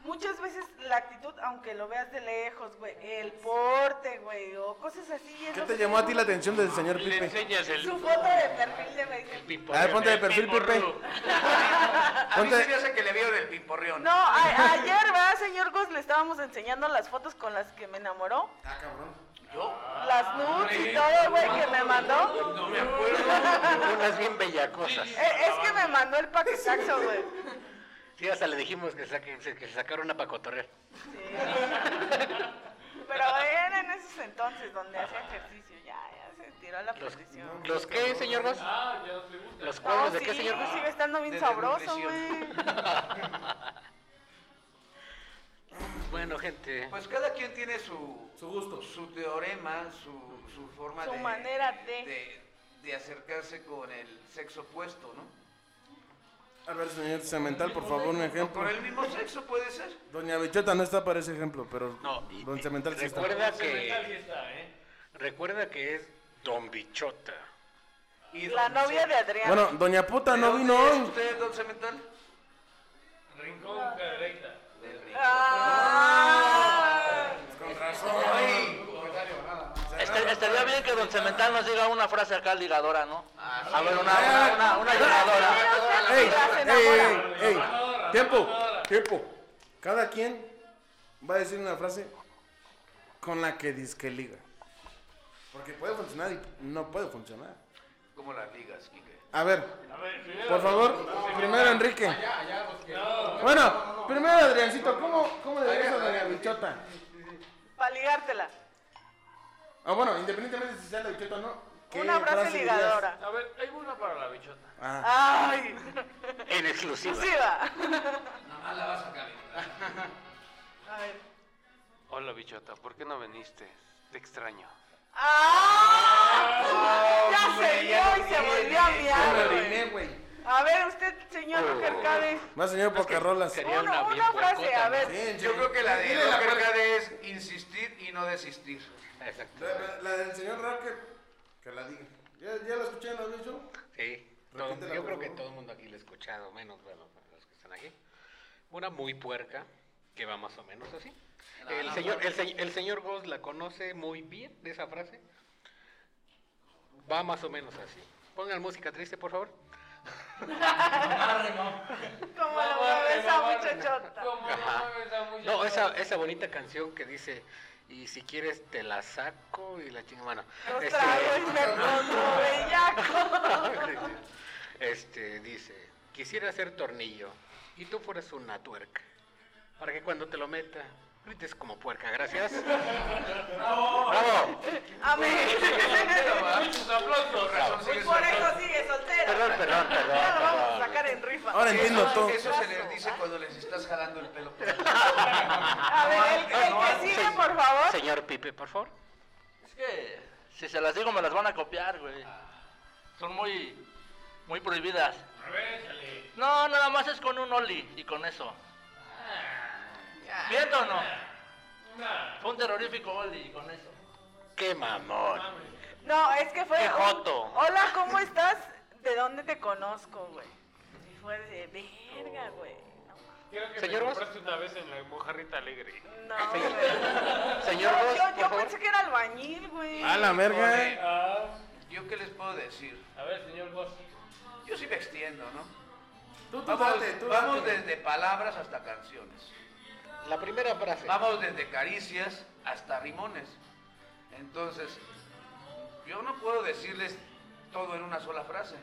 Speaker 9: Muchas veces la actitud, aunque lo veas de lejos, güey, el porte, güey, o cosas así. es
Speaker 4: ¿Qué
Speaker 9: lo
Speaker 4: te
Speaker 9: que-
Speaker 4: llamó a ti la atención del señor
Speaker 5: Le
Speaker 4: Pipe?
Speaker 5: enseñas
Speaker 9: Su
Speaker 5: el
Speaker 9: foto de perfil de Facebook.
Speaker 5: pimpo.
Speaker 4: A ver, ponte de perfil, Pipe.
Speaker 2: Ah, A mí
Speaker 4: Ponte-
Speaker 2: se me hace que le vieron el pimporrión.
Speaker 9: No, a- ayer, ¿verdad, señor Gus? Le estábamos enseñando las fotos con las que me enamoró.
Speaker 4: Ah, cabrón.
Speaker 2: ¿Yo?
Speaker 9: Las nudes
Speaker 4: Ah,
Speaker 9: y todo, güey, que me mandó.
Speaker 2: No me acuerdo.
Speaker 7: Unas bien bellacosas.
Speaker 9: Eh, Es que me mandó el paquetaxo, güey.
Speaker 7: Sí, hasta le dijimos que, saque, que sacara una para cotorrear.
Speaker 9: Pero era en esos entonces donde hacía ejercicio, ya, ya se tiró a la posición.
Speaker 7: ¿Los qué, señor Goss?
Speaker 5: Ah, ya no te gusta.
Speaker 7: ¿Los
Speaker 9: No,
Speaker 7: cuadros de
Speaker 9: sí,
Speaker 7: qué, señor Goss?
Speaker 9: sigue estando bien
Speaker 2: De
Speaker 9: sabroso, güey.
Speaker 2: desnutrición.
Speaker 7: Bueno, gente.
Speaker 2: Pues cada quien tiene su,
Speaker 4: Su gusto.
Speaker 2: su teorema, su, su forma
Speaker 9: Su
Speaker 2: de,
Speaker 9: manera de-
Speaker 2: de de acercarse con el sexo opuesto, ¿no?
Speaker 4: A ver, señor cemental, por favor, un
Speaker 2: O
Speaker 4: ejemplo.
Speaker 2: con el mismo sexo puede ser.
Speaker 4: Doña Bichota no está para ese ejemplo, pero
Speaker 7: No, y-
Speaker 4: don
Speaker 7: y-
Speaker 4: cemental sí está.
Speaker 7: recuerda
Speaker 5: Ahí
Speaker 7: que,
Speaker 5: está, ¿eh?
Speaker 7: recuerda que es Don Bichota.
Speaker 2: Y
Speaker 9: La
Speaker 2: don-
Speaker 9: novia de Adrián.
Speaker 4: Bueno, doña puta
Speaker 2: ¿De
Speaker 4: no
Speaker 2: dónde
Speaker 4: vino
Speaker 2: es
Speaker 4: hoy.
Speaker 2: ¿Usted, don Cemental?
Speaker 5: Rincón recta.
Speaker 2: Del río.
Speaker 9: Ah.
Speaker 4: Con razón.
Speaker 6: Ah.
Speaker 2: Ay, comentario, nada más.
Speaker 15: Este,
Speaker 7: estaría bien que Don Cemental nos diga una frase acá ligadora, ¿no? A ver, una, una, una, una ligadora.
Speaker 4: ¡Ey! ¡Ey, ey, ey! ¡Tiempo! ¡Tiempo! Cada quien va a decir una frase con la que disque liga. Porque puede funcionar y no puede funcionar.
Speaker 2: ¿Cómo las ligas, Quique?
Speaker 4: A ver, por favor, primero Enrique. Bueno, primero Adriancito, ¿cómo, cómo le dirías a Doña Bichota?
Speaker 6: Para ligártela.
Speaker 4: Ah, bueno, independientemente de si sea la Bichota o no. ¿qué
Speaker 6: Una frase
Speaker 4: dirías?
Speaker 6: ligadora.
Speaker 5: A ver, hay una para la bichota.
Speaker 4: Ah,
Speaker 6: ¡Ay!
Speaker 3: En exclusiva.
Speaker 6: ¡Exclusiva!
Speaker 5: Nada la vas a calentar.
Speaker 6: A ver.
Speaker 5: Hola bichota, ¿por qué no viniste? Te extraño.
Speaker 6: ¡Ah! Ya se dio y se volvió a
Speaker 4: ya me
Speaker 6: mirar, güey.
Speaker 4: oriné, güey.
Speaker 6: A ver, usted, señor Rujercades.
Speaker 4: Más señor Pocarrolas.
Speaker 6: Una, una frase, a ver.
Speaker 4: Sí, sí.
Speaker 2: Yo creo que la de
Speaker 4: Dile
Speaker 2: la
Speaker 4: frase-
Speaker 2: carga es insistir y no desistir.
Speaker 9: Exacto.
Speaker 4: La, la- la del señor Rocker, que la diga. ¿Ya, ya la escuché en la show?
Speaker 3: Sí. todo-
Speaker 4: Repítela,
Speaker 3: yo
Speaker 4: por
Speaker 3: creo que
Speaker 4: favor.
Speaker 3: todo el mundo aquí lo ha escuchado, menos bueno, los que están aquí. Una muy puerca, que va más o menos así. El señor, el, se- el señor Goss la conoce muy bien, de esa frase. Va más o menos así. Pongan música triste, por favor.
Speaker 6: ¿Cómo lo mueve esa muchachota?
Speaker 3: Ajá. No, esa, esa bonita canción que dice, y si quieres te la saco y la chinga, bueno.
Speaker 6: Los
Speaker 3: este-
Speaker 6: traigo y me pongo bellaco.
Speaker 3: Este dice, quisiera hacer tornillo y tú fueras una tuerca, para que cuando te lo meta, grites como puerca, gracias. ¡Bravo!
Speaker 6: Amén.
Speaker 5: aplausos, razón.
Speaker 6: Y por eso sigue soltera.
Speaker 3: Perdón, perdón, perdón,
Speaker 6: Ya lo vamos a
Speaker 3: perdón.
Speaker 6: sacar en rifa.
Speaker 4: Ahora entiendo
Speaker 2: eso,
Speaker 4: todo.
Speaker 2: eso se les dice cuando les estás jalando el pelo.
Speaker 6: A ver, el,
Speaker 7: Ah,
Speaker 6: el que sigue, por favor.
Speaker 3: Señor Pipe, por favor.
Speaker 7: Es que si se las digo me las van a copiar, güey. Son muy, muy prohibidas. No, nada más es con un Oli y con eso. ¿Miento o no? Fue un terrorífico Oli y con eso.
Speaker 3: ¡Qué mamón!
Speaker 6: No, es que fue.
Speaker 7: Qué
Speaker 6: un,
Speaker 7: joto.
Speaker 6: Hola, ¿cómo estás? ¿De dónde te conozco, güey? Y fue de verga, güey.
Speaker 5: Quiero que
Speaker 3: Señor
Speaker 5: me
Speaker 3: Vos.
Speaker 5: compraste una vez en la mojarrita alegre.
Speaker 6: No, güey.
Speaker 3: Señor
Speaker 6: Yo-
Speaker 3: Vos,
Speaker 6: yo,
Speaker 3: por
Speaker 6: yo
Speaker 3: favor.
Speaker 6: pensé que era albañil, güey.
Speaker 4: A la merga, eh.
Speaker 5: Ah.
Speaker 2: Yo qué les puedo decir.
Speaker 5: A ver, señor Boss.
Speaker 2: Yo sí me extiendo, ¿no?
Speaker 4: Tú, tú
Speaker 2: Vamos,
Speaker 4: date, tú
Speaker 2: vamos
Speaker 4: date.
Speaker 2: desde palabras hasta canciones.
Speaker 3: La primera frase.
Speaker 2: Vamos desde caricias hasta rimones. Entonces, yo no puedo decirles todo en una sola frase.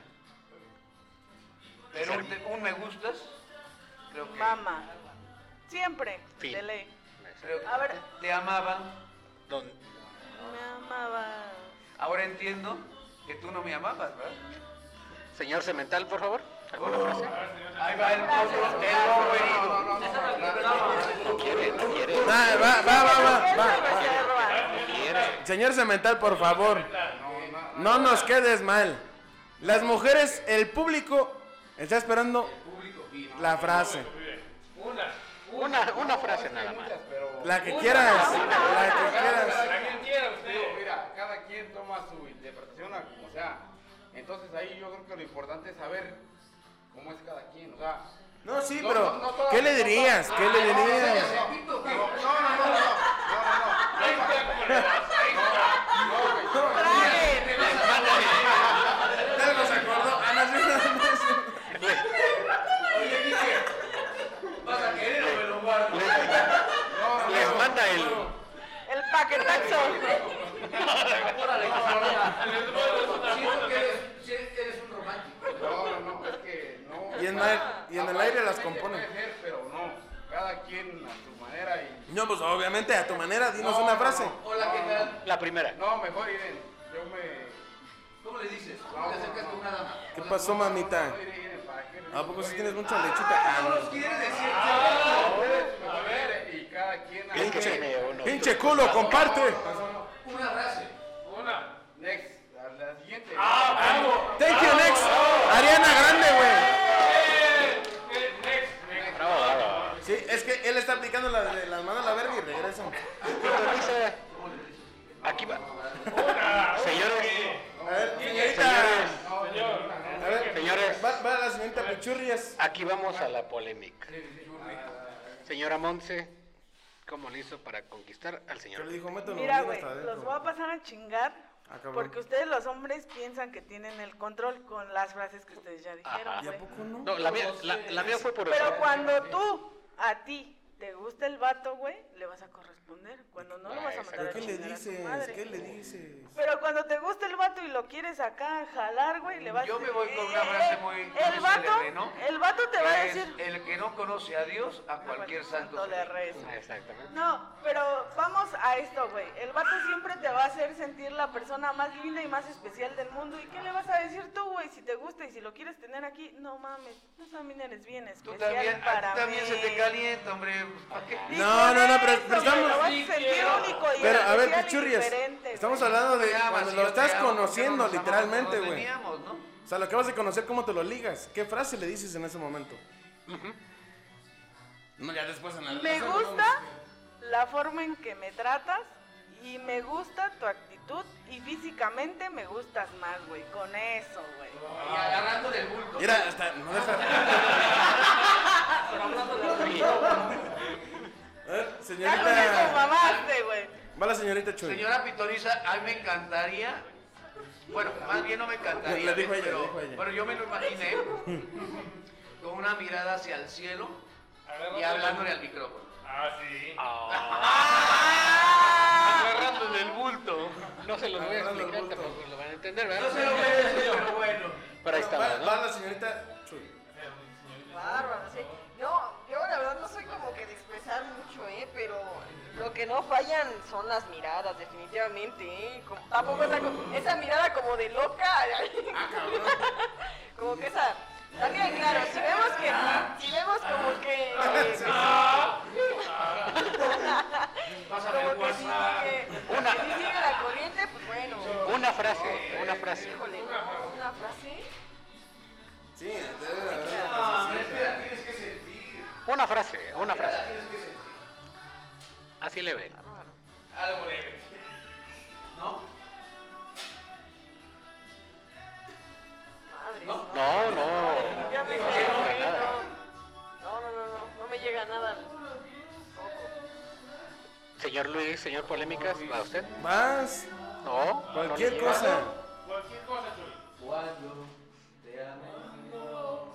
Speaker 2: Pero un, te- un me gustas, creo que,
Speaker 6: Mama. Siempre.
Speaker 3: Fin.
Speaker 6: De ley.
Speaker 2: creo que
Speaker 6: A ver.
Speaker 2: te amaba.
Speaker 3: Don-
Speaker 6: Me amaba.
Speaker 2: Ahora entiendo que tú no me amabas, ¿verdad?
Speaker 3: Señor Cemental, por favor. ¿Alguna frase?
Speaker 2: Ahí va el otro, el otro herido.
Speaker 3: No quiere, no quiere,
Speaker 4: Va, va, va, va, va,
Speaker 6: Siempre se roba.
Speaker 3: no quiere.
Speaker 4: va. Señor Cemental, por favor. No nos quedes mal. Las mujeres, el público está esperando la frase.
Speaker 3: Una, una frase nada más.
Speaker 4: La que quieras. La que quieras.
Speaker 5: ¿A quién quiera usted?
Speaker 9: Digo, mira, cada quien toma su interpretación a como sea. Entonces ahí yo creo que lo importante es saber cómo es cada quien. O sea,
Speaker 4: No, sí,
Speaker 9: No, no, no,
Speaker 4: pero
Speaker 9: todas,
Speaker 4: ¿qué le
Speaker 9: no,
Speaker 4: dirías?
Speaker 9: todas.
Speaker 4: ¿Qué le dirías?
Speaker 9: no, no, no, no, no, no, no, no.
Speaker 6: Trague.
Speaker 4: Ya nos acordó. Ah, no, sí, no, no, sí.
Speaker 3: Les manda el...
Speaker 6: El paquetazo.
Speaker 2: Siento que eres, sí, eres un romántico.
Speaker 9: No, no, no, es que no.
Speaker 4: Y en la- y en el aire las componen.
Speaker 9: Puede ser, pero no. Cada quien a su manera y.
Speaker 4: No, pues obviamente, a tu manera, dinos
Speaker 9: No,
Speaker 4: una
Speaker 9: no,
Speaker 4: frase.
Speaker 9: no.
Speaker 2: Hola, ¿qué tal?
Speaker 3: La primera.
Speaker 9: No, mejor Irene. Yo me.
Speaker 2: ¿Cómo le dices? ¿Cómo te acercas con una dama?
Speaker 4: ¿Qué pasó, mamita?
Speaker 9: no, Irene, Irene, ¿para qué le
Speaker 4: ¿A
Speaker 9: digo?
Speaker 4: poco sí
Speaker 9: Irene,
Speaker 4: tienes mucha lechita?
Speaker 2: No
Speaker 4: Ah,
Speaker 2: los quiere decir. chaval.
Speaker 9: ustedes, A ver, y cada quien.
Speaker 3: Es que tiene
Speaker 4: Pinche,
Speaker 3: uno.
Speaker 4: pinche culo, comparte.
Speaker 2: Una frase.
Speaker 5: Una.
Speaker 9: Next, la, la siguiente.
Speaker 5: Ah,
Speaker 4: Thank you, next. Ariana Grande, güey.
Speaker 5: Next, next.
Speaker 3: Bravo, bravo.
Speaker 4: Sí, es que él está aplicando la de las manos a la verga y regresa.
Speaker 3: Sintoniza. Aquí va. Señores,
Speaker 4: A ver,
Speaker 3: señores,
Speaker 4: señorita. A ver,
Speaker 3: Señores.
Speaker 4: Va, va la señorita Pichurrias.
Speaker 3: aquí vamos a la polémica. Señora Monse,
Speaker 7: ¿Cómo le hizo para conquistar al señor?
Speaker 4: le dijo, mételo
Speaker 9: Mira, güey, los voy a pasar a chingar
Speaker 7: Ah, cabrón.
Speaker 9: porque ustedes los hombres piensan que tienen el control con las frases que ustedes ya dijeron.
Speaker 7: Ajá.
Speaker 9: güey.
Speaker 4: no?
Speaker 7: la mía, la, la mía fue por
Speaker 9: Pero cuando tú, a ti, te gusta el vato, güey, le vas a corresponder. Cuando no, lo
Speaker 2: Ah,
Speaker 9: vas a mandar a
Speaker 4: ¿Qué le
Speaker 9: chingar a tu
Speaker 4: dices?
Speaker 9: madre.
Speaker 4: ¿Qué le dices?
Speaker 9: Pero cuando te gusta el vato y lo quieres acá jalar, güey, le vas
Speaker 2: Yo me voy con una
Speaker 9: Eh,
Speaker 2: frase
Speaker 9: eh,
Speaker 2: muy
Speaker 9: El vato, el vato te va a decir,
Speaker 2: El que no conoce a Dios, a cualquier santo
Speaker 9: santo le
Speaker 2: se
Speaker 9: reza.
Speaker 7: Exactamente.
Speaker 9: No, pero vamos a esto, güey. El vato siempre te va a hacer sentir la persona más linda y más especial del mundo. ¿Y qué le vas a decir tú, güey? Si te gusta y si lo quieres tener aquí, no mames, tú también eres bien
Speaker 2: Tú
Speaker 9: especial
Speaker 2: también, a
Speaker 9: para
Speaker 2: ti también
Speaker 9: mí.
Speaker 2: se te calienta, hombre. ¿Para qué?
Speaker 4: No, no, no, pero, pero
Speaker 9: Eso, güey,
Speaker 4: estamos.
Speaker 9: lo vas a sentir único y
Speaker 4: Pero, a ver,
Speaker 9: especial y
Speaker 4: pichurrias.
Speaker 9: diferente,
Speaker 4: Estamos
Speaker 9: güey.
Speaker 4: hablando de
Speaker 2: Te amas
Speaker 4: cuando
Speaker 2: y
Speaker 4: lo
Speaker 2: yo te
Speaker 4: estás
Speaker 2: amo,
Speaker 4: conociendo,
Speaker 2: porque no nos amamos,
Speaker 4: literalmente,
Speaker 2: nos
Speaker 4: güey.
Speaker 2: teníamos, ¿no?
Speaker 4: O sea, lo acabas de conocer, ¿cómo te lo ligas? ¿Qué frase le dices en ese momento? No, ya después en el...
Speaker 9: Me gusta la forma en que me tratas y me gusta tu actitud y físicamente me gustas más, güey. Con eso, güey.
Speaker 2: Y agarrándole el bulto.
Speaker 4: Mira, hasta... No deja... A ver,
Speaker 9: Ya con eso
Speaker 4: señorita...
Speaker 9: mamaste, güey.
Speaker 4: Va la señorita Chuy.
Speaker 2: Señora Pitoriza, a mí me encantaría. Bueno, más bien no me encantaría.
Speaker 4: Le dijo ella,
Speaker 2: pero,
Speaker 4: le dijo ella.
Speaker 2: bueno, yo me lo imaginé con una mirada hacia el cielo y
Speaker 5: Agárrate
Speaker 2: hablándole al micrófono.
Speaker 5: Ah, sí.
Speaker 7: Agarrándole el bulto. No se los voy a
Speaker 4: Agarrándole el
Speaker 7: explicar,
Speaker 4: bulto.
Speaker 7: tampoco lo van a entender, ¿verdad?
Speaker 2: No se lo voy a decir, pero bueno.
Speaker 7: Pero ahí
Speaker 4: Va,
Speaker 7: estaba, ¿no?
Speaker 4: va la señorita Chuy.
Speaker 6: Bárbaro, sí. No, yo la verdad no soy como que de expresar mucho, ¿eh? Pero lo que no fallan son las miradas, definitivamente, ¿eh? Como- tampoco esa, co- esa mirada como de loca. como que esa... También, claro, si vemos que... Si vemos como que... eh,
Speaker 2: Pásame el
Speaker 6: como que sí,
Speaker 2: WhatsApp.
Speaker 6: que- que sí sigue la corriente, pues bueno.
Speaker 7: Una frase, una frase.
Speaker 6: Híjole, ¿no? una frase...
Speaker 4: Sí, debe de haber-
Speaker 7: Una frase, una frase. Así le ve.
Speaker 2: Algo leve. ¿No?
Speaker 6: Madre.
Speaker 7: No, no.
Speaker 6: Ya me quedé, no, no, no, no, no me llega nada.
Speaker 7: Señor Luis, señor Polémicas, ¿va usted?
Speaker 4: Más,
Speaker 7: No. no le
Speaker 4: cualquier
Speaker 7: llega.
Speaker 4: cosa.
Speaker 5: Cualquier cosa, Chuy.
Speaker 2: Cuando te amo.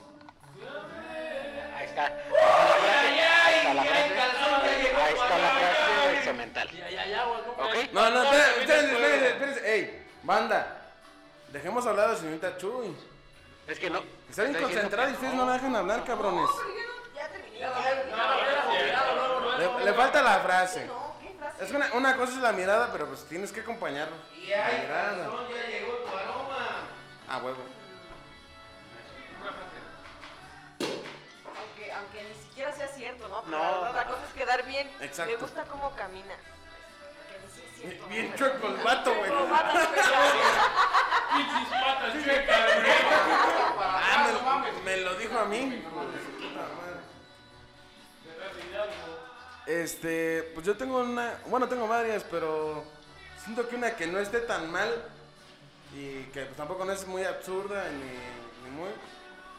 Speaker 7: Ahí está.
Speaker 2: ¡Ay, ay,
Speaker 7: Hasta la
Speaker 2: ay! ¡Ya el
Speaker 7: frase.
Speaker 2: calzón ya llegó
Speaker 7: Ahí está
Speaker 2: para
Speaker 7: la frase
Speaker 2: acá!
Speaker 7: instrumental.
Speaker 2: Ya, ya, ya, güey, no
Speaker 7: ¿Ok?
Speaker 4: No, no,
Speaker 5: No, también
Speaker 4: espérense, espérense,
Speaker 5: es
Speaker 4: espérense,
Speaker 5: juego.
Speaker 4: espérense. Ey, banda, dejemos hablar a la señorita Chuy.
Speaker 7: Es que no.
Speaker 4: Está bien
Speaker 7: estoy diciendo
Speaker 4: concentrada y
Speaker 7: que
Speaker 4: ustedes no la dejan hablar, cabrones.
Speaker 6: Ya terminé.
Speaker 4: Le, le falta la frase. Es que una, una cosa es la mirada, pero pues tienes que acompañar la mirada.
Speaker 2: Ya llegó tu aroma.
Speaker 4: Ah, huevo.
Speaker 6: Aunque, aunque ni siquiera sea cierto, ¿no? Pero
Speaker 7: No.
Speaker 6: La, verdad, la cosa es quedar bien.
Speaker 4: Exacto.
Speaker 6: Me gusta cómo camina. Que ni si es cierto.
Speaker 4: Bien chueco el vato, güey.
Speaker 5: Pinches patas chuecas, güey.
Speaker 4: Ah, me, lo- me lo dijo a mí. Este, pues yo tengo una, bueno, tengo varias, pero siento que una que no esté tan mal y que pues, tampoco no es muy absurda ni, ni muy,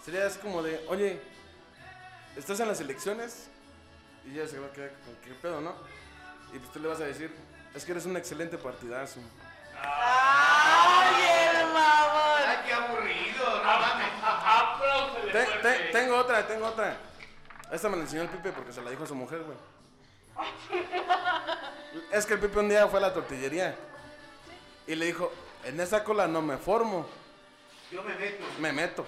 Speaker 4: sería así como de, oye, estás en las elecciones y ya se va a quedar con qué pedo, ¿no? Y pues tú le vas a decir, es que eres un excelente partidazo.
Speaker 9: ¡Ay, el mamón!
Speaker 2: Ay, qué aburrido, no mames.
Speaker 5: Apláusele
Speaker 4: Te-
Speaker 5: fuerte.
Speaker 4: te- tengo otra, tengo otra. Esta me la enseñó el Pipe porque se la dijo a su mujer, güey. Es que el Pipe un día fue a la tortillería y le dijo, en esa cola no me formo,
Speaker 2: Yo me meto.
Speaker 4: me meto.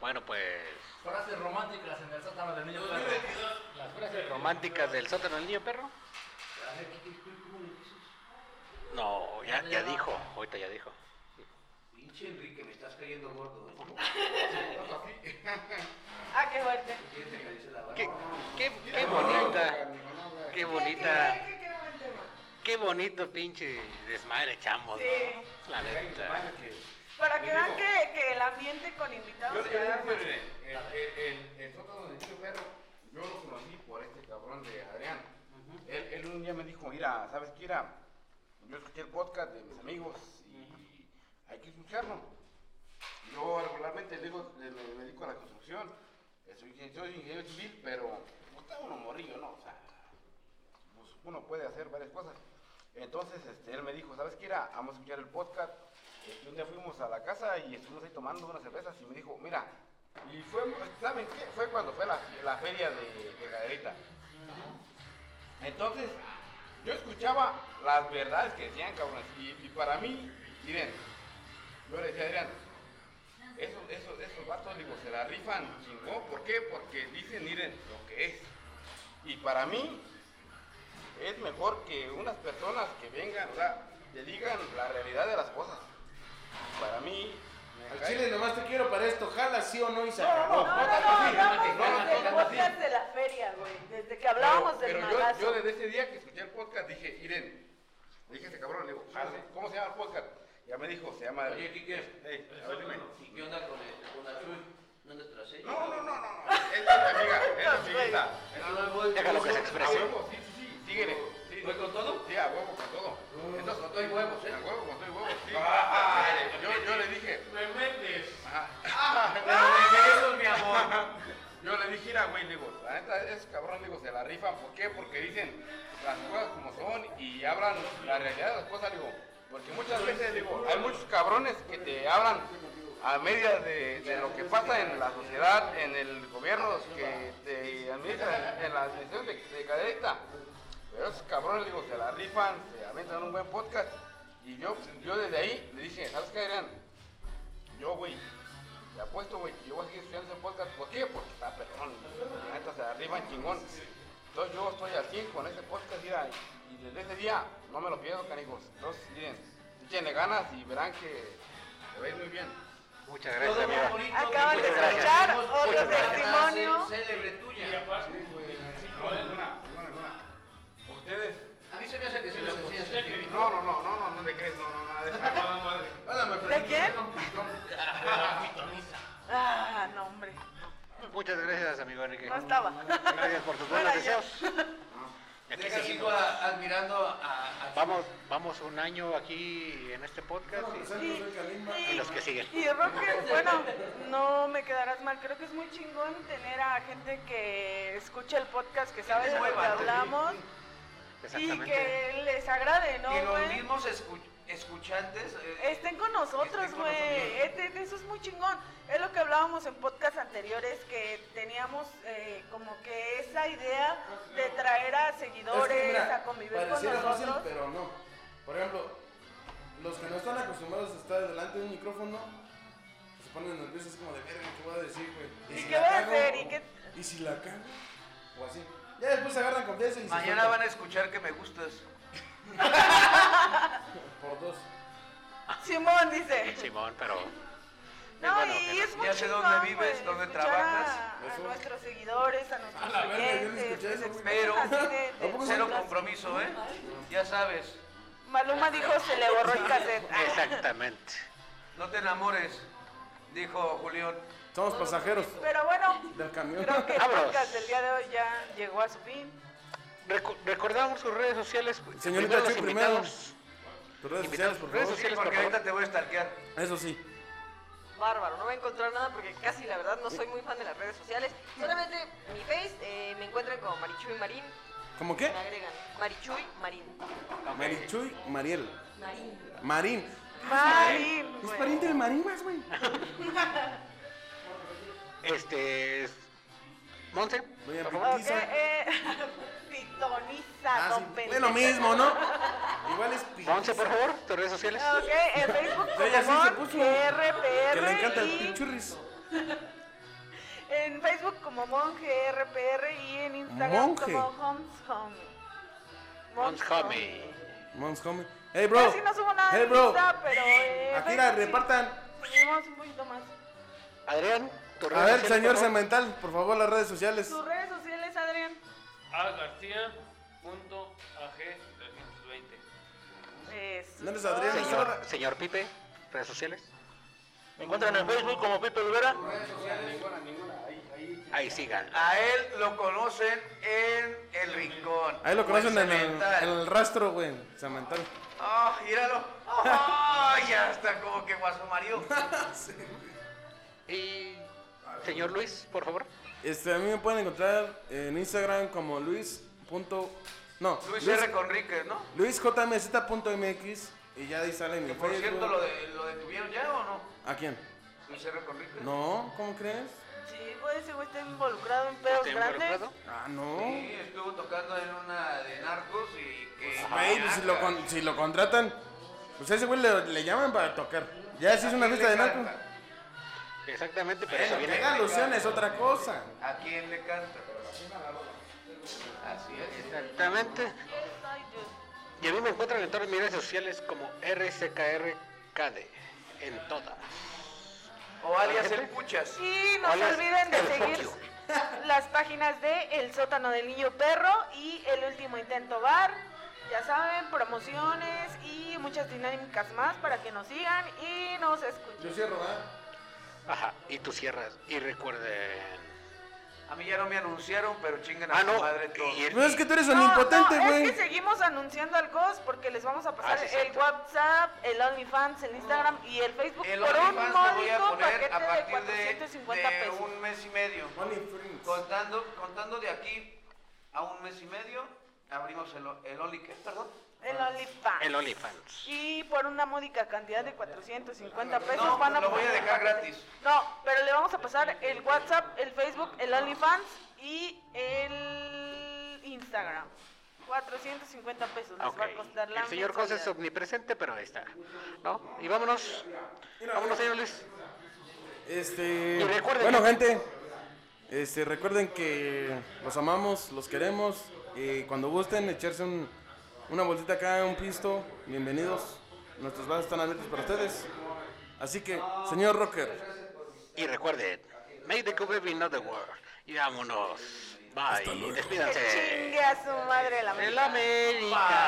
Speaker 7: Bueno, pues.
Speaker 2: Frases románticas en el sótano del niño.
Speaker 7: Románticas del sótano del niño perro. No, ya, ya dijo. Ahorita ya dijo.
Speaker 2: Pinche Enrique, me estás cayendo gordo. ¿eh?
Speaker 9: ¡Ah, qué fuerte!
Speaker 2: Fíjate que dice la barba.
Speaker 7: Qué, qué, qué bonita. Qué bonita. Qué bonito pinche desmadre chambos.
Speaker 9: Sí.
Speaker 7: ¿no? La neta.
Speaker 9: Para que vean que, que el ambiente con invitados se da más.
Speaker 16: El sótano de Tío Perro, yo lo conocí por este cabrón de Adrián. Él, él un día me dijo, mira, ¿sabes qué era? Yo escuché el podcast de mis amigos y hay que escucharlo. Y yo
Speaker 2: yo regularmente le digo, le, le dedico a la construcción. Eh, Soy, ingeniero- soy ingeniero civil, pero pues, está uno morrillo, ¿no? O sea, pues, uno puede hacer varias cosas. Entonces este, él me dijo, ¿sabes qué? Era? Vamos a escuchar el podcast. Eh, Y un día fuimos a la casa y estuvimos ahí tomando unas cervezas y me dijo, mira, y fue, ¿saben qué? Fue cuando fue la, la feria de, de Cadereyta. Entonces, yo escuchaba las verdades que decían, cabrones. Y, y para mí, miren, yo le decía a Adrián, esos, esos, esos vatos, digo, se la rifan chingón. ¿Por qué? Porque dicen, miren, lo que es. Y para mí, es mejor que unas personas que vengan, o sea, te digan la realidad de las cosas. Para mí, me
Speaker 4: Al
Speaker 2: cae-
Speaker 4: chile nomás te quiero para esto, jala sí o no y se acabó.
Speaker 9: No, no, hablamos desde el podcast de la feria, güey. Desde que hablábamos del
Speaker 2: pero, pero yo-
Speaker 9: malazo.
Speaker 2: yo, desde ese día que escuché el podcast dije, Irene, le dije a ese cabrón, le digo, "Jale, ¿cómo se llama el podcast? Ya me dijo, se llama...
Speaker 3: Oye, Kike,
Speaker 2: Ey, a ver, dime.
Speaker 3: ¿y qué onda con, el, con Azul? ¿No es nuestra serie?
Speaker 2: No, no, no, no, no. Es mi amiga, es mi amiguita.
Speaker 3: Déjalo que se
Speaker 2: exprese. A huevo, sí, sí, sí, síguele. Sí, ¿Voy con todo? Sí, a huevo, con todo. Entonces, con todo y huevos, ¿eh? A huevo, con todo y huevos, sí. Ándale, yo, yo le dije...
Speaker 5: Me metes.
Speaker 2: Ah,
Speaker 5: Eso es mi amor.
Speaker 2: Yo le dije, mira, güey, le digo, la neta, esos cabrones, digo, se la rifan. ¿Por qué? Porque dicen las cosas como son y hablan la realidad de las cosas, digo. Porque muchas veces, digo, hay muchos cabrones que te hablan a media de, de lo que pasa en la sociedad, en el gobierno que te administran, en la administración de, de Cadereyta. Pero esos cabrones, digo, se la rifan, se aventan un buen podcast. Y yo, yo desde ahí le dije, ¿sabes qué, Adrián? Yo, güey, te apuesto, güey, que yo voy a seguir estudiando ese podcast. ¿Por qué? Porque está perdón. La neta se arriba chingón. Entonces yo estoy así con ese podcast, mira, y desde ese día no me lo pierdo, canijos. Entonces, miren, échenle ganas y verán que se va a ir muy bien.
Speaker 7: Muchas
Speaker 2: gracias, amiga.
Speaker 9: Acaban de escuchar otro testimonio.
Speaker 3: Célebre tuya.
Speaker 2: Ustedes.
Speaker 3: A mí se me hace que se los enseñas.
Speaker 2: No, no, no, no, no, no te crees, no, no, nada de eso.
Speaker 9: ¿De quién? Ah, no, hombre.
Speaker 7: Muchas gracias, amigo Enrique.
Speaker 9: No estaba.
Speaker 7: Gracias por tus buenos
Speaker 9: Fuera ya.
Speaker 7: deseos. Y aquí
Speaker 3: Deja sigo
Speaker 7: seguimos.
Speaker 3: a- admirando a, a
Speaker 7: Vamos, vamos un año aquí en este podcast y, y los que siguen.
Speaker 9: Y yo creo que, bueno, no me quedarás mal. Creo que es muy chingón tener a gente que escucha el podcast, que sabe de lo que
Speaker 3: Nueva, sí.
Speaker 9: hablamos y
Speaker 7: Exactamente.
Speaker 9: que les agrade, ¿no,
Speaker 3: que los
Speaker 9: güey?
Speaker 3: mismos escu- escuchantes. eh,
Speaker 9: Estén con nosotros,
Speaker 3: Estén con
Speaker 9: güey.
Speaker 3: nosotros.
Speaker 9: Este- este- Eso es muy chingón. Es lo que hablábamos en podcasts anteriores, que teníamos eh, como que esa idea de traer a seguidores,
Speaker 4: Es que, mira,
Speaker 9: a convivir con
Speaker 4: pareciera
Speaker 9: nosotros.
Speaker 4: fácil, pero no. Por ejemplo, los que no están acostumbrados a estar delante de un micrófono, se ponen nerviosos como de verga, ¿qué voy a decir, güey?
Speaker 9: ¿Y qué
Speaker 4: la
Speaker 9: voy a
Speaker 4: cago?
Speaker 9: hacer? ¿Y qué-
Speaker 4: ¿Y si la cago? O así. Ya después se agarran confianza y se
Speaker 3: mañana van
Speaker 4: sueltan.
Speaker 3: a escuchar que me gustas.
Speaker 4: Por dos.
Speaker 9: Simón dice.
Speaker 7: Simón, pero
Speaker 9: No,
Speaker 7: bueno,
Speaker 9: y
Speaker 7: que
Speaker 9: es
Speaker 7: no.
Speaker 9: muy
Speaker 3: Ya sé
Speaker 9: chingón,
Speaker 3: dónde vives,
Speaker 9: güey,
Speaker 3: dónde
Speaker 9: escuchar
Speaker 3: trabajas.
Speaker 9: A, a
Speaker 4: Eso.
Speaker 9: nuestros seguidores, a nuestros
Speaker 4: A la verga, yo no
Speaker 9: clientes, pues,
Speaker 4: escuché eso, güey.
Speaker 3: Pero,
Speaker 4: poco
Speaker 3: cero
Speaker 4: son-
Speaker 3: compromiso, ¿eh? Ya sabes,
Speaker 9: Maluma dijo se le borró el cassette.
Speaker 7: exactamente.
Speaker 3: no te enamores, dijo Julián.
Speaker 4: Somos pasajeros
Speaker 9: Pero bueno,
Speaker 4: del camión.
Speaker 9: creo que el
Speaker 7: Vámonos.
Speaker 9: podcast del día de hoy ya llegó a su fin.
Speaker 7: Recu- recordamos sus redes sociales. pues,
Speaker 4: Señorita
Speaker 7: los
Speaker 4: Chu, primero.
Speaker 7: invitados.
Speaker 4: Tus redes
Speaker 7: Invitados,
Speaker 4: sociales, por
Speaker 7: redes
Speaker 3: Sí,
Speaker 4: favor.
Speaker 7: sociales, por
Speaker 3: porque
Speaker 7: favor.
Speaker 3: ahorita te voy a stalkear.
Speaker 4: Eso sí.
Speaker 6: Bárbaro, no voy a encontrar nada porque casi la verdad no soy muy fan de las redes sociales. Solamente mi face eh, me encuentran como Marichuy Marín.
Speaker 4: ¿Cómo qué?
Speaker 6: Me agregan Marichuy Marín.
Speaker 4: Marichuy Mariel.
Speaker 6: Marín.
Speaker 4: Marín.
Speaker 9: Marín,
Speaker 4: Es
Speaker 9: güey.
Speaker 4: pariente del Marín, más, güey.
Speaker 7: Este. es- Monse,
Speaker 4: Doña
Speaker 7: por favor.
Speaker 9: Ok,
Speaker 4: Pitisa.
Speaker 9: eh, pitoniza,
Speaker 4: Ah,
Speaker 9: don
Speaker 4: sí.
Speaker 9: Pedro.
Speaker 4: Es lo mismo, ¿no? Igual es
Speaker 7: Monse, por
Speaker 4: pizza.
Speaker 7: favor, tus redes sociales.
Speaker 9: Ok, en Facebook
Speaker 4: Sí, ella sí se
Speaker 9: como
Speaker 4: puso.
Speaker 9: GRPR
Speaker 4: Que le encanta el
Speaker 9: y
Speaker 4: pichurris.
Speaker 9: en Facebook como Monge RPR y en Instagram
Speaker 4: Monje.
Speaker 9: como Homes Home.
Speaker 7: Monse Homie.
Speaker 4: Mons Homie. Hey, bro.
Speaker 9: Casi no subo nada
Speaker 4: hey,
Speaker 9: en
Speaker 4: bro.
Speaker 9: Insta, pero eh,
Speaker 4: Akira,
Speaker 9: Facebook sí.
Speaker 4: repartan.
Speaker 9: Subimos un poquito más.
Speaker 7: Adrián, tus
Speaker 4: A
Speaker 7: redes
Speaker 4: ver,
Speaker 7: sociales,
Speaker 4: señor
Speaker 7: por favor.
Speaker 4: Cemental, por favor, las redes sociales.
Speaker 9: Tus redes sociales, Adrián.
Speaker 5: algarcía.ag320.
Speaker 9: Eso.
Speaker 4: No eres Adrián, eres
Speaker 7: Señor,
Speaker 4: ahora.
Speaker 7: señor Pipe, redes sociales.
Speaker 17: Me encuentran en Facebook como Pipe Olvera.
Speaker 7: Ahí sigan.
Speaker 3: A él lo conocen en el rincón.
Speaker 4: Ahí lo conocen
Speaker 3: Pues,
Speaker 4: en el,
Speaker 3: mental.
Speaker 4: en el rastro, güey. Cemental.
Speaker 3: ¡Ah, míralo! ¡Ay, hasta como que guasomario!
Speaker 7: Y señor Luis, por favor.
Speaker 4: Este, a mí me pueden encontrar en Instagram como luis. punto- no,
Speaker 2: Luis
Speaker 4: Luis-
Speaker 2: R. Conríquez, ¿no?
Speaker 4: luisjmz.mx y ya ahí sale mi
Speaker 2: Que por
Speaker 4: Facebook.
Speaker 2: cierto, lo, de, lo detuvieron ya o no?
Speaker 4: ¿A quién?
Speaker 2: Luis R. Conríquez.
Speaker 4: No, ¿cómo crees?
Speaker 9: Sí, güey, ese güey está involucrado en pedos grandes.
Speaker 4: Ah, no.
Speaker 2: Sí, estuvo tocando en una de narcos y que.
Speaker 4: Güey, pues si lo, con- si lo contratan, pues a ese güey le, le llaman para tocar. Ya si es una fiesta de narcos.
Speaker 7: Exactamente, pero eso
Speaker 4: Pero
Speaker 7: viene.
Speaker 4: que haga alusión es otra cosa.
Speaker 2: ¿A quién le canta? Así es.
Speaker 7: Exactamente. Y a mí me encuentran en todas mis redes sociales como RCKRKD. En todas.
Speaker 2: O alias el Puchas.
Speaker 9: Y no se
Speaker 7: Hola,
Speaker 9: olviden de
Speaker 7: el
Speaker 9: seguir
Speaker 7: Fokio.
Speaker 9: las páginas de El Sótano del Niño Perro y El Último Intento Bar. Ya saben, promociones y muchas dinámicas más para que nos sigan y nos escuchen.
Speaker 4: cierro, ¿verdad?
Speaker 7: Ajá. Y tú cierras. Y recuerden.
Speaker 2: A mí ya no me anunciaron, pero chingan a
Speaker 7: Ah,
Speaker 2: su
Speaker 7: no.
Speaker 2: madre todos.
Speaker 7: Y
Speaker 4: Pues es que tú eres un
Speaker 9: No,
Speaker 4: impotente,
Speaker 9: no,
Speaker 4: güey.
Speaker 9: es que seguimos anunciando al GOS porque les vamos a pasar
Speaker 7: Ah, sí,
Speaker 9: el
Speaker 7: cierto.
Speaker 9: WhatsApp, el OnlyFans, el Instagram y el Facebook
Speaker 2: El
Speaker 9: por un
Speaker 2: OnlyFans lo voy a
Speaker 9: módico
Speaker 2: poner
Speaker 9: paquete
Speaker 2: a
Speaker 9: de
Speaker 2: partir de,
Speaker 9: 450
Speaker 2: de
Speaker 9: pesos.
Speaker 2: un mes y medio.
Speaker 4: Only friends.
Speaker 2: Contando, contando de aquí a un mes y medio, abrimos el, o- el Only, ¿qué? perdón.
Speaker 9: El OnlyFans.
Speaker 7: el OnlyFans.
Speaker 9: Y por una módica cantidad de 450 pesos
Speaker 2: No,
Speaker 9: van a
Speaker 2: lo voy a
Speaker 9: poder-
Speaker 2: dejar gratis.
Speaker 9: No, pero le vamos a pasar el WhatsApp, el Facebook, el OnlyFans y el Instagram. 450 pesos les
Speaker 7: Ok.
Speaker 9: va a costar la
Speaker 7: El señor José es
Speaker 9: mensualidad.
Speaker 7: omnipresente, pero ahí está. ¿No? Y vámonos. Vámonos, señor Luis.
Speaker 4: Este.
Speaker 7: Y recuerden-
Speaker 4: Bueno, gente. Este, recuerden que los amamos, los queremos. Y cuando gusten, echarse un- una bolsita acá, un pisto. Bienvenidos. Nuestros vasos están abiertos para ustedes. Así que, señor Rocker,
Speaker 7: Y recuerden. Make the cover be not the world. Y vámonos. Bye.
Speaker 3: luego.
Speaker 9: Que
Speaker 7: Despídanse.
Speaker 9: chingue a su madre la
Speaker 7: El
Speaker 9: América.
Speaker 7: América.